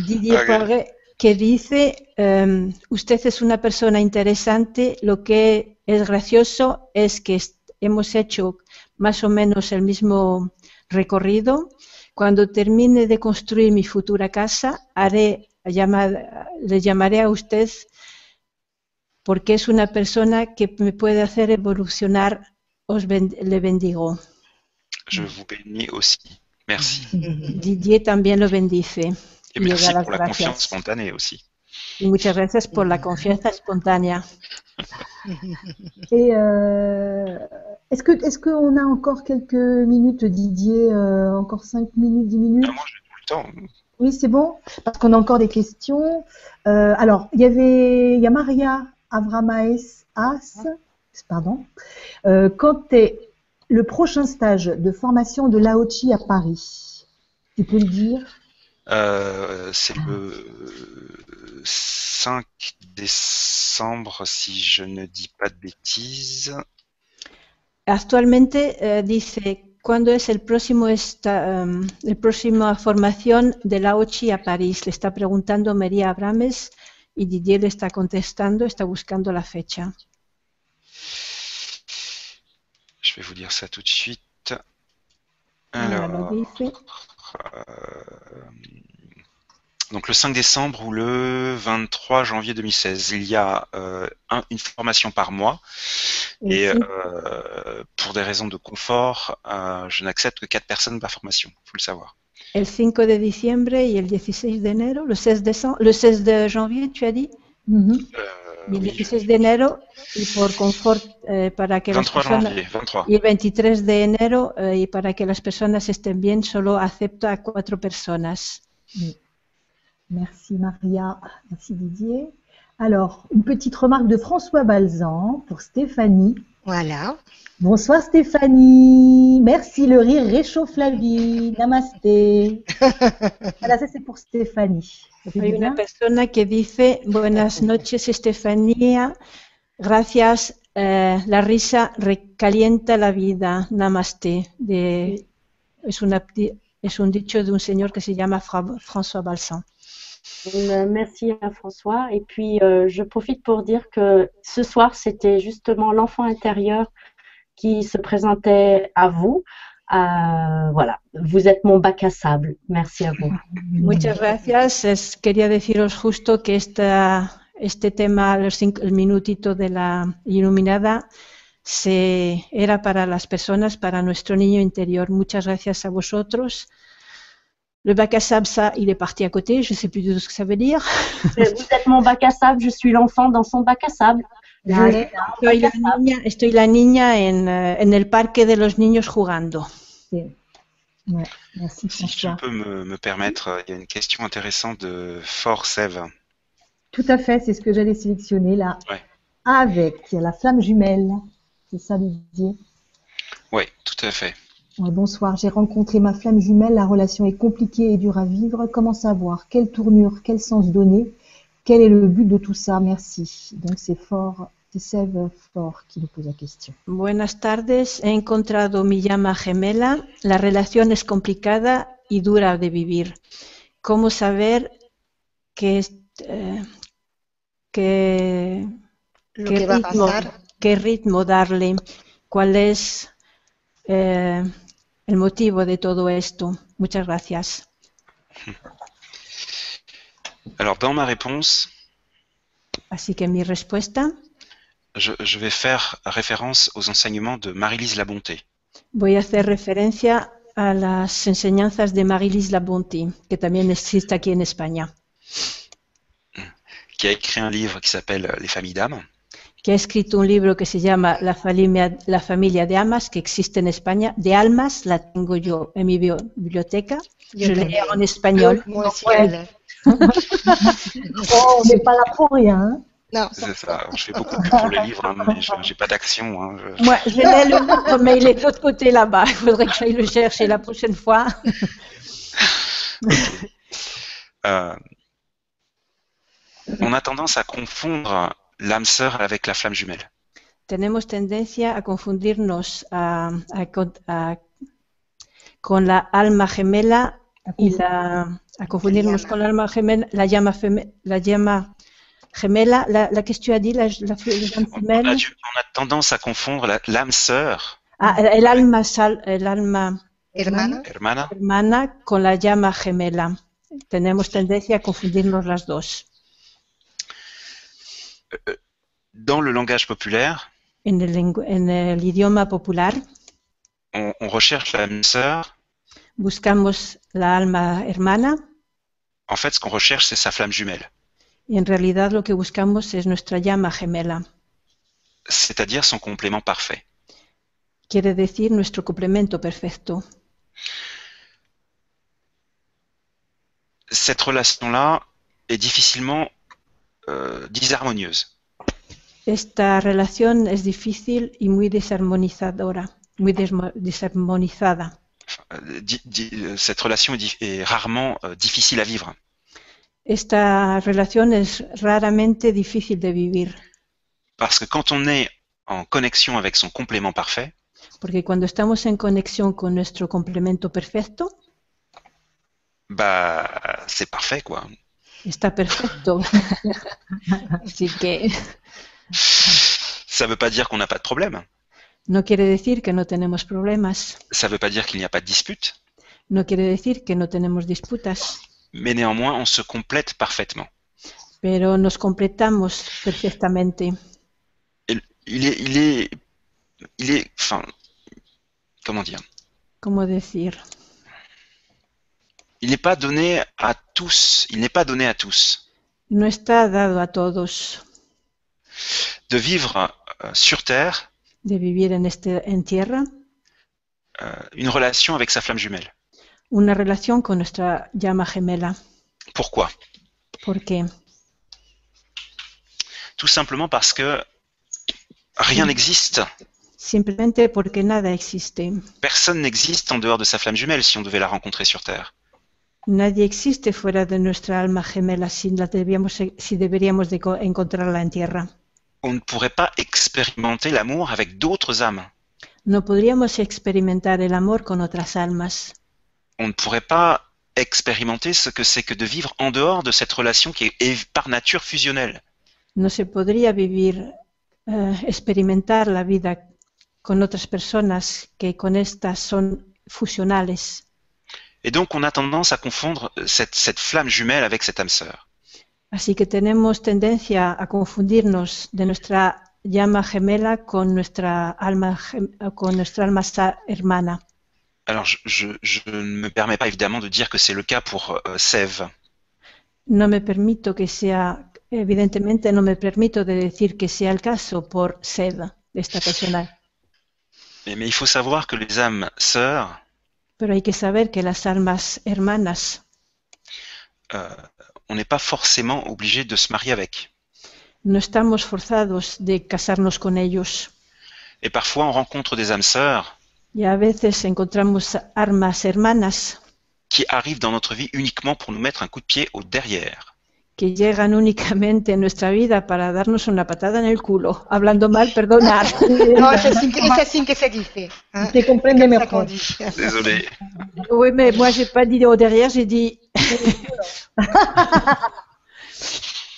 S1: Didier
S2: Ok.
S1: Poiré, que dice, em, usted es una persona interesante, lo que es gracioso es que est- hemos hecho más o menos el mismo recorrido. Cuando termine de construir mi futura casa, haré llamar- le llamaré a usted porque es una persona que me puede hacer evolucionar. Os ben- le bendigo.
S2: Je
S1: Mm.
S2: vous bénis aussi. Merci.
S1: Didier también lo bendice.
S2: Et
S1: Il y
S2: merci
S1: aura
S2: pour la
S1: gracias.
S2: confiance spontanée aussi.
S1: Y muchas gracias por la confianza espontánea.
S3: Et euh, est-ce que est-ce qu'on a encore quelques minutes, Didier euh, Encore cinq minutes, dix minutes
S2: Ah, moi, j'ai tout le temps.
S3: Oui, c'est bon, parce qu'on a encore des questions. Euh, alors, il y avait, il y a Maria Avramaes As, pardon. Euh, quand est le prochain stage de formation de l'AOCHI à Paris Tu peux le dire
S2: Euh, c'est le 5 décembre, si je ne dis pas de bêtises.
S1: Actualmente eh, dice, ¿cuándo es el próximo esta, em, el próxima formación de la OCHI a París? Le está preguntando María Abrames y Didier le está contestando, está buscando la fecha.
S2: Je vais vous dire ça tout de suite.
S1: Ahora
S2: Alors,
S1: lo dice.
S2: euh, donc le 5 décembre ou le 23 janvier 2016. Il y a euh, un- une formation par mois et euh, pour des raisons de confort, euh, je n'accepte que quatre personnes par formation, faut le savoir.
S1: El 5 de diciembre y el 16 de enero, le 16 de, le 16 de janvier, tu as dit
S6: Mhm.
S2: Euh,
S1: Y el
S2: oui,
S1: 16 de enero, y por confort, eh, para que las
S2: 23
S1: personas.
S2: janvier, 23.
S1: Y el 23 de enero, eh, y para que las personas estén bien, solo acepto a cuatro personas.
S6: Merci Maria, merci Didier. Alors, une petite remarque de François Balzan pour Stéphanie.
S4: Voilà.
S6: Bonsoir Stéphanie, merci le rire réchauffe la vie, namasté. voilà, ça c'est pour Stéphanie. Ça fait
S1: Hay
S6: du bien.
S1: una persona que dice, buenas noches Estefanía, gracias, eh, la risa recalienta la vida, namaste. De, es, una, di- es un dicho de un señor que se llama Fra- François Balsan.
S5: Euh, Merci à François. Et puis, euh, je profite pour dire que ce soir, c'était justement l'enfant intérieur qui se présentait à vous. Euh, voilà, vous êtes mon bac à sable. Merci à vous.
S1: Muchas gracias. Es- quería deciros justo que esta, este tema, los cinco- el minutito de la iluminada, se, era para las personas, para nuestro niño interior. Muchas gracias à vosotros. Le bac à sable, ça, il est parti à côté. Je ne sais plus du tout ce que ça veut dire.
S5: Vous êtes mon bac à sable, je suis l'enfant dans son bac à sable. Je-
S6: Allez,
S1: Estoy la niña, estoy la niña en, eh, en el parque de los niños jugando.
S6: ouais, merci
S2: Si je
S6: François.
S2: peux me, me permettre, euh, il y a une question intéressante de Fort Sève.
S6: Tout à fait, c'est ce que j'allais sélectionner là.
S2: Ouais.
S6: Avec la flamme jumelle, c'est ça Didier.
S2: Oui, tout à fait.
S6: Ouais, bonsoir, j'ai rencontré ma flamme jumelle, la relation est compliquée et dure à vivre. Comment savoir Quelle tournure Quel sens donner Quel est le but de tout ça Merci. Donc c'est fort, c'est Sève Fort qui nous pose la question.
S1: Buenas tardes, he encontrado mi llama gemela. La relación es complicada y dura de vivir. ¿Cómo saber que, es- eh, que-
S4: Lo
S1: qué
S4: que va a
S1: ritmo,
S4: pasar.
S1: qué ritmo darle? ¿Cuál es eh, el motivo de todo esto? Muchas gracias.
S2: Alors dans ma réponse,
S1: Así que mi respuesta,
S2: je, je vais faire référence aux enseignements de Marie-Lise Labonté.
S1: voy a hacer referencia a las enseñanzas de Marie-Lise Labonti, que también existe aquí en España.
S2: qui a écrit un livre qui s'appelle Les familles d'âme.
S1: que ha escrito un libro que se llama La familia, la familia de almas, que existe en España. De almas la tengo yo en mi bio- biblioteca. Yo
S4: Yo
S1: le
S4: también.
S1: leo en español.
S4: Moi aussi,
S6: Ouais.
S4: je l'ai.
S6: Oh, on n'est pas là pour rien. hein.
S4: Non.
S2: C'est ça. Alors, Je fais beaucoup de pub pour les livres, hein, mais je- j'ai pas d'action. hein, je-
S1: Moi, je l'ai le livre, mais il est de l'autre côté là-bas. Il faudrait que j'aille le chercher la prochaine fois.
S2: Euh, on a tendance à confondre l'âme sœur avec la flamme jumelle.
S1: Tenemos tendencia a confundirnos a- a con- a- con la alma gemela
S4: Ah,
S1: y la, a confundirnos
S4: llama.
S1: con la alma gemela, la llama, feme- la llama gemela, la, la que tu as dit, la, la, la
S2: On, on a,
S1: femelle.
S2: du- on a tendance à confondre la- l'âme sœur,
S1: Ah, el alma, sal- el alma
S4: Hermana.
S2: hermana,
S1: hermana con la llama gemela. Tenemos tendencia a confundirnos las dos.
S2: dans le langage populaire,
S1: En el, lengu- en el idioma popular
S2: on, on recherche l'âme sœur.
S1: buscamos la alma hermana
S2: En fait, ce qu'on recherche, c'est sa flamme jumelle,
S1: y en realidad lo que buscamos es nuestra llama gemela.
S2: c'est-à-dire son complément parfait.
S1: Quiere decir nuestro complemento perfecto.
S2: Cette relation-là est difficilement euh, disharmonieuse.
S1: Esta relación es difícil y muy desarmonizadora, muy desmo- desarmonizada.
S2: Euh, di- di- euh, cette relation est, dif- est rarement euh, difficile à vivre.
S1: Esta relación es raramente difícil de vivir.
S2: Parce que quand on est en connexion avec son complément parfait,
S1: Porque cuando estamos en conexión con nuestro complemento perfecto,
S2: bah c'est parfait quoi.
S1: está perfecto. Así que
S2: Ça veut pas dire qu'on n'a pas de problème,
S1: no quiere decir que no tenemos problemas,
S2: ça veut pas dire qu'il n'y a pas de dispute,
S1: no quiere decir que no tenemos disputas,
S2: mais néanmoins, on se complète parfaitement.
S1: pero nos completamos perfectamente.
S2: Il est, il est, il est, enfin, comment dire
S1: ¿Cómo decir?
S2: Il n'est pas donné à tous. Il n'est pas donné à tous
S1: No está dado a todos
S2: de vivre euh, sur Terre
S1: de vivir en, este, en tierra
S2: euh, une relation avec sa flamme jumelle.
S1: una relación con nuestra llama gemela.
S2: Pourquoi
S1: ¿Por qué?
S2: Tout simplement parce que rien n'existe.
S1: Simplemente porque nada existe.
S2: Personne n'existe en dehors de sa flamme jumelle si on devait la rencontrer sur Terre.
S1: Nadie existe fuera de nuestra alma gemela si, la debíamos- si deberíamos de co- encontrarla en tierra.
S2: On ne pourrait pas expérimenter l'amour avec d'autres âmes.
S1: No podríamos experimentar el amor con otras almas.
S2: On ne pourrait pas expérimenter ce que c'est que de vivre en dehors de cette relation qui est év- par nature fusionnelle.
S1: No se podría vivir, eh, experimentar la vida con otras personas que con estas son fusionales.
S2: Et donc on a tendance à confondre euh, cette, cette flamme jumelle avec cette âme sœur.
S1: Así que tenemos tendencia a confundirnos de nuestra llama gemela con nuestra alma, gem- con nuestra alma sa- hermana.
S2: Alors je, je, je ne me permets pas évidemment de dire que c'est le cas pour euh, Sève.
S1: No me permito que sea, evidentemente no me permito de decir que sea el caso por sed de esta persona,
S2: Mais, mais il faut savoir que les âmes sœurs
S1: pero hay que saber que las almas hermanas
S2: euh, on n'est pas forcément obligé de se marier avec.
S1: no estamos forzados de casarnos con ellos.
S2: Et parfois, on rencontre des âmes sœurs
S1: Y a veces encontramos armas hermanas
S2: qui arrivent dans notre vie uniquement pour nous mettre un coup de pied au derrière.
S1: que llegan únicamente en nuestra vida para darnos una patada en el culo. Hablando mal, perdonad.
S4: No, eso sí que, eso sí que se dice. hein.
S6: Te comprennent les
S4: Comme ça qu'on
S6: mercredis.
S4: dit.
S2: Désolé.
S1: Oui, mais moi, j'ai pas dit au derrière, j'ai dit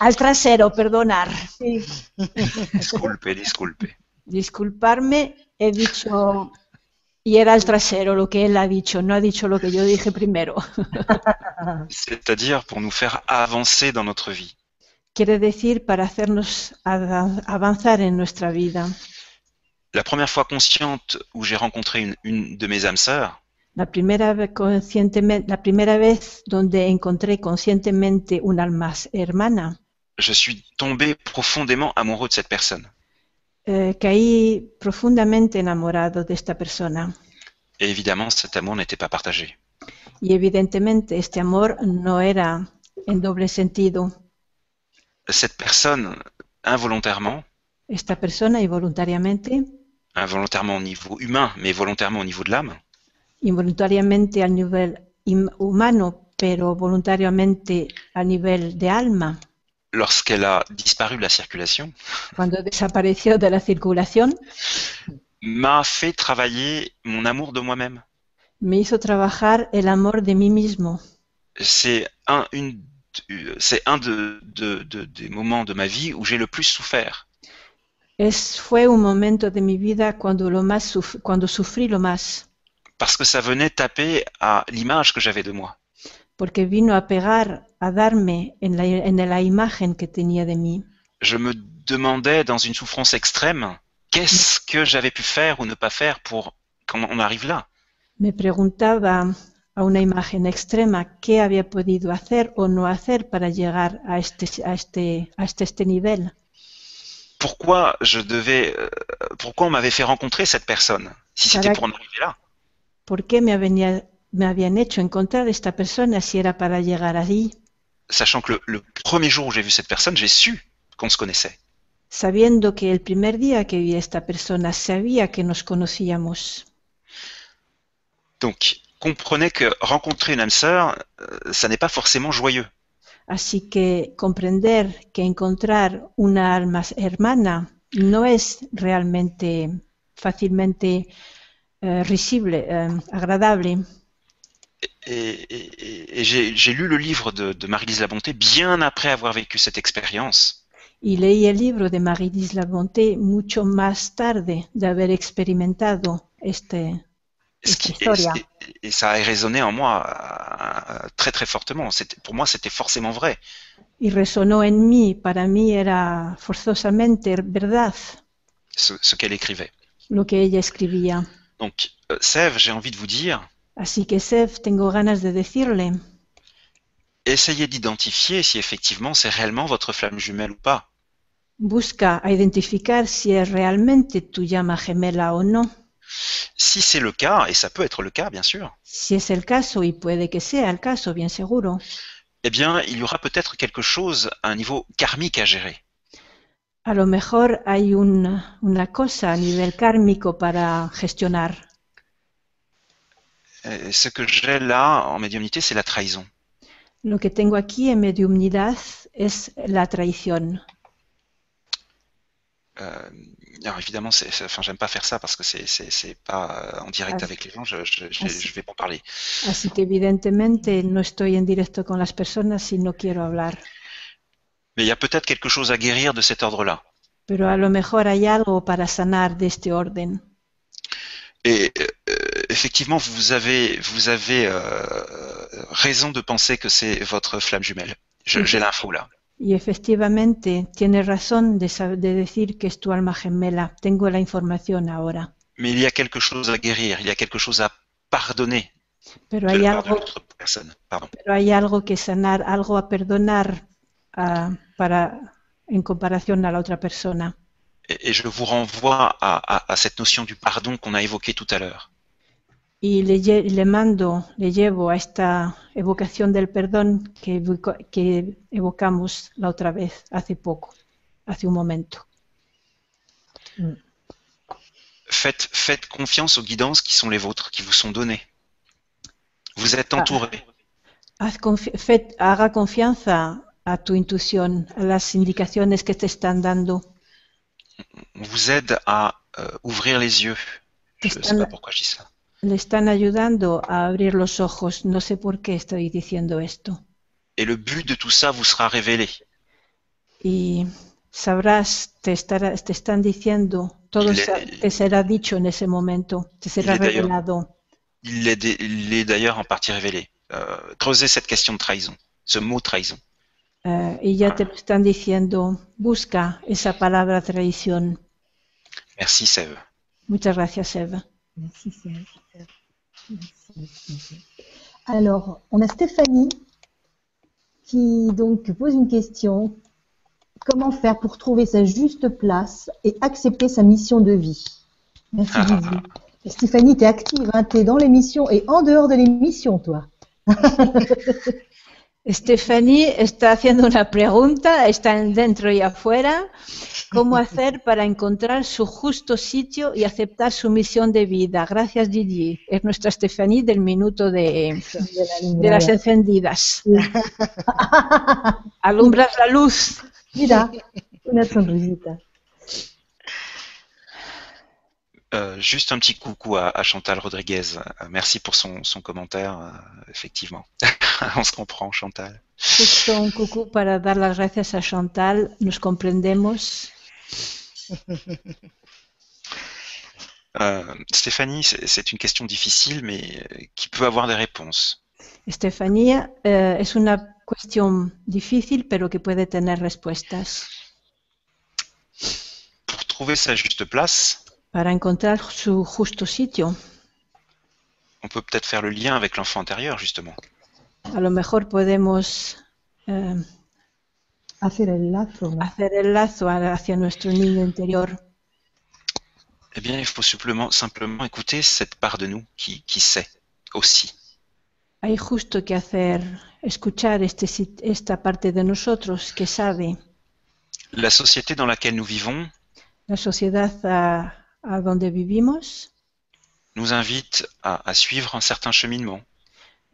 S1: al trasero, perdonar.
S2: Disculpez, disculpez.
S1: disculparme, he dicho, y era el trasero lo que él ha dicho, no ha dicho lo que yo dije primero.
S2: C'est-à-dire pour nous faire avancer dans notre vie.
S1: Quiere decir para hacernos av- avanzar en nuestra vida.
S2: La première fois consciente où j'ai rencontré une, une de mes âmes sœurs,
S1: La primera, ve- conscientemen- la primera vez donde encontré conscientemente un alma s- hermana,
S2: je suis tombé profondément amoureux de cette personne.
S1: eh, caí profundamente enamorado de esta persona.
S2: Et évidemment, cet amour n'était pas partagé.
S1: Y evidentemente este amor no era en doble sentido.
S2: Cette personne, involontairement,
S1: Esta persona involuntariamente
S2: involontairement au niveau humain, mais volontairement au niveau de l'âme,
S1: involuntariamente al nivel im- humano, pero voluntariamente a nivel de alma,
S2: lorsqu'elle a disparu de la circulation,
S1: cuando desapareció de la circulación,
S2: m'a fait travailler mon amour de moi-même.
S1: me hizo trabajar el amor de mí mismo.
S2: C'est un, une, c'est un de, de- de- des moments de ma vie où j'ai le plus souffert.
S1: Es, fue un momento de mi vida cuando, lo más suf- cuando sufrí lo más,
S2: Parce que ça venait taper à l'image que j'avais de moi.
S1: porque vino a pegar, a darme en la, en la imagen que tenía de mí.
S2: Je me demandais dans une souffrance extrême, qu'est-ce que j'avais pu faire ou ne pas faire pour qu'on on arrive là
S1: Me preguntaba a una imagen extrema qué había podido hacer o no hacer para llegar a este, a este, a este, este nivel.
S2: Pourquoi je devais, euh, pourquoi on m'avait fait rencontrer cette personne si c'était
S1: Carac-
S2: pour en arriver là
S1: ¿Por qué me, avenía- me habían hecho encontrar esta persona si era para llegar allí?
S2: Sachant que le- le premier jour où j'ai vu cette personne, j'ai su qu'on se connaissait.
S1: Sabiendo que el primer día que vi a esta persona sabía que nos conocíamos.
S2: Donc, comprenez que rencontrer une âme sœur, euh, ça n'est pas forcément joyeux.
S1: Así que comprender que encontrar una alma hermana no es realmente fácilmente eh, risible, eh, agradable.
S2: Et, et- et- et j'ai j'ai lu le livre de, de Marie-Lise Labonté bien après avoir vécu cette expérience.
S1: Y leí el libro de Marie-Lise Labonté mucho más tarde de haber experimentado este,
S2: ce qui, et, et- et ça a résonné en moi euh, très très fortement. C'était- Pour moi, c'était forcément vrai.
S1: y resonó en mí. Para mí era forzosamente verdad
S2: ce, ce qu'elle écrivait.
S1: lo que ella escribía.
S2: Donc, euh, Sève, j'ai envie de vous dire,
S1: Así que, Seth, tengo ganas de decirle,
S2: essayez d'identifier si effectivement c'est réellement votre flamme jumelle ou pas.
S1: busca a identificar si es realmente tu llama gemela o no.
S2: Si c'est le cas, et ça peut être le cas bien sûr,
S1: Si es el caso, y puede que sea el caso, bien seguro,
S2: eh bien, il y aura peut-être quelque chose à un niveau karmique à gérer.
S1: a lo mejor hay un- una cosa a nivel kármico para gestionar.
S2: Euh, ce que j'ai là en médiumnité, c'est la trahison.
S1: Lo que tengo aquí en mediumnidad es la traición.
S2: Euh, alors évidemment, c'est, c'est- enfin, j'aime pas faire ça parce que c'est, c'est, c'est pas euh, en direct
S1: Ah,
S2: avec les gens, je, je, je,
S1: ah, si.
S2: je vais pas en parler.
S1: Así que evidentemente no estoy en directo con las personas y no quiero hablar.
S2: Mais il y a peut-être quelque chose à guérir de cet ordre-là.
S1: Pero a lo mejor hay algo para sanar de este orden.
S2: Et euh, euh, effectivement, vous avez, vous avez euh, raison de penser que c'est votre flamme jumelle. Je-
S1: Mhm.
S2: J'ai l'info là.
S1: Y efectivamente, tienes razón de, sab- de decir que es tu alma gemela. Tengo la información ahora.
S2: Mais il y a quelque chose à guérir, il y a quelque chose à pardonner
S1: Pero
S2: de
S1: hay
S2: la part de
S1: algo,
S2: l'autre personne. Pardon.
S1: pero hay algo que sanar, algo a perdonar ah, para, en comparación a la otra persona.
S2: Et, et je vous renvoie à, à- à cette notion du pardon qu'on a évoquée tout à l'heure.
S1: Y le, lle- le mando, le llevo a esta evocación del perdón que, evoco- que evocamos la otra vez, hace poco, hace un momento.
S2: Faites, faites confiance aux guidances qui sont les vôtres, qui vous sont données. Vous êtes entouré.
S1: Haz confi- fe- haga confianza a tu intuición, a las indicaciones que te están dando.
S2: On vous aide à euh, ouvrir les yeux. Je ne sais
S1: Están-
S2: pas pourquoi je dis ça.
S1: Le están ayudando a abrir los ojos. No sé por qué estoy diciendo esto.
S2: Et le but de tout ça vous sera révélé.
S1: Y sabrás, te, estará- te están diciendo, todo
S2: Y le-
S1: sa- te será dicho en ese momento, te será
S2: le- d'ailleurs-
S1: revelado.
S2: Il l'est dé- il l'est d'ailleurs en partie révélé. Euh, creusez cette question de trahison, ce mot trahison.
S1: Eh, y
S2: Ah.
S1: ya te lo están diciendo, busca esa palabra traición.
S2: Merci Sève.
S1: Muchas gracias, Eva.
S6: Merci, Serge. Merci, merci. Alors, on a Stéphanie qui donc pose une question. Comment faire pour trouver sa juste place et accepter sa mission de vie Merci, Didi. Et Stéphanie, tu es active, hein, tu es dans l'émission et en dehors de l'émission, toi.
S1: Stephanie está haciendo una pregunta, está en dentro y afuera. ¿Cómo hacer para encontrar su justo sitio y aceptar su misión de vida? Gracias, Gigi. Es nuestra Stephanie del minuto de, de las encendidas. Alumbras la luz.
S6: Mira, una sonrisita.
S2: Euh, juste un petit coucou à, à Chantal Rodriguez. Euh, merci pour son, son commentaire, euh, effectivement. On se comprend, Chantal.
S1: Justo un cucú para dar las gracias a Chantal. Nos comprendemos.
S2: Euh, Stéphanie, c'est c'est une question difficile, mais euh, qui peut avoir des réponses.
S1: Estefanía, eh, es una cuestión difícil, pero que puede tener respuestas.
S2: Pour trouver sa juste place,
S1: Para encontrar su justo sitio.
S2: on peut peut-être faire le lien avec l'enfant intérieur, justement.
S1: A lo mejor podemos eh,
S6: Hacer el lazo.
S4: Ah,
S6: ¿no?
S1: hacer el lazo a- hacia nuestro niño interior.
S2: Eh bien, il faut simplement, simplement écouter cette part de nous qui, qui sait aussi.
S1: Hay justo que hacer, escuchar este, sit- esta parte de nosotros que sabe
S2: La société dans laquelle nous vivons
S1: la sociedad a, a donde vivimos,
S2: nous invite à, à suivre un certain cheminement.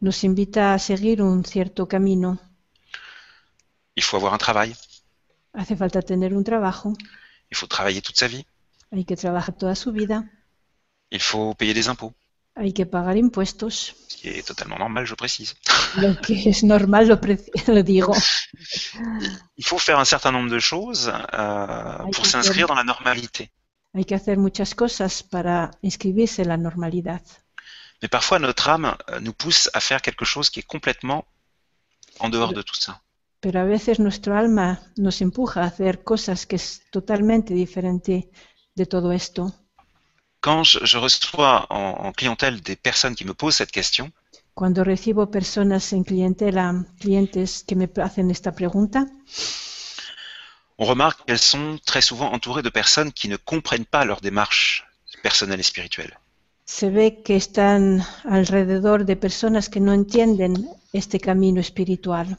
S1: nos invita a seguir un cierto camino.
S2: Il faut avoir un travail,
S1: Hace falta tener un trabajo,
S2: il faut travailler toute sa vie,
S1: hay que trabajar toda su vida,
S2: il faut payer des impôts,
S1: hay que pagar impuestos,
S2: ce qui est totalement normal, je précise.
S1: lo que es normal, lo, pre- lo digo.
S2: Il faut faire un certain nombre de choses euh, pour
S1: oui,
S2: s'inscrire dans la normalité.
S1: Hay que hacer muchas cosas para inscribirse en la normalidad.
S2: Mais parfois, notre âme euh, nous pousse à faire quelque chose qui est complètement en dehors de tout ça.
S1: Pero a veces nuestro alma nos empuja a hacer cosas que es totalmente diferente de todo esto.
S2: Quand je, je reçois en, en clientèle des personnes qui me posent cette question,
S1: Cuando recibo personas en clientela, clientes que me hacen esta pregunta,
S2: on remarque qu'elles sont très souvent entourées de personnes qui ne comprennent pas leur démarche personnelle et spirituelle.
S1: se ve que están alrededor de personas que no entienden este camino espiritual,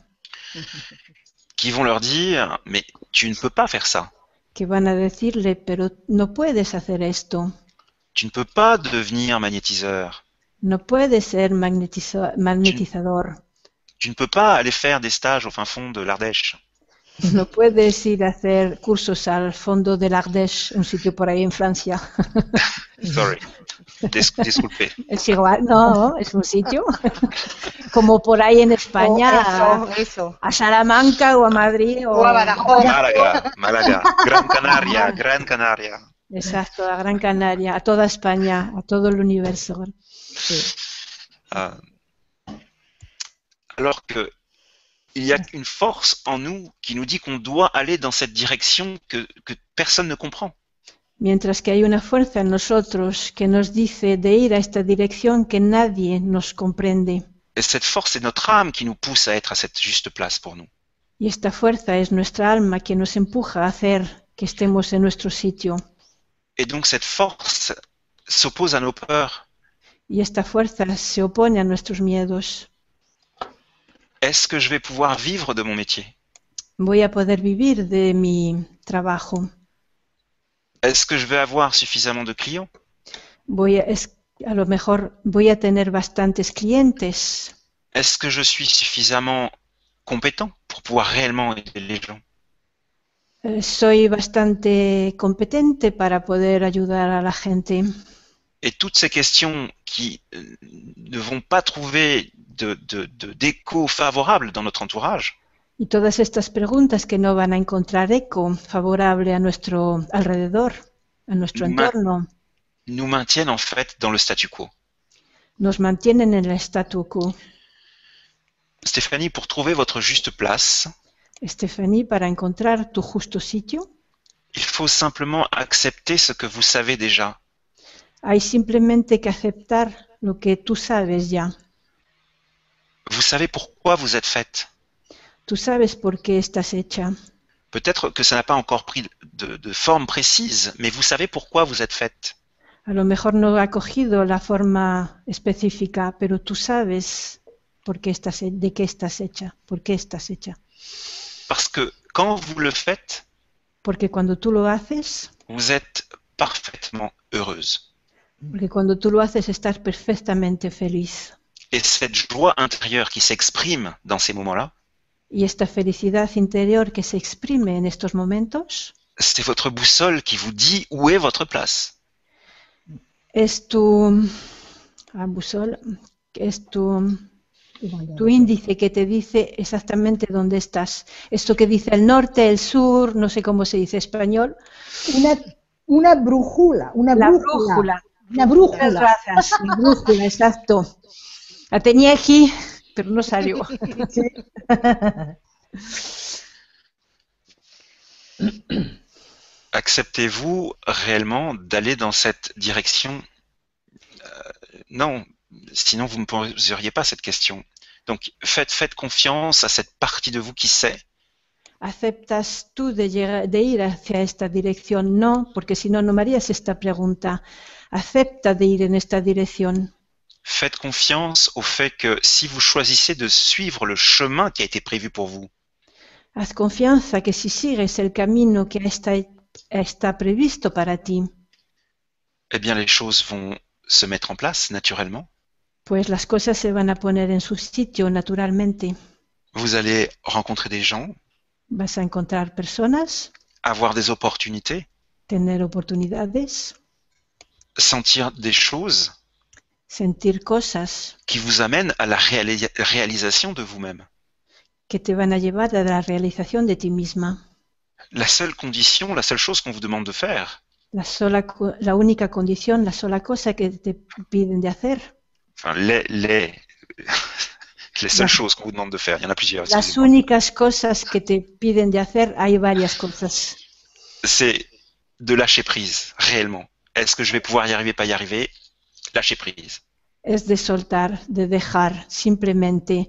S2: Qui vont leur dire Mais tu ne peux pas faire ça.
S1: que van a decirle, pero no puedes hacer esto,
S2: Tu ne peux pas devenir magnétiseur.
S1: no puedes ser magnetiza- magnetizador,
S2: Tu ne peux pas aller faire des stages au fin fond de l'Ardèche.
S1: no puedes ir a hacer cursos al fondo del Ardèche, un sitio por ahí en Francia.
S2: Sorry. Des- Disculpé.
S1: Es igual, no, es un sitio como por ahí en España, Oh.
S4: Oh, eso, eso.
S1: a Salamanca o a Madrid o
S4: O a Badajoz.
S2: Malaga, Malaga, Gran Canaria, Gran Canaria.
S1: Exacto, a Gran Canaria, a toda España, a todo el universo.
S2: Euh, alors que il y a une force en nous qui nous dit qu'on doit aller dans cette direction que, que personne ne comprend.
S1: Mientras que hay una fuerza en nosotros que nos dice de ir a esta dirección que nadie nos comprende.
S2: Et cette force, c'est notre âme qui nous pousse à être à cette juste place pour nous.
S1: Y esta fuerza es nuestra alma que nos empuja a hacer que estemos en nuestro sitio.
S2: Et donc cette force s'oppose à nos peurs.
S1: Y esta fuerza se opone a nuestros miedos.
S2: Est-ce que je vais pouvoir vivre de mon métier
S1: Voy a poder vivir de mi trabajo.
S2: Est-ce que je vais avoir suffisamment de clients
S1: Voy a, es- a lo mejor voy a tener bastantes clientes.
S2: Est-ce que je suis suffisamment compétent pour pouvoir réellement aider les gens
S1: Eh, Soy bastante competente para poder ayudar a la gente.
S2: Et toutes ces questions qui euh, ne vont pas trouver de, de- de- d'écho favorable dans notre entourage
S1: Y todas estas preguntas que no van a encontrar eco favorable a nuestro alrededor, a nuestro
S2: Ma-
S1: entorno,
S2: nous maintiennent en fait dans le statu quo.
S1: nos mantienen en el statu quo.
S2: Stéphanie, pour trouver votre juste place,
S1: Stephanie, para encontrar tu justo sitio,
S2: il faut simplement accepter ce que vous savez déjà.
S1: hay simplemente que aceptar lo que tú sabes ya.
S2: Vous savez pourquoi vous êtes faite.
S1: Tú sabes por qué estás hecha.
S2: Peut-être que ça n'a pas encore pris de, de forme précise, mais vous savez pourquoi vous êtes faite.
S1: A lo mejor no ha cogido la forma específica, pero tú sabes por qué estás, he- de qué estás hecha, por qué estás hecha.
S2: Parce que quand vous le faites,
S1: Porque cuando tú lo haces,
S2: vous êtes parfaitement heureuse.
S1: porque cuando tú lo haces estás perfectamente feliz.
S2: Et cette joie intérieure qui s'exprime dans ces moments-là,
S1: Y esta felicidad interior que se exprime en estos momentos
S2: c'est votre boussole qui vous dit où est votre place.
S1: es tu ah, busol, es tu, tu índice que te dice exactamente dónde estás. Esto que dice el norte, el sur, no sé cómo se dice español,
S6: Una, una brújula, una
S1: la
S6: brújula.
S1: brújula.
S6: Una
S1: Muchas
S6: brújula.
S1: gracias, mi brújula, exacto. La tenía aquí, pero no salió.
S2: Acceptez-vous réellement d'aller dans cette direction Euh, Non, sinon vous ne me poseriez pas cette question. Donc faites, faites confiance à cette partie de vous qui sait.
S1: ¿Aceptas tú de, llegar- de ir hacia esta dirección? No, porque si no, no me harías esta pregunta. ¿Acepta de ir en esta dirección?
S2: Faites confiance au fait que si vous choisissez de suivre le chemin qui a été prévu pour vous,
S1: Haz confianza que si sigues el camino que está, está previsto para ti,
S2: eh bien les choses vont se mettre en place naturellement.
S1: pues las cosas se van a poner en su sitio naturalmente.
S2: Vous allez rencontrer des gens,
S1: Vas a encontrar personas,
S2: avoir des opportunités,
S1: tener oportunidades,
S2: sentir des choses
S1: sentir cosas,
S2: qui vous amène à la réalis- réalisation de vous-même.
S1: que te van a llevar a la realización de ti misma.
S2: La seule condition, la seule chose qu'on vous demande de faire,
S1: La, sola, co- la única condición, la sola cosa que te piden de hacer
S2: enfin les, les, les seules choses qu'on vous demande de faire. Il y en a plusieurs.
S1: Las
S2: excusez-moi.
S1: únicas cosas que te piden de hacer, hay varias cosas.
S2: C'est de lâcher prise, réellement. Est-ce que je vais pouvoir y arriver, pas y arriver Lâcher prise.
S1: Es de soltar, de dejar, simplemente.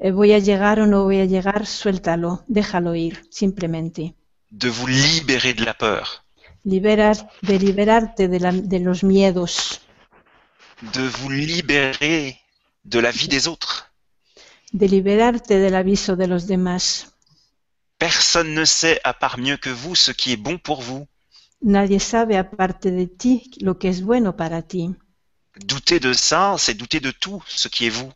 S1: Eh, voy a llegar o no voy a llegar, suéltalo, déjalo ir, simplemente.
S2: De vous libérer de la peur.
S1: Liberas, de liberarte de, la- de los miedos,
S2: De vous libérer de la vie des autres.
S1: de liberarte del aviso de los demás.
S2: Personne ne sait, à part mieux que vous, ce qui est bon pour vous.
S1: Nadie sabe aparte de ti lo que es bueno para ti.
S2: Douter de ça, c'est douter de tout ce qui est vous.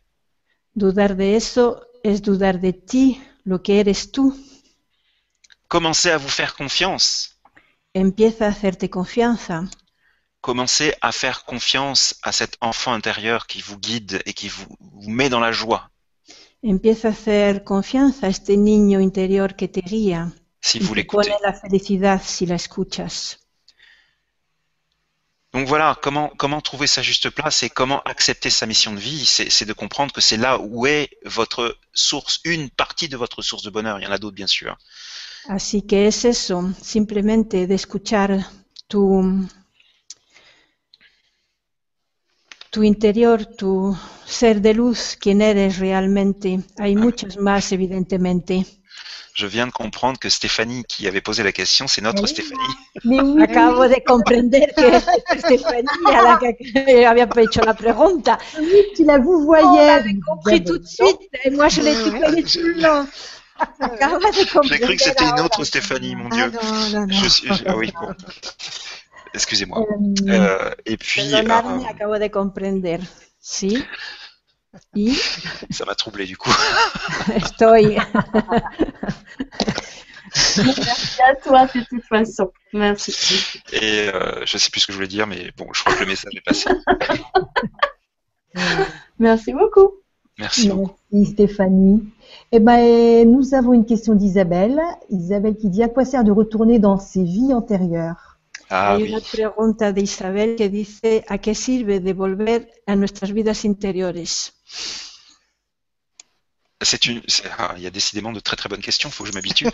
S1: Dudar de eso es dudar de ti, lo que eres tú.
S2: Commencez à vous faire confiance.
S1: Empieza a hacerte confianza.
S2: Commencez à faire confiance à cet enfant intérieur qui vous guide et qui vous, vous met dans la joie.
S1: Empieza a hacer confianza a este niño interior que te guía
S2: Si
S1: y
S2: vous
S1: te
S2: l'écoutez.
S1: pone la felicidad si la escuchas.
S2: Donc voilà, comment, comment trouver sa juste place et comment accepter sa mission de vie, c'est c'est de comprendre que c'est là où est votre source, une partie de votre source de bonheur. Il y en a d'autres, bien sûr.
S1: Así que es eso, simplemente de escuchar tu, tu interior, tu ser de luz, quién eres realmente. Hay muchos más, evidentemente.
S2: Je viens de comprendre que Stéphanie, qui avait posé la question, c'est notre
S6: Oui.
S2: Stéphanie.
S6: Mais oui,
S1: Acabo de comprender que es Estefanía la que había hecho la pregunta.
S6: oui, tu la vous voyais.
S1: Compris tout de suite, et moi je l'ai tout connu tout le long. Acabas de
S2: J'ai cru
S1: comprender
S2: que c'était une
S1: ahora.
S2: autre Stéphanie, mon
S4: Oh, Ah,
S2: Dieu.
S4: non, non, non.
S2: Je suis- je- ah oui, bon. Excusez-moi.
S6: Euh,
S2: Euh, et puis,
S1: Perdonadme,
S2: euh,
S1: acabo de comprender. Sí. Y
S2: ça m'a troublé du coup.
S1: estoy.
S5: Merci à toi de toute façon. Merci.
S2: Et euh, je sais plus ce que je voulais dire, mais bon, je crois que le message est passé.
S5: Merci beaucoup.
S2: Merci beaucoup.
S6: Merci Stéphanie. Eh ben, nous avons une question d'Isabelle. Isabelle qui dit à quoi sert de retourner dans ses vies antérieures
S2: Ah
S1: Hay
S2: oui.
S1: una pregunta de Isabel que dice, ¿a qué sirve de volver a nuestras vidas interiores?
S2: C'est une. c'est- ah, il y a décidément de très très bonnes questions. Faut que je m'habitue.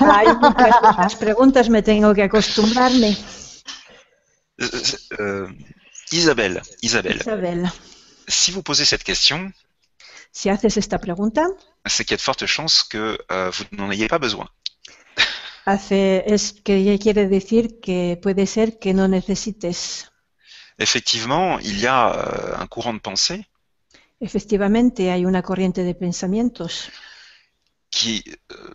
S1: Hay muchas muchas preguntas, me tengo que acostumbrarme.
S2: Euh, euh, Isabelle, Isabelle,
S1: Isabel,
S2: si vous posez cette question,
S1: si haces esta pregunta,
S2: c'est qu'il y a de fortes chances que euh, vous n'en ayez pas besoin.
S1: hace, es que ya quiere decir que puede ser que no necesites.
S2: Effectivement, il y a euh, un courant de pensée
S1: Efectivamente, hay una corriente de pensamientos
S2: qui, euh,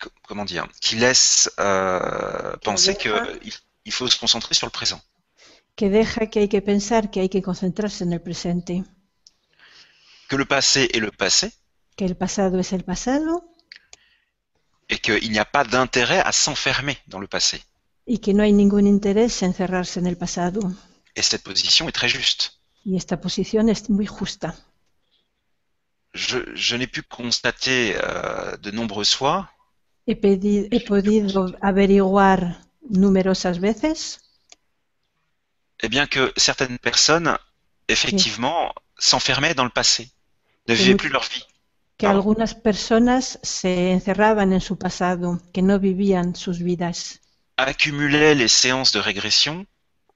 S2: co- comment dire, qui laisse euh, penser que il- il faut se concentrer sur le présent.
S1: que deja que hay que pensar, que hay que concentrarse en el presente,
S2: que le passé est le passé
S1: que el pasado es el pasado
S2: et qu'il n'y a pas d'intérêt à s'enfermer dans le passé.
S1: y que no hay ningún interés en cerrarse en el pasado.
S2: Et cette position est très juste.
S1: Y esta posición es muy justa.
S2: Je, je n'ai pu constater euh, de nombreuses fois
S1: He, pedi- he podido averiguar numerosas veces
S2: eh bien, que certaines personnes, effectivement, s'enfermaient dans le passé, ne
S1: Et
S2: vivaient
S1: oui.
S2: plus leur vie.
S1: que
S2: Ah.
S1: algunas personas se encerraban en su pasado, que no vivían sus vidas,
S2: Accumulaient les séances de régression,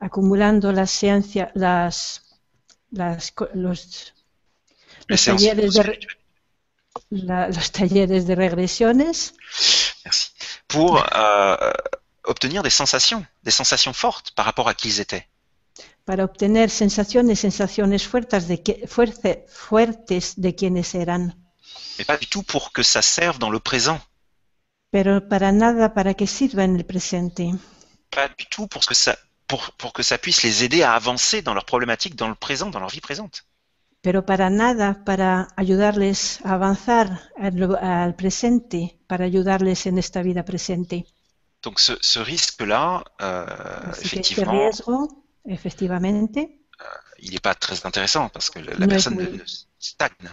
S1: acumulando las ciencia- las, las co- los,
S2: les
S1: los
S2: séances
S1: talleres de, re-
S2: spirituelles.
S1: la- los talleres de regresiones
S2: Merci. Pour euh, obtenir des sensations, des sensations fortes par rapport à qui ils étaient.
S1: para obtener sensaciones, sensaciones fuertes de, que, fuerce- fuertes de quienes eran,
S2: Mais pas du tout pour que ça serve dans le présent.
S1: pero para nada para que sirva en el presente.
S2: pas du tout pour que ça pour, pour que ça puisse les aider à avancer dans leurs problématiques dans le présent, dans leur vie présente.
S1: pero para nada, para ayudarles a avanzar al, al presente, para ayudarles en esta vida presente.
S2: Donc ce, ce risque-là, euh,
S1: Así que este
S2: effectivement,
S1: riesgo, efectivamente,
S2: il n'est pas très intéressant parce que la, la
S1: Ouais,
S2: personne
S1: oui.
S2: ne- ne stagne.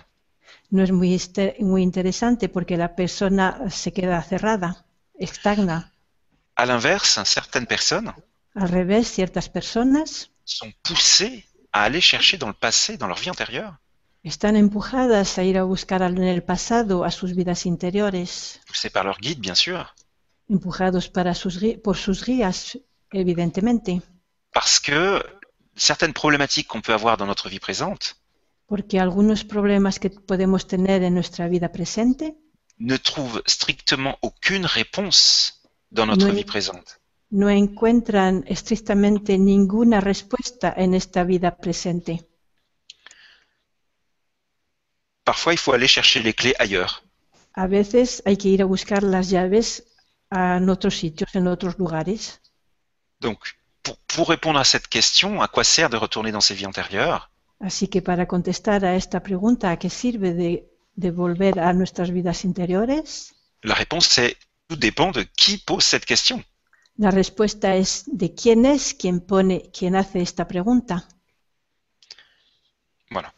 S1: no es muy, este- muy interesante porque la persona se queda cerrada, estagna.
S2: À l'inverse, certaines personnes
S1: Al revés, ciertas personas
S2: sont poussées à aller chercher dans le passé, dans leur vie antérieure.
S1: Están empujadas a ir a buscar al- en el pasado, a sus vidas interiores,
S2: C'est par leur guide, bien sûr,
S1: empujados para sus, gui- por sus guías, evidentemente,
S2: parce que certaines problématiques qu'on peut avoir dans notre vie présente
S1: porque algunos problemas que podemos tener en nuestra vida presente
S2: ne trouvent strictement aucune réponse dans notre
S1: Oui.
S2: vie présente.
S1: no encuentran estrictamente ninguna respuesta en esta vida presente.
S2: Parfois, il faut aller chercher les clés ailleurs.
S1: A veces hay que ir a buscar las llaves a- en otros sitios, en otros lugares.
S2: Donc, pour, pour répondre à cette question, à quoi sert de retourner dans ses vies antérieures
S1: Así que para contestar a esta pregunta, ¿a qué sirve de, de volver a nuestras vidas interiores?
S2: La réponse, c'est tout dépend de qui pose cette question.
S1: La respuesta es de quién es quien pone, quien hace esta pregunta.
S2: Voilà.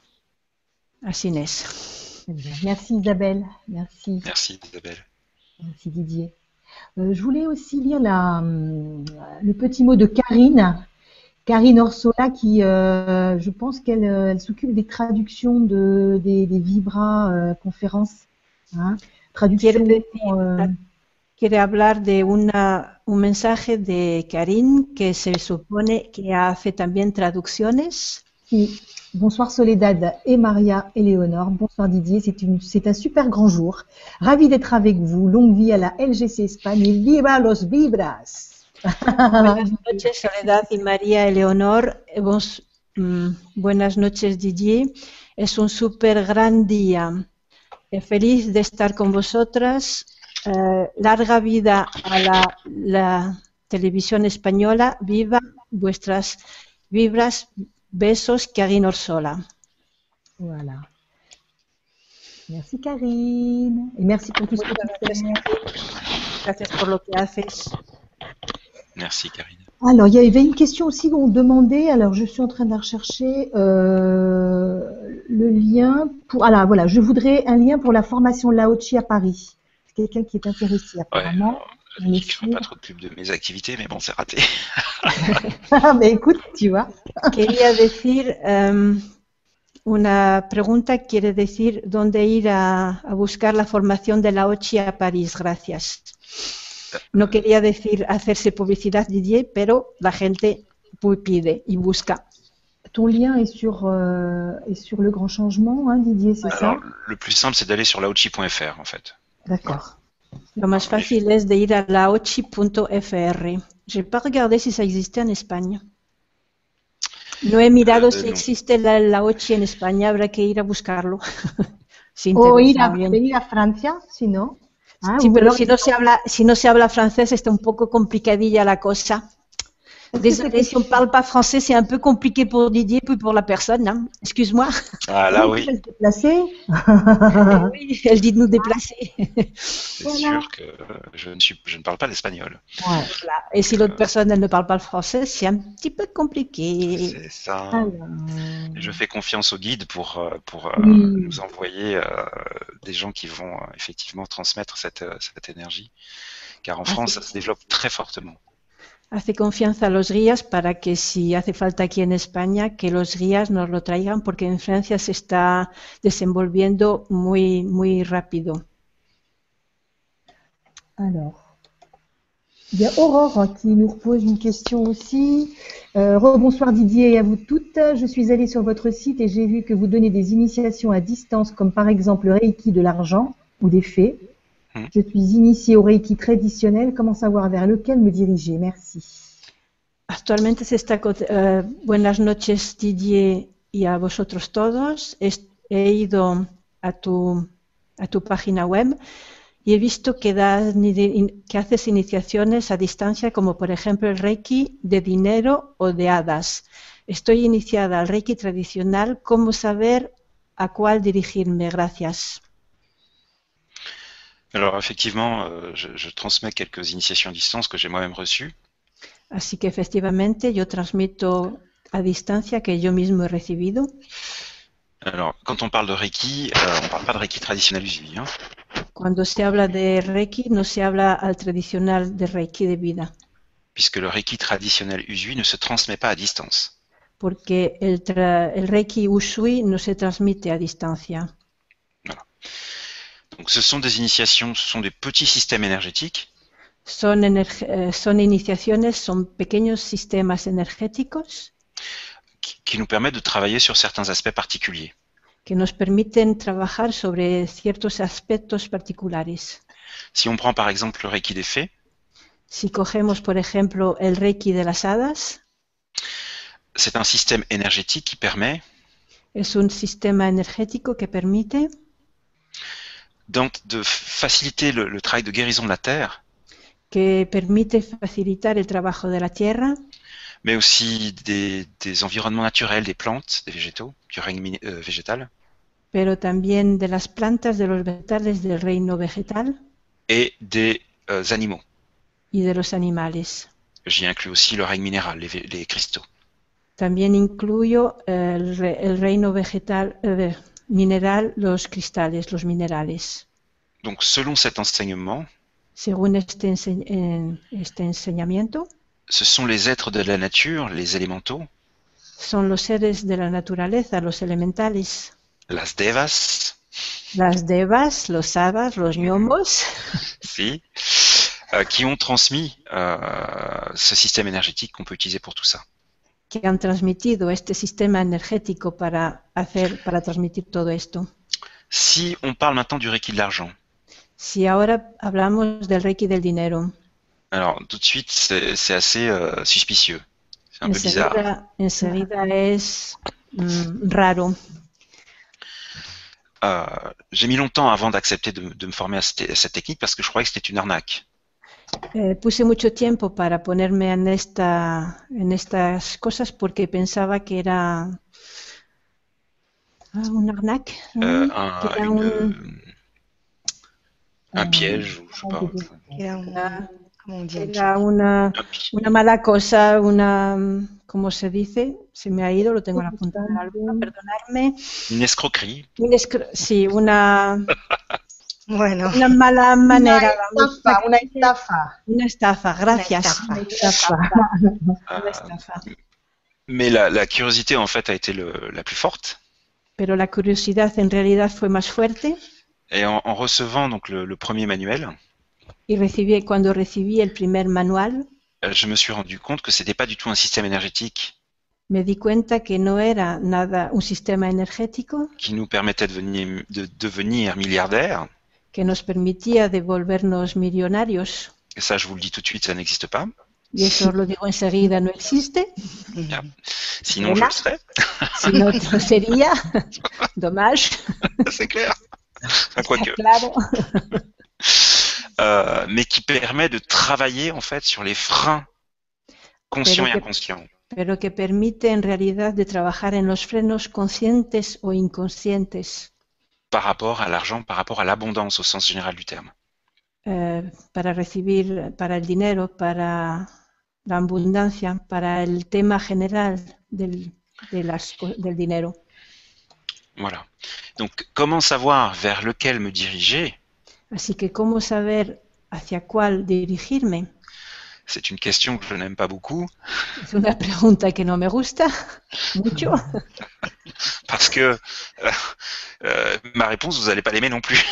S1: Así es.
S6: Eh
S3: Très bien. Merci Isabelle. Merci.
S2: Merci, Isabelle.
S3: Merci Didier. Euh, je voulais aussi lire la, hum, le petit mot de Karine. Karine Orsola, qui, euh, je pense qu'elle euh, elle s'occupe des traductions de, des, des Vibra euh, conférences. Hein Traduction.
S1: Quiere decir,
S3: euh,
S1: Quiere hablar de una, un mensaje de Karin que se supone que hace también traducciones.
S3: qui- Bonsoir Soledad et Maria et Léonore. Bonsoir Didier, c'est une- c'est un super grand jour. Ravi d'être avec vous. Longue vie à la LGC Espagne. et Viva los Vibras.
S1: Buenas noches, Soledad y María Eleonor. Eh, vos- mm, buenas noches, Didier. Es un súper gran día. Eh, feliz de estar con vosotras. Eh, larga vida a la, la televisión española. Viva vuestras vibras. Besos, Karin Orsola.
S3: Voilà. Merci Karine. Et merci pour tout ce que
S1: Muchas
S3: tu
S1: gracias,
S3: fais.
S1: Karin. Gracias por lo que haces.
S2: Merci, Karine.
S3: Alors, il y avait une question aussi qu'on demandait. Alors, je suis en train de la rechercher. euh, le lien pour. Ah là, voilà, je voudrais un lien pour la formation Laochi à Paris. C'est quelqu'un qui est intéressé apparemment. on est
S2: Je ne ferai
S3: sûr.
S2: pas trop de pub de mes activités, mais bon, c'est raté.
S3: Ah, mais écoute, tu vois.
S1: Quería decir em, una pregunta, quiere decir dónde ir a, a buscar la formación de la OCHI a París. Gracias. No quería decir hacerse publicidad, Didier, pero la gente pu- pide y busca.
S3: Ton lien est sur, euh, est sur le grand changement, hein, Didier, c'est ça
S2: Alors, le plus simple, c'est d'aller sur laochi.fr, en fait.
S3: D'accord.
S1: Lo más fácil es de ir a laochi.fr. Je vais pas regarder si ça existe en España. No he mirado
S2: Eh,
S1: si
S2: no.
S1: existe la, la OCHI en España, habrá que ir a buscarlo. Si
S3: O
S1: interesa
S3: ir Oh, a,
S1: a alguien.
S3: venir à Francia, sinon. Hein,
S1: Sí,
S3: ou
S1: pero
S3: alors-
S1: si no se habla, si no se habla francés está un poco complicadilla la cosa.
S3: Est-ce que
S1: Désolé,
S3: c'est-
S1: si on ne parle pas français, c'est un peu compliqué pour Didier puis pour la personne. hein. Excuse-moi.
S2: Ah là, oui,
S3: se déplacer.
S1: Oui, Elle dit de nous déplacer.
S2: c'est sûr que euh, je ne, suis, je ne parle pas l'espagnol.
S3: Ouais.
S1: Voilà. Et si l'autre personne elle ne parle pas le français, c'est un petit peu compliqué.
S2: C'est ça.
S3: Alors,
S2: Et Je fais confiance au guide pour, euh, pour euh,
S3: Oui.
S2: nous envoyer euh, des gens qui vont euh, effectivement transmettre cette, euh, cette énergie. Car en
S1: Ah,
S2: France,
S1: c'est-
S2: ça se développe très fortement.
S1: Hace confianza a los guías para que si hace falta aquí en España, que los guías nos lo traigan porque en Francia se está desenvolviendo muy, muy rápido.
S3: alors. Il y a Aurore qui nous repose une question aussi. Euh, Rebonsoir Didier et à vous toutes. Je suis allée sur votre site et j'ai vu que vous donnez des initiations à distance, comme par exemple le Reiki de l'argent ou des fées.
S2: Mhm.
S3: Je suis initiée au Reiki traditionnel. Comment savoir vers lequel me diriger Merci.
S1: Actualmente se está. co- eh, buenas noches, Didier, y a vosotros todos. Es- He ido a tu, a tu página web y he visto que, das, ni- de- que haces iniciaciones a distancia, como por ejemplo el Reiki de dinero o de hadas. Estoy iniciada al Reiki tradicional. ¿Cómo saber a cuál dirigirme? Gracias.
S2: Alors effectivement, euh, je, je transmets quelques initiations à distance que j'ai moi-même reçues.
S1: Así que efectivamente yo transmito a distancia que yo mismo he recibido.
S2: Alors, quand on parle de Reiki, euh, on ne parle pas de Reiki traditionnel usui. hein.
S1: Cuando se habla de Reiki, no se habla al tradicional de Reiki de vida,
S2: puisque le Reiki traditionnel usui ne se transmet pas à distance.
S1: porque el, tra- el Reiki Usui no se transmite a distancia.
S2: Donc, ce sont des initiations, ce sont des petits systèmes énergétiques
S1: Son, ener- eh, son iniciaciones, son pequeños sistemas energéticos
S2: qui, qui nous permettent de travailler sur certains aspects particuliers.
S1: que nos permiten trabajar sobre ciertos aspectos particulares.
S2: Si on prend par exemple le Reiki des fées,
S1: Si cogemos, por ejemplo, el Reiki de las hadas,
S2: c'est un système énergétique qui permet
S1: es un sistema energético que permite
S2: d'en- de faciliter le, le travail de guérison de la Terre,
S1: que permite facilitar el trabajo de la tierra,
S2: mais aussi des, des environnements naturels, des plantes, des végétaux, du règne mini- euh, végétal,
S1: pero también de las plantas, de los vegetales del reino vegetal
S2: et des euh, animaux.
S1: y de los animales.
S2: J'y inclus aussi le règne minéral, les, vé- les cristaux.
S1: También incluyo eh, el, re- el reino vegetal, eh, ve- mineral, los cristales, los minerales.
S2: Donc selon cet enseignement,
S1: Según este, ense- en- este enseñamiento,
S2: ce sont les êtres de la nature, les élémentaux,
S1: son los seres de la naturaleza, los elementales,
S2: las devas,
S1: las devas, los hadas, los gnomos,
S2: si, euh, qui ont transmis euh, ce système énergétique qu'on peut utiliser pour tout ça.
S1: que han transmitido este sistema energético para hacer, para transmitir todo esto.
S2: Si on parle maintenant du Reiki de l'argent,
S1: Si ahora hablamos del Reiki del dinero,
S2: alors tout de suite c'est c'est assez euh, suspicieux, c'est un peu bizarre.
S1: enseguida, enseguida es mm, raro.
S2: Euh, J'ai mis longtemps avant d'accepter de, de me former à cette, à cette technique parce que je croyais que c'était une arnaque.
S1: Eh, puse mucho tiempo para ponerme en, esta, en estas cosas porque pensaba que era ah, un arnaque, ¿no?
S2: Euh, un,
S1: Qui est
S2: une-
S1: un-
S2: un piège, ou je sais pas.
S4: Era un-
S1: era,
S4: comment on dit un-
S1: era una,
S2: un pi-
S1: una mala cosa, una, mm, ¿cómo se dice? Se me ha ido, lo tengo en la punta de la lengua, perdonadme.
S2: Une escroquerie.
S1: Un escro- sí, una,
S4: Bueno.
S1: una mala manera,
S6: Una
S1: vamos,
S6: estafa, una estafa.
S1: una estafa, gracias.
S4: estafa.
S1: Una estafa, una
S2: euh,
S1: estafa.
S2: mais la, la curiosité en fait a été le- la plus forte.
S1: Pero la curiosidad en realidad fue más fuerte.
S2: Et en, en recevant donc le- le premier manuel,
S1: y recibí cuando recibí el primer manual
S2: Euh, je me suis rendu compte que c'était pas du tout un système énergétique
S1: me di cuenta que no era nada un sistema energético
S2: qui nous permettait de, venir- de devenir milliardaire.
S1: que nos permitía devolvernos millonarios
S2: Et ça, je vous le dis tout de suite, ça n'existe pas.
S1: y eso os lo digo enseguida no existe
S2: Sinon, je
S1: Voilà.
S2: le serais,
S1: si no no sería dommage
S2: c'est clair. Enfin, quoique.
S1: claro
S2: Euh, mais qui permet de travailler en fait sur les freins conscients et
S1: Pero que-
S2: inconscients.
S1: pero que permite en realidad de trabajar en los frenos conscientes o inconscientes
S2: par rapport à l'argent, par rapport à l'abondance au sens général du terme.
S1: eh, para recibir para el dinero para la abundancia para el tema general del, de las co- del dinero
S2: Voilà. Donc, comment savoir vers lequel me diriger
S1: Así que, ¿cómo saber hacia cuál dirigirme?
S2: C'est une question que je n'aime pas beaucoup
S1: Es una pregunta que no me gusta mucho,
S2: parce que euh, euh, ma réponse, vous n'allez pas l'aimer non plus.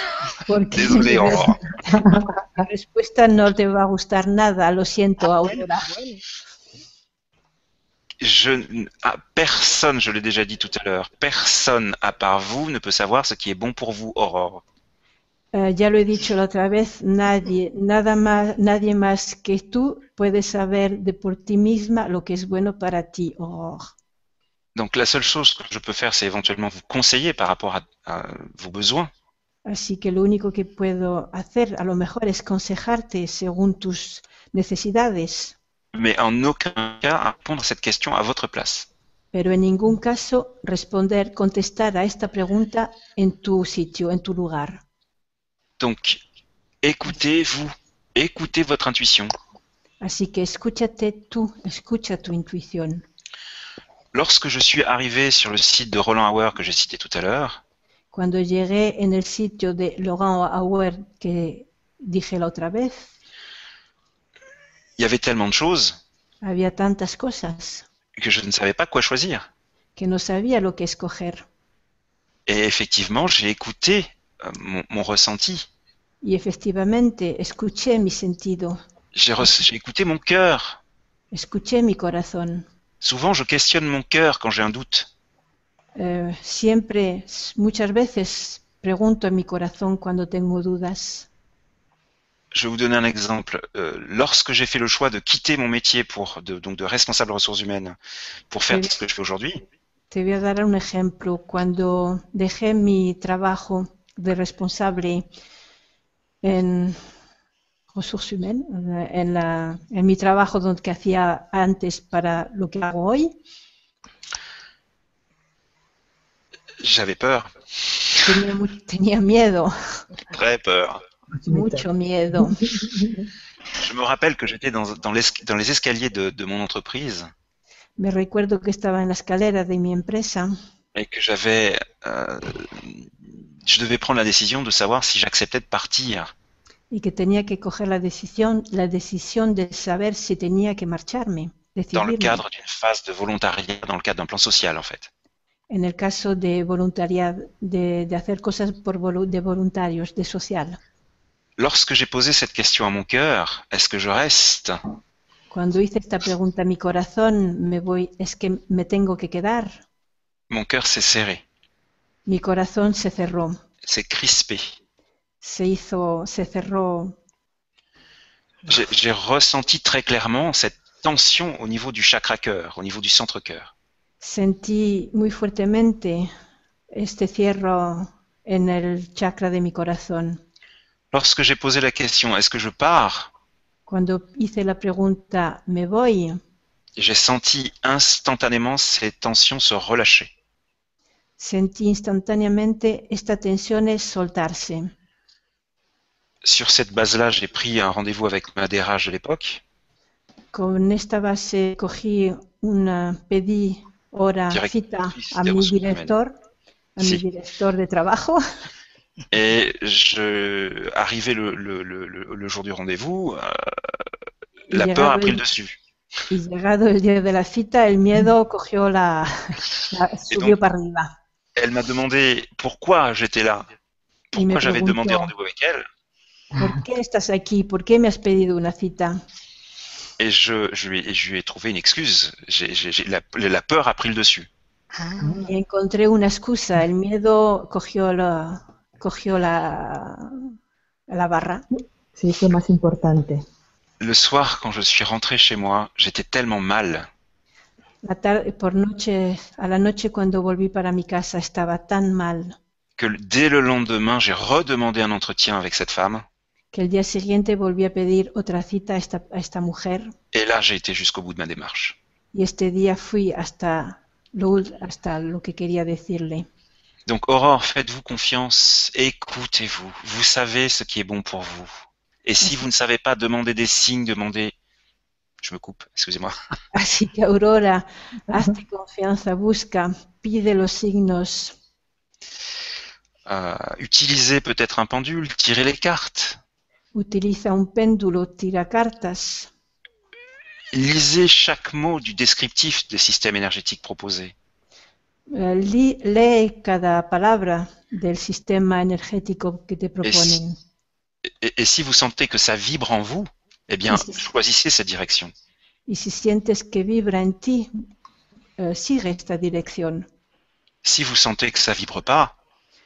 S1: porque
S2: Désolé,
S1: la
S2: Aurore.
S1: respuesta no te va a gustar nada, lo siento, Aurora.
S2: Je, n- ah, personne, je l'ai déjà dit tout à l'heure, personne à part vous ne peut savoir ce qui est bon pour vous, Aurore.
S1: Eh, ya lo he dicho la otra vez, nadie, nada más, nadie más que tú puedes saber de por ti misma lo que es bueno para ti, Oh, Aurora.
S2: Donc la seule chose que je peux faire, c'est éventuellement vous conseiller par rapport à, à vos besoins,
S1: Así que lo único que puedo hacer a lo mejor es aconsejarte según tus necesidades,
S2: mais en aucun cas à répondre à cette question à votre place.
S1: pero en ningún caso responder, contestar a esta pregunta en tu sitio, en tu lugar.
S2: Donc écoutez-vous, écoutez votre intuition.
S1: Así que escúchate tú, escucha tu intuición.
S2: Lorsque je suis arrivé sur le site de Roland Hauer que j'ai cité tout à l'heure,
S1: Cuando llegué en el sitio de Laurent Auer que dije la otra vez,
S2: il y avait tellement de choses
S1: había tantas cosas
S2: que je ne savais pas quoi choisir.
S1: que no sabía lo que escoger.
S2: Et effectivement, j'ai écouté euh, mon, mon ressenti.
S1: Y efectivamente escuché mi sentido,
S2: J'ai re- j'ai écouté mon cœur.
S1: escuché mi corazón.
S2: Souvent, je questionne mon cœur quand j'ai un doute.
S1: Eh, siempre, s- muchas veces, pregunto en mi corazón cuando tengo dudas.
S2: Je vais vous donner un exemple. Euh, lorsque j'ai fait le choix de quitter mon métier pour de, donc de responsable ressources humaines pour faire
S1: Oui.
S2: ce que je fais aujourd'hui,
S1: Te voy a dar un ejemplo. Cuando dejé mi trabajo de responsable en Ressources Humaines, en, la- en mi trabajo don- que hacía antes para lo que hago hoy,
S2: j'avais peur,
S1: tenía, mu- tenía miedo,
S2: très peur.
S7: Tu m'étonnes.
S1: mucho miedo.
S2: Je me rappelle que j'étais dans, dans, l'es- dans les escaliers de, de mon entreprise
S1: Me recuerdo que estaba en la escalera de mi empresa
S2: et que j'avais, euh, je devais prendre la décision de savoir si j'acceptais de partir.
S1: y que tenía que coger la decisión, la decisión de saber si tenía que marcharme,
S2: dans
S1: decidirme.
S2: le cadre d'une phase de volontariat, dans le cadre d'un plan social en fait.
S1: en el caso de voluntariado, de, de hacer cosas por volu- de voluntarios, de social.
S2: Lorsque j'ai posé cette question à mon cœur, est-ce que je reste
S1: Cuando hice esta pregunta a mi corazón, me voy, es que me tengo que quedar.
S2: Mon cœur s'est serré,
S1: Mi corazón se cerró,
S2: s'est crispé.
S1: se hizo, se cerró.
S2: J'ai j'ai ressenti très clairement cette tension au niveau du chakra cœur, au niveau du centre cœur.
S1: Sentí muy fuertemente este cierro en el chakra de mi corazón.
S2: Lorsque j'ai posé la question, est-ce que je pars
S1: Cuando hice la pregunta, ¿me voy?
S2: J'ai senti instantanément ces tensions se relâcher.
S1: Sentí instantáneamente esta tensión es soltarse.
S2: Sur cette base-là, j'ai pris un rendez-vous avec ma DRH de l'époque,
S1: Con esta base cogí una, pedí hora
S2: Direct-
S1: cita
S2: Directrice
S1: a
S2: de
S1: mi
S2: recursos
S1: director, a
S2: Sí.
S1: mi director de trabajo,
S2: et je arrivé le, le- le- le- le jour du rendez-vous, euh,
S1: y
S2: la peur a pris le
S1: llegado,
S2: dessus.
S1: y llegado el día de la cita, el miedo cogió la, la- subió
S2: donc-
S1: para arriba.
S2: Elle m'a demandé pourquoi j'étais là,
S1: Y me
S2: pourquoi j'avais demandé
S1: preguntó,
S2: rendez-vous avec elle,
S1: ¿por qué estás aquí? ¿Por qué me has pedido una cita?
S2: et je, je lui, ai- je lui ai trouvé une excuse. J'ai- j'ai- j'ai- la, la peur a pris le dessus.
S4: Ah,
S1: Y encontré una excusa, el miedo cogió la, cogió la, la barra.
S7: C'est lo más importante.
S2: Le soir, quand je suis rentré chez moi, j'étais tellement mal.
S1: La tarde, por noche, a la noche cuando volví para mi casa estaba tan mal.
S2: que le- dès le lendemain, j'ai redemandé un entretien avec cette femme.
S1: que el día siguiente volví a pedir otra cita a esta, a esta mujer
S2: Et là, j'ai été jusqu'au bout de ma démarche.
S1: y este día fui hasta lo, ul- hasta lo que quería decirle.
S2: Donc, Aurore, faites-vous confiance, écoutez-vous. Vous savez ce qui est bon pour vous. Et si vous ne savez pas, demandez des signes, demandez. Je me coupe, excusez-moi.
S1: Así que Aurora, hazte confianza, busca, pide los signos,
S2: Euh, utilisez peut-être un pendule, tirez les cartes,
S1: utiliza un péndulo, tira cartas,
S2: lisez chaque mot du descriptif des systèmes énergétiques proposés.
S1: eh, li- lee cada palabra del sistema energético que te proponen.
S2: Et- Et, et si vous sentez que ça vibre en vous, eh bien,
S1: Oui, c'est ça.
S2: choisissez cette direction.
S1: Y si sientes que vibra en ti, eh, sigue esta dirección.
S2: Si vous sentez que ça vibre pas,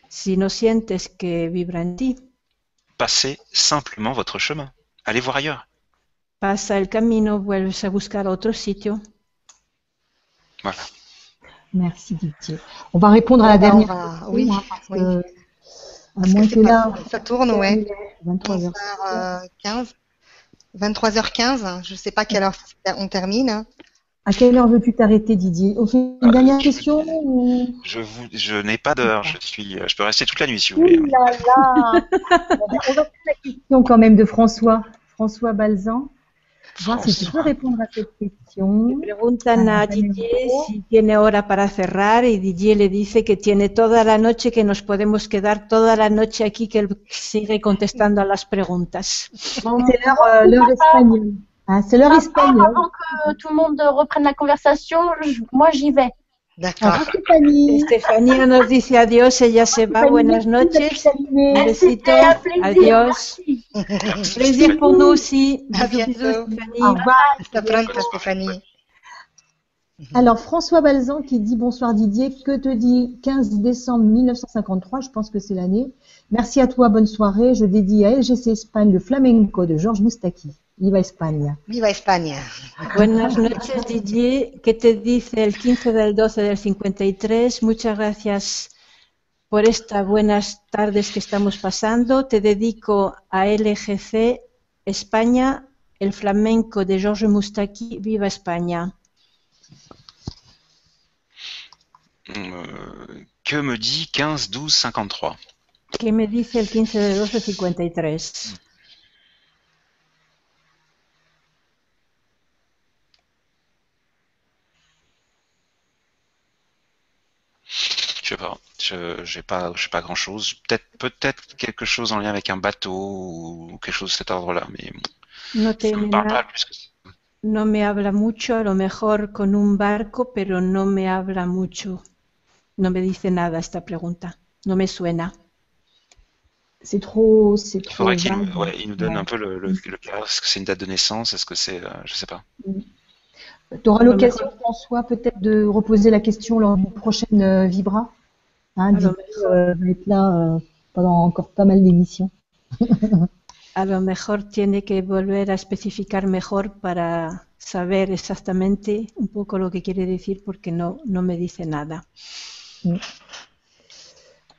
S1: Si no sientes que vibra en ti,
S2: passez simplement votre chemin. Allez voir ailleurs.
S1: pasa el camino, vuelves a buscar otro sitio.
S2: Voilà.
S7: Merci Didier. On va répondre à la
S4: Bah, on
S7: dernière
S4: va-
S7: question,
S4: Oui,
S7: hein, parce
S4: oui.
S7: que, à
S4: Parce que
S7: moins
S4: c'est
S7: que
S4: pas-
S7: là,
S4: ça tourne, ouais. euh,
S7: 23h.
S4: 15, 23h15, je ne sais pas quelle heure on termine. hein.
S6: À quelle heure veux-tu t'arrêter, Didier On fait une
S2: Euh,
S6: dernière
S2: je-
S6: question ou...
S2: Je vous, je n'ai pas d'heure. Je suis, je peux rester toute la nuit si vous
S6: Ouh
S2: voulez.
S6: là là On va faire la question quand même de François, François Balzan. Voir si tu peux répondre à cette question.
S1: Preguntan a Didier si tiene hora para cerrar y Didier le dice que tiene toda la noche, que nos podemos quedar toda la noche aquí, que él sigue contestando a las preguntas.
S5: Bon,
S6: C'est l'heure euh, l'heure espagnole.
S3: Ah, c'est l'heure espagnole.
S5: Avant que tout le monde reprenne la conversation, je- moi j'y vais.
S3: Ah,
S4: D'accord.
S3: Stéphanie,
S1: Estefanía nos dice adiós, ella se va, buenas noches, un besito,
S5: C'était un plaisir.
S1: adiós.
S5: Merci.
S1: Plaisir pour nous aussi.
S4: À
S1: Bisous,
S4: bientôt.
S1: bisous, Stéphanie.
S3: au revoir.
S4: Hasta pronto, Stéphanie.
S3: Alors, François Balzan qui dit bonsoir Didier, que te dit 15 décembre 1953, je pense que c'est l'année. Merci à toi, bonne soirée. Je dédie à LGC Espagne le flamenco de Georges Moustaki. Viva Espagne.
S4: Viva España.
S1: Buenas noches, Didier. ¿Qué te dice el 15 del 12 del 53? Muchas gracias por estas buenas tardes que estamos pasando. Te dedico a LGC España, el flamenco de Georges Moustaki. Viva España.
S2: Euh, que me dit 15, 12, 53
S1: ¿Qué me dice el 15 del 12 del 53?
S2: Je sais pas. Je j'ai pas, je sais pas grand chose. Peut-être, peut-être quelque chose en lien avec un bateau ou quelque chose de cet ordre-là, mais bon,
S1: No
S2: ça
S1: te
S2: me parle pas plus que ça.
S1: No me habla mucho, a lo mejor con un barco, pero no me habla mucho. No me dice nada esta pregunta. No me suena.
S8: C'est trop. C'est
S2: Il
S8: trop.
S2: faudrait qu'il
S8: vague.
S2: nous, ouais, il nous donne
S8: Ouais.
S2: un peu le, le, le cadre. Est-ce que c'est une date de naissance Est-ce que c'est, euh, je sais pas.
S3: Tu auras l'occasion, François, peut-être de reposer la question lors d'une prochaine euh, Vibra.
S8: Hein,
S1: Alors,
S8: Didier, euh, va être là euh, pendant encore pas mal d'émissions.
S1: A lo mejor tiene que volver a especificar mejor para saber exactamente un poco lo que quiere decir porque no, no me dice nada.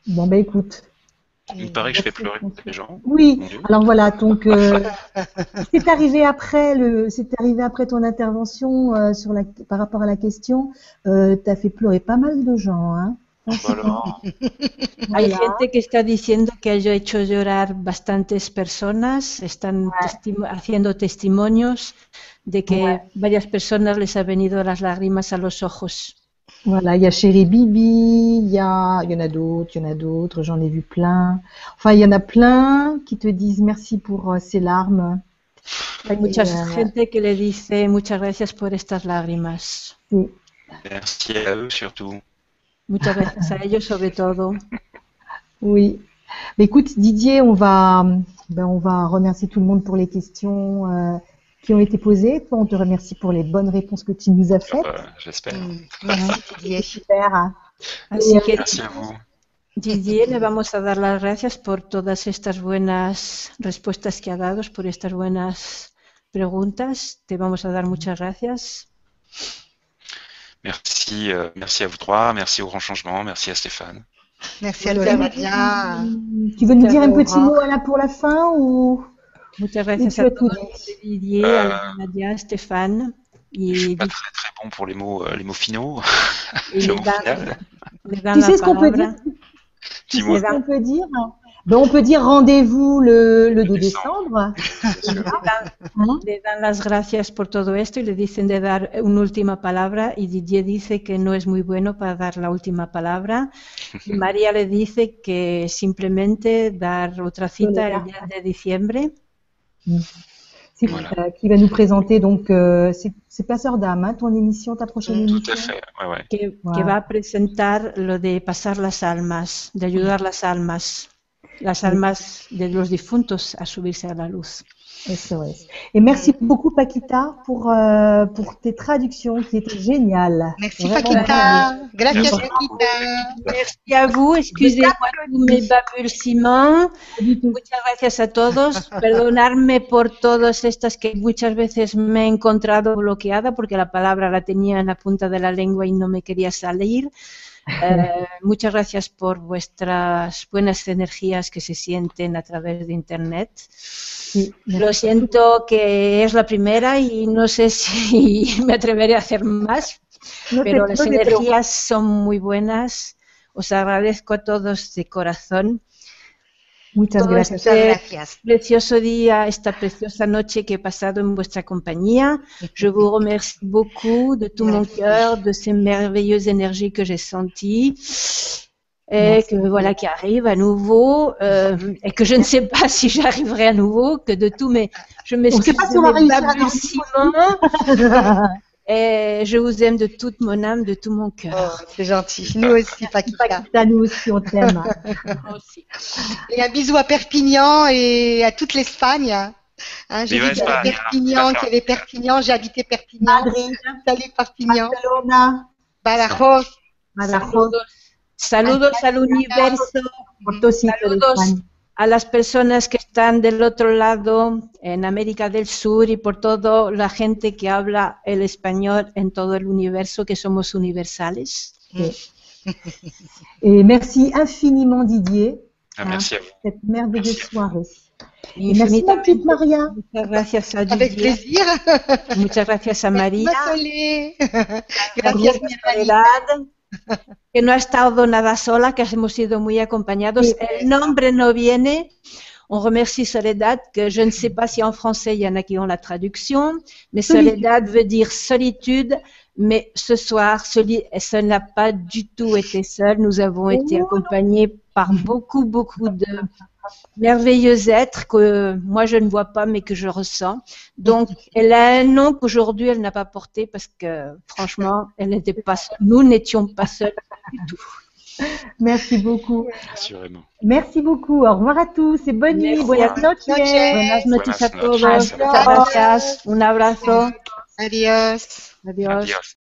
S8: Bon, bah écoute.
S2: Il me paraît que je fais pleurer les gens.
S3: Oui,
S2: Mon Dieu.
S3: alors voilà, donc euh, c'est arrivé après le c'est arrivé après ton intervention euh, sur la par rapport à la question, euh, t'as fait pleurer pas mal de gens, hein.
S2: Voilà.
S1: Hay
S3: Voilà.
S1: gente que está diciendo que yo he hecho llorar bastantes personas, están testi- haciendo testimonios de que varias personas les ha venido las lágrimas a los ojos.
S8: Voilà, il y a Chérie Bibi, il y, a, il y en a d'autres, il y en a d'autres, j'en ai vu plein. Enfin, il y en a plein qui te disent merci pour euh, ces larmes.
S1: Hay mucha
S8: Eh,
S1: gente que le dice muchas gracias por estas lágrimas.
S2: Merci à eux surtout.
S1: Muchas gracias a ellos sobre todo.
S8: Oui. Mais écoute, Didier, on va, ben, on va remercier tout le monde pour les questions euh, qui ont été posées. Toi, on te remercie pour les bonnes réponses que tu nous as faites.
S2: Euh, J'espère.
S4: Mm. Merci, Didier.
S8: Super. hein.
S1: Así que
S2: Merci à vous.
S1: Didier le vamos a dar las gracias por todas estas buenas respuestas que ha dado, por estas buenas preguntas. Te vamos a dar muchas gracias.
S2: Merci, euh, merci à vous trois. Merci au Grand Changement. Merci à Stéphane.
S4: Merci à Lola Maria.
S3: Tu veux nous
S1: Super,
S3: dire un petit
S4: Laura.
S3: mot Anna, pour la fin ou
S1: Muchas
S3: ou
S1: gracias
S3: tu as
S1: a
S3: tout
S1: todos,
S3: dit
S1: Didier, a Nadia, a Estefan
S2: Je
S1: y,
S2: suis pas très très bon pour les mots, euh, les mots finaux.
S1: y le
S2: le mot
S1: dan,
S2: final.
S1: le dan
S3: Tu
S1: la
S3: sais ce qu'on peut
S1: palabra.
S3: dire
S2: Petit
S3: Tu
S2: mot.
S3: sais ce qu'on peut dire ben, on peut dire rendez-vous le, le 2
S2: Décembre.
S3: décembre.
S2: monsieur.
S8: hein.
S1: Le dan las gracias por todo esto y le dicen de dar una última palabra y Didier dice que no es muy bueno para dar la última palabra y María le dice que simplemente dar otra cita el día de diciembre.
S3: C'est-
S2: Voilà.
S3: euh, qui va nous présenter donc euh, c'est c'est Passeur d'âme, hein, ton émission, ta prochaine
S4: Mm,
S2: Tout
S3: émission.
S2: à fait. Ouais, ouais.
S1: que, que
S3: Wow.
S1: va a presentar lo de pasar las almas, de ayudar las almas, las almas de los difuntos a subirse a la luz.
S8: SOS.
S3: Et merci beaucoup Paquita pour, euh, pour tes traductions qui étaient géniales.
S4: Merci,
S3: Vraiment,
S4: Paquita. Gracias,
S2: Merci.
S4: Paquita.
S1: Merci a vous, excusez-moi mi balbucement. Muchas gracias a todos. Perdonarme por todas estas que muchas veces me he encontrado bloqueada porque la palabra la tenía en la punta de la lengua y no me quería salir. Eh, muchas gracias por vuestras buenas energías que se sienten a través de Internet. Lo siento que es la primera y no sé si me atreveré a hacer más,
S3: No te-
S1: pero
S3: no
S1: las
S3: te preocupes.
S1: energías son muy buenas. Os agradezco a todos de corazón.
S8: Muchas
S1: Todo
S8: gracias.
S4: Muchas
S1: este
S4: gracias.
S1: precioso día, esta preciosa noche que he pasado en vuestra compañía. Je vous remercie beaucoup de tout mon
S4: Merci.
S1: cœur, de ces merveilleuses énergies que j'ai senties. et que voilà qui arrive à nouveau euh, et que je ne sais pas si j'arriverai à nouveau que de tout mais je m'excuse
S3: pas si on va
S1: de mes
S3: réussir à
S1: balbutiements. et eh, je vous aime de toute mon âme de tout mon
S4: Oh,
S1: cœur
S4: c'est gentil. Nous aussi, Paquita.
S6: Paquita, nous aussi, on t'aime.
S3: Oh,
S4: Et un bisou à Perpignan et à toute l'Espagne. Hein, j'ai
S2: Viva
S4: vécu
S2: España.
S4: à Perpignan, qu'il y avait Perpignan, j'ai habité Perpignan.
S6: Madrid,
S4: Salut Perpignan.
S6: Barcelona,
S4: Badajoz.
S6: Badajoz,
S1: saludos al universo
S6: Portocito,
S1: saludos a las personas que están del otro lado en América del Sur y por toda la gente que habla el español en todo el universo que somos universales
S6: Et merci infiniment, Didier,
S2: Ah, merci à vous.
S6: cette merveilleuse soirée. Et merci, ma
S1: Infinitamente
S6: petite Maria.
S1: muchas gracias a
S4: Avec
S1: Didier
S4: plaisir.
S1: Muchas gracias a María,
S4: Ma Solé.
S1: gracias
S4: Gracias, mi
S1: a
S4: hermanita.
S1: Soledad, que no ha estado nada sola, que hemos sido muy acompañados. El nombre no viene. On remercie Soledad, que je ne sais pas si en français il y en a qui ont la traduction, mais Soledad veut dire solitude, mais ce soir, soli- ça n'a pas du tout été seul. Nous avons été accompagnés par beaucoup, beaucoup de merveilleux êtres que moi je ne vois pas, mais que je ressens. Donc, elle a un nom qu'aujourd'hui elle n'a pas porté parce que, franchement, elle n'était pas seule. Nous n'étions pas seuls.
S6: Merci beaucoup.
S2: Assurément.
S6: Merci beaucoup. Au revoir à tous et bonne nuit.
S1: Merci.
S6: Buenas noches.
S4: Noches.
S1: Buenas noches a
S2: Buenas
S1: todos.
S2: noches.
S1: Gracias. Un abrazo.
S4: Adiós.
S1: Adiós.
S2: Adios.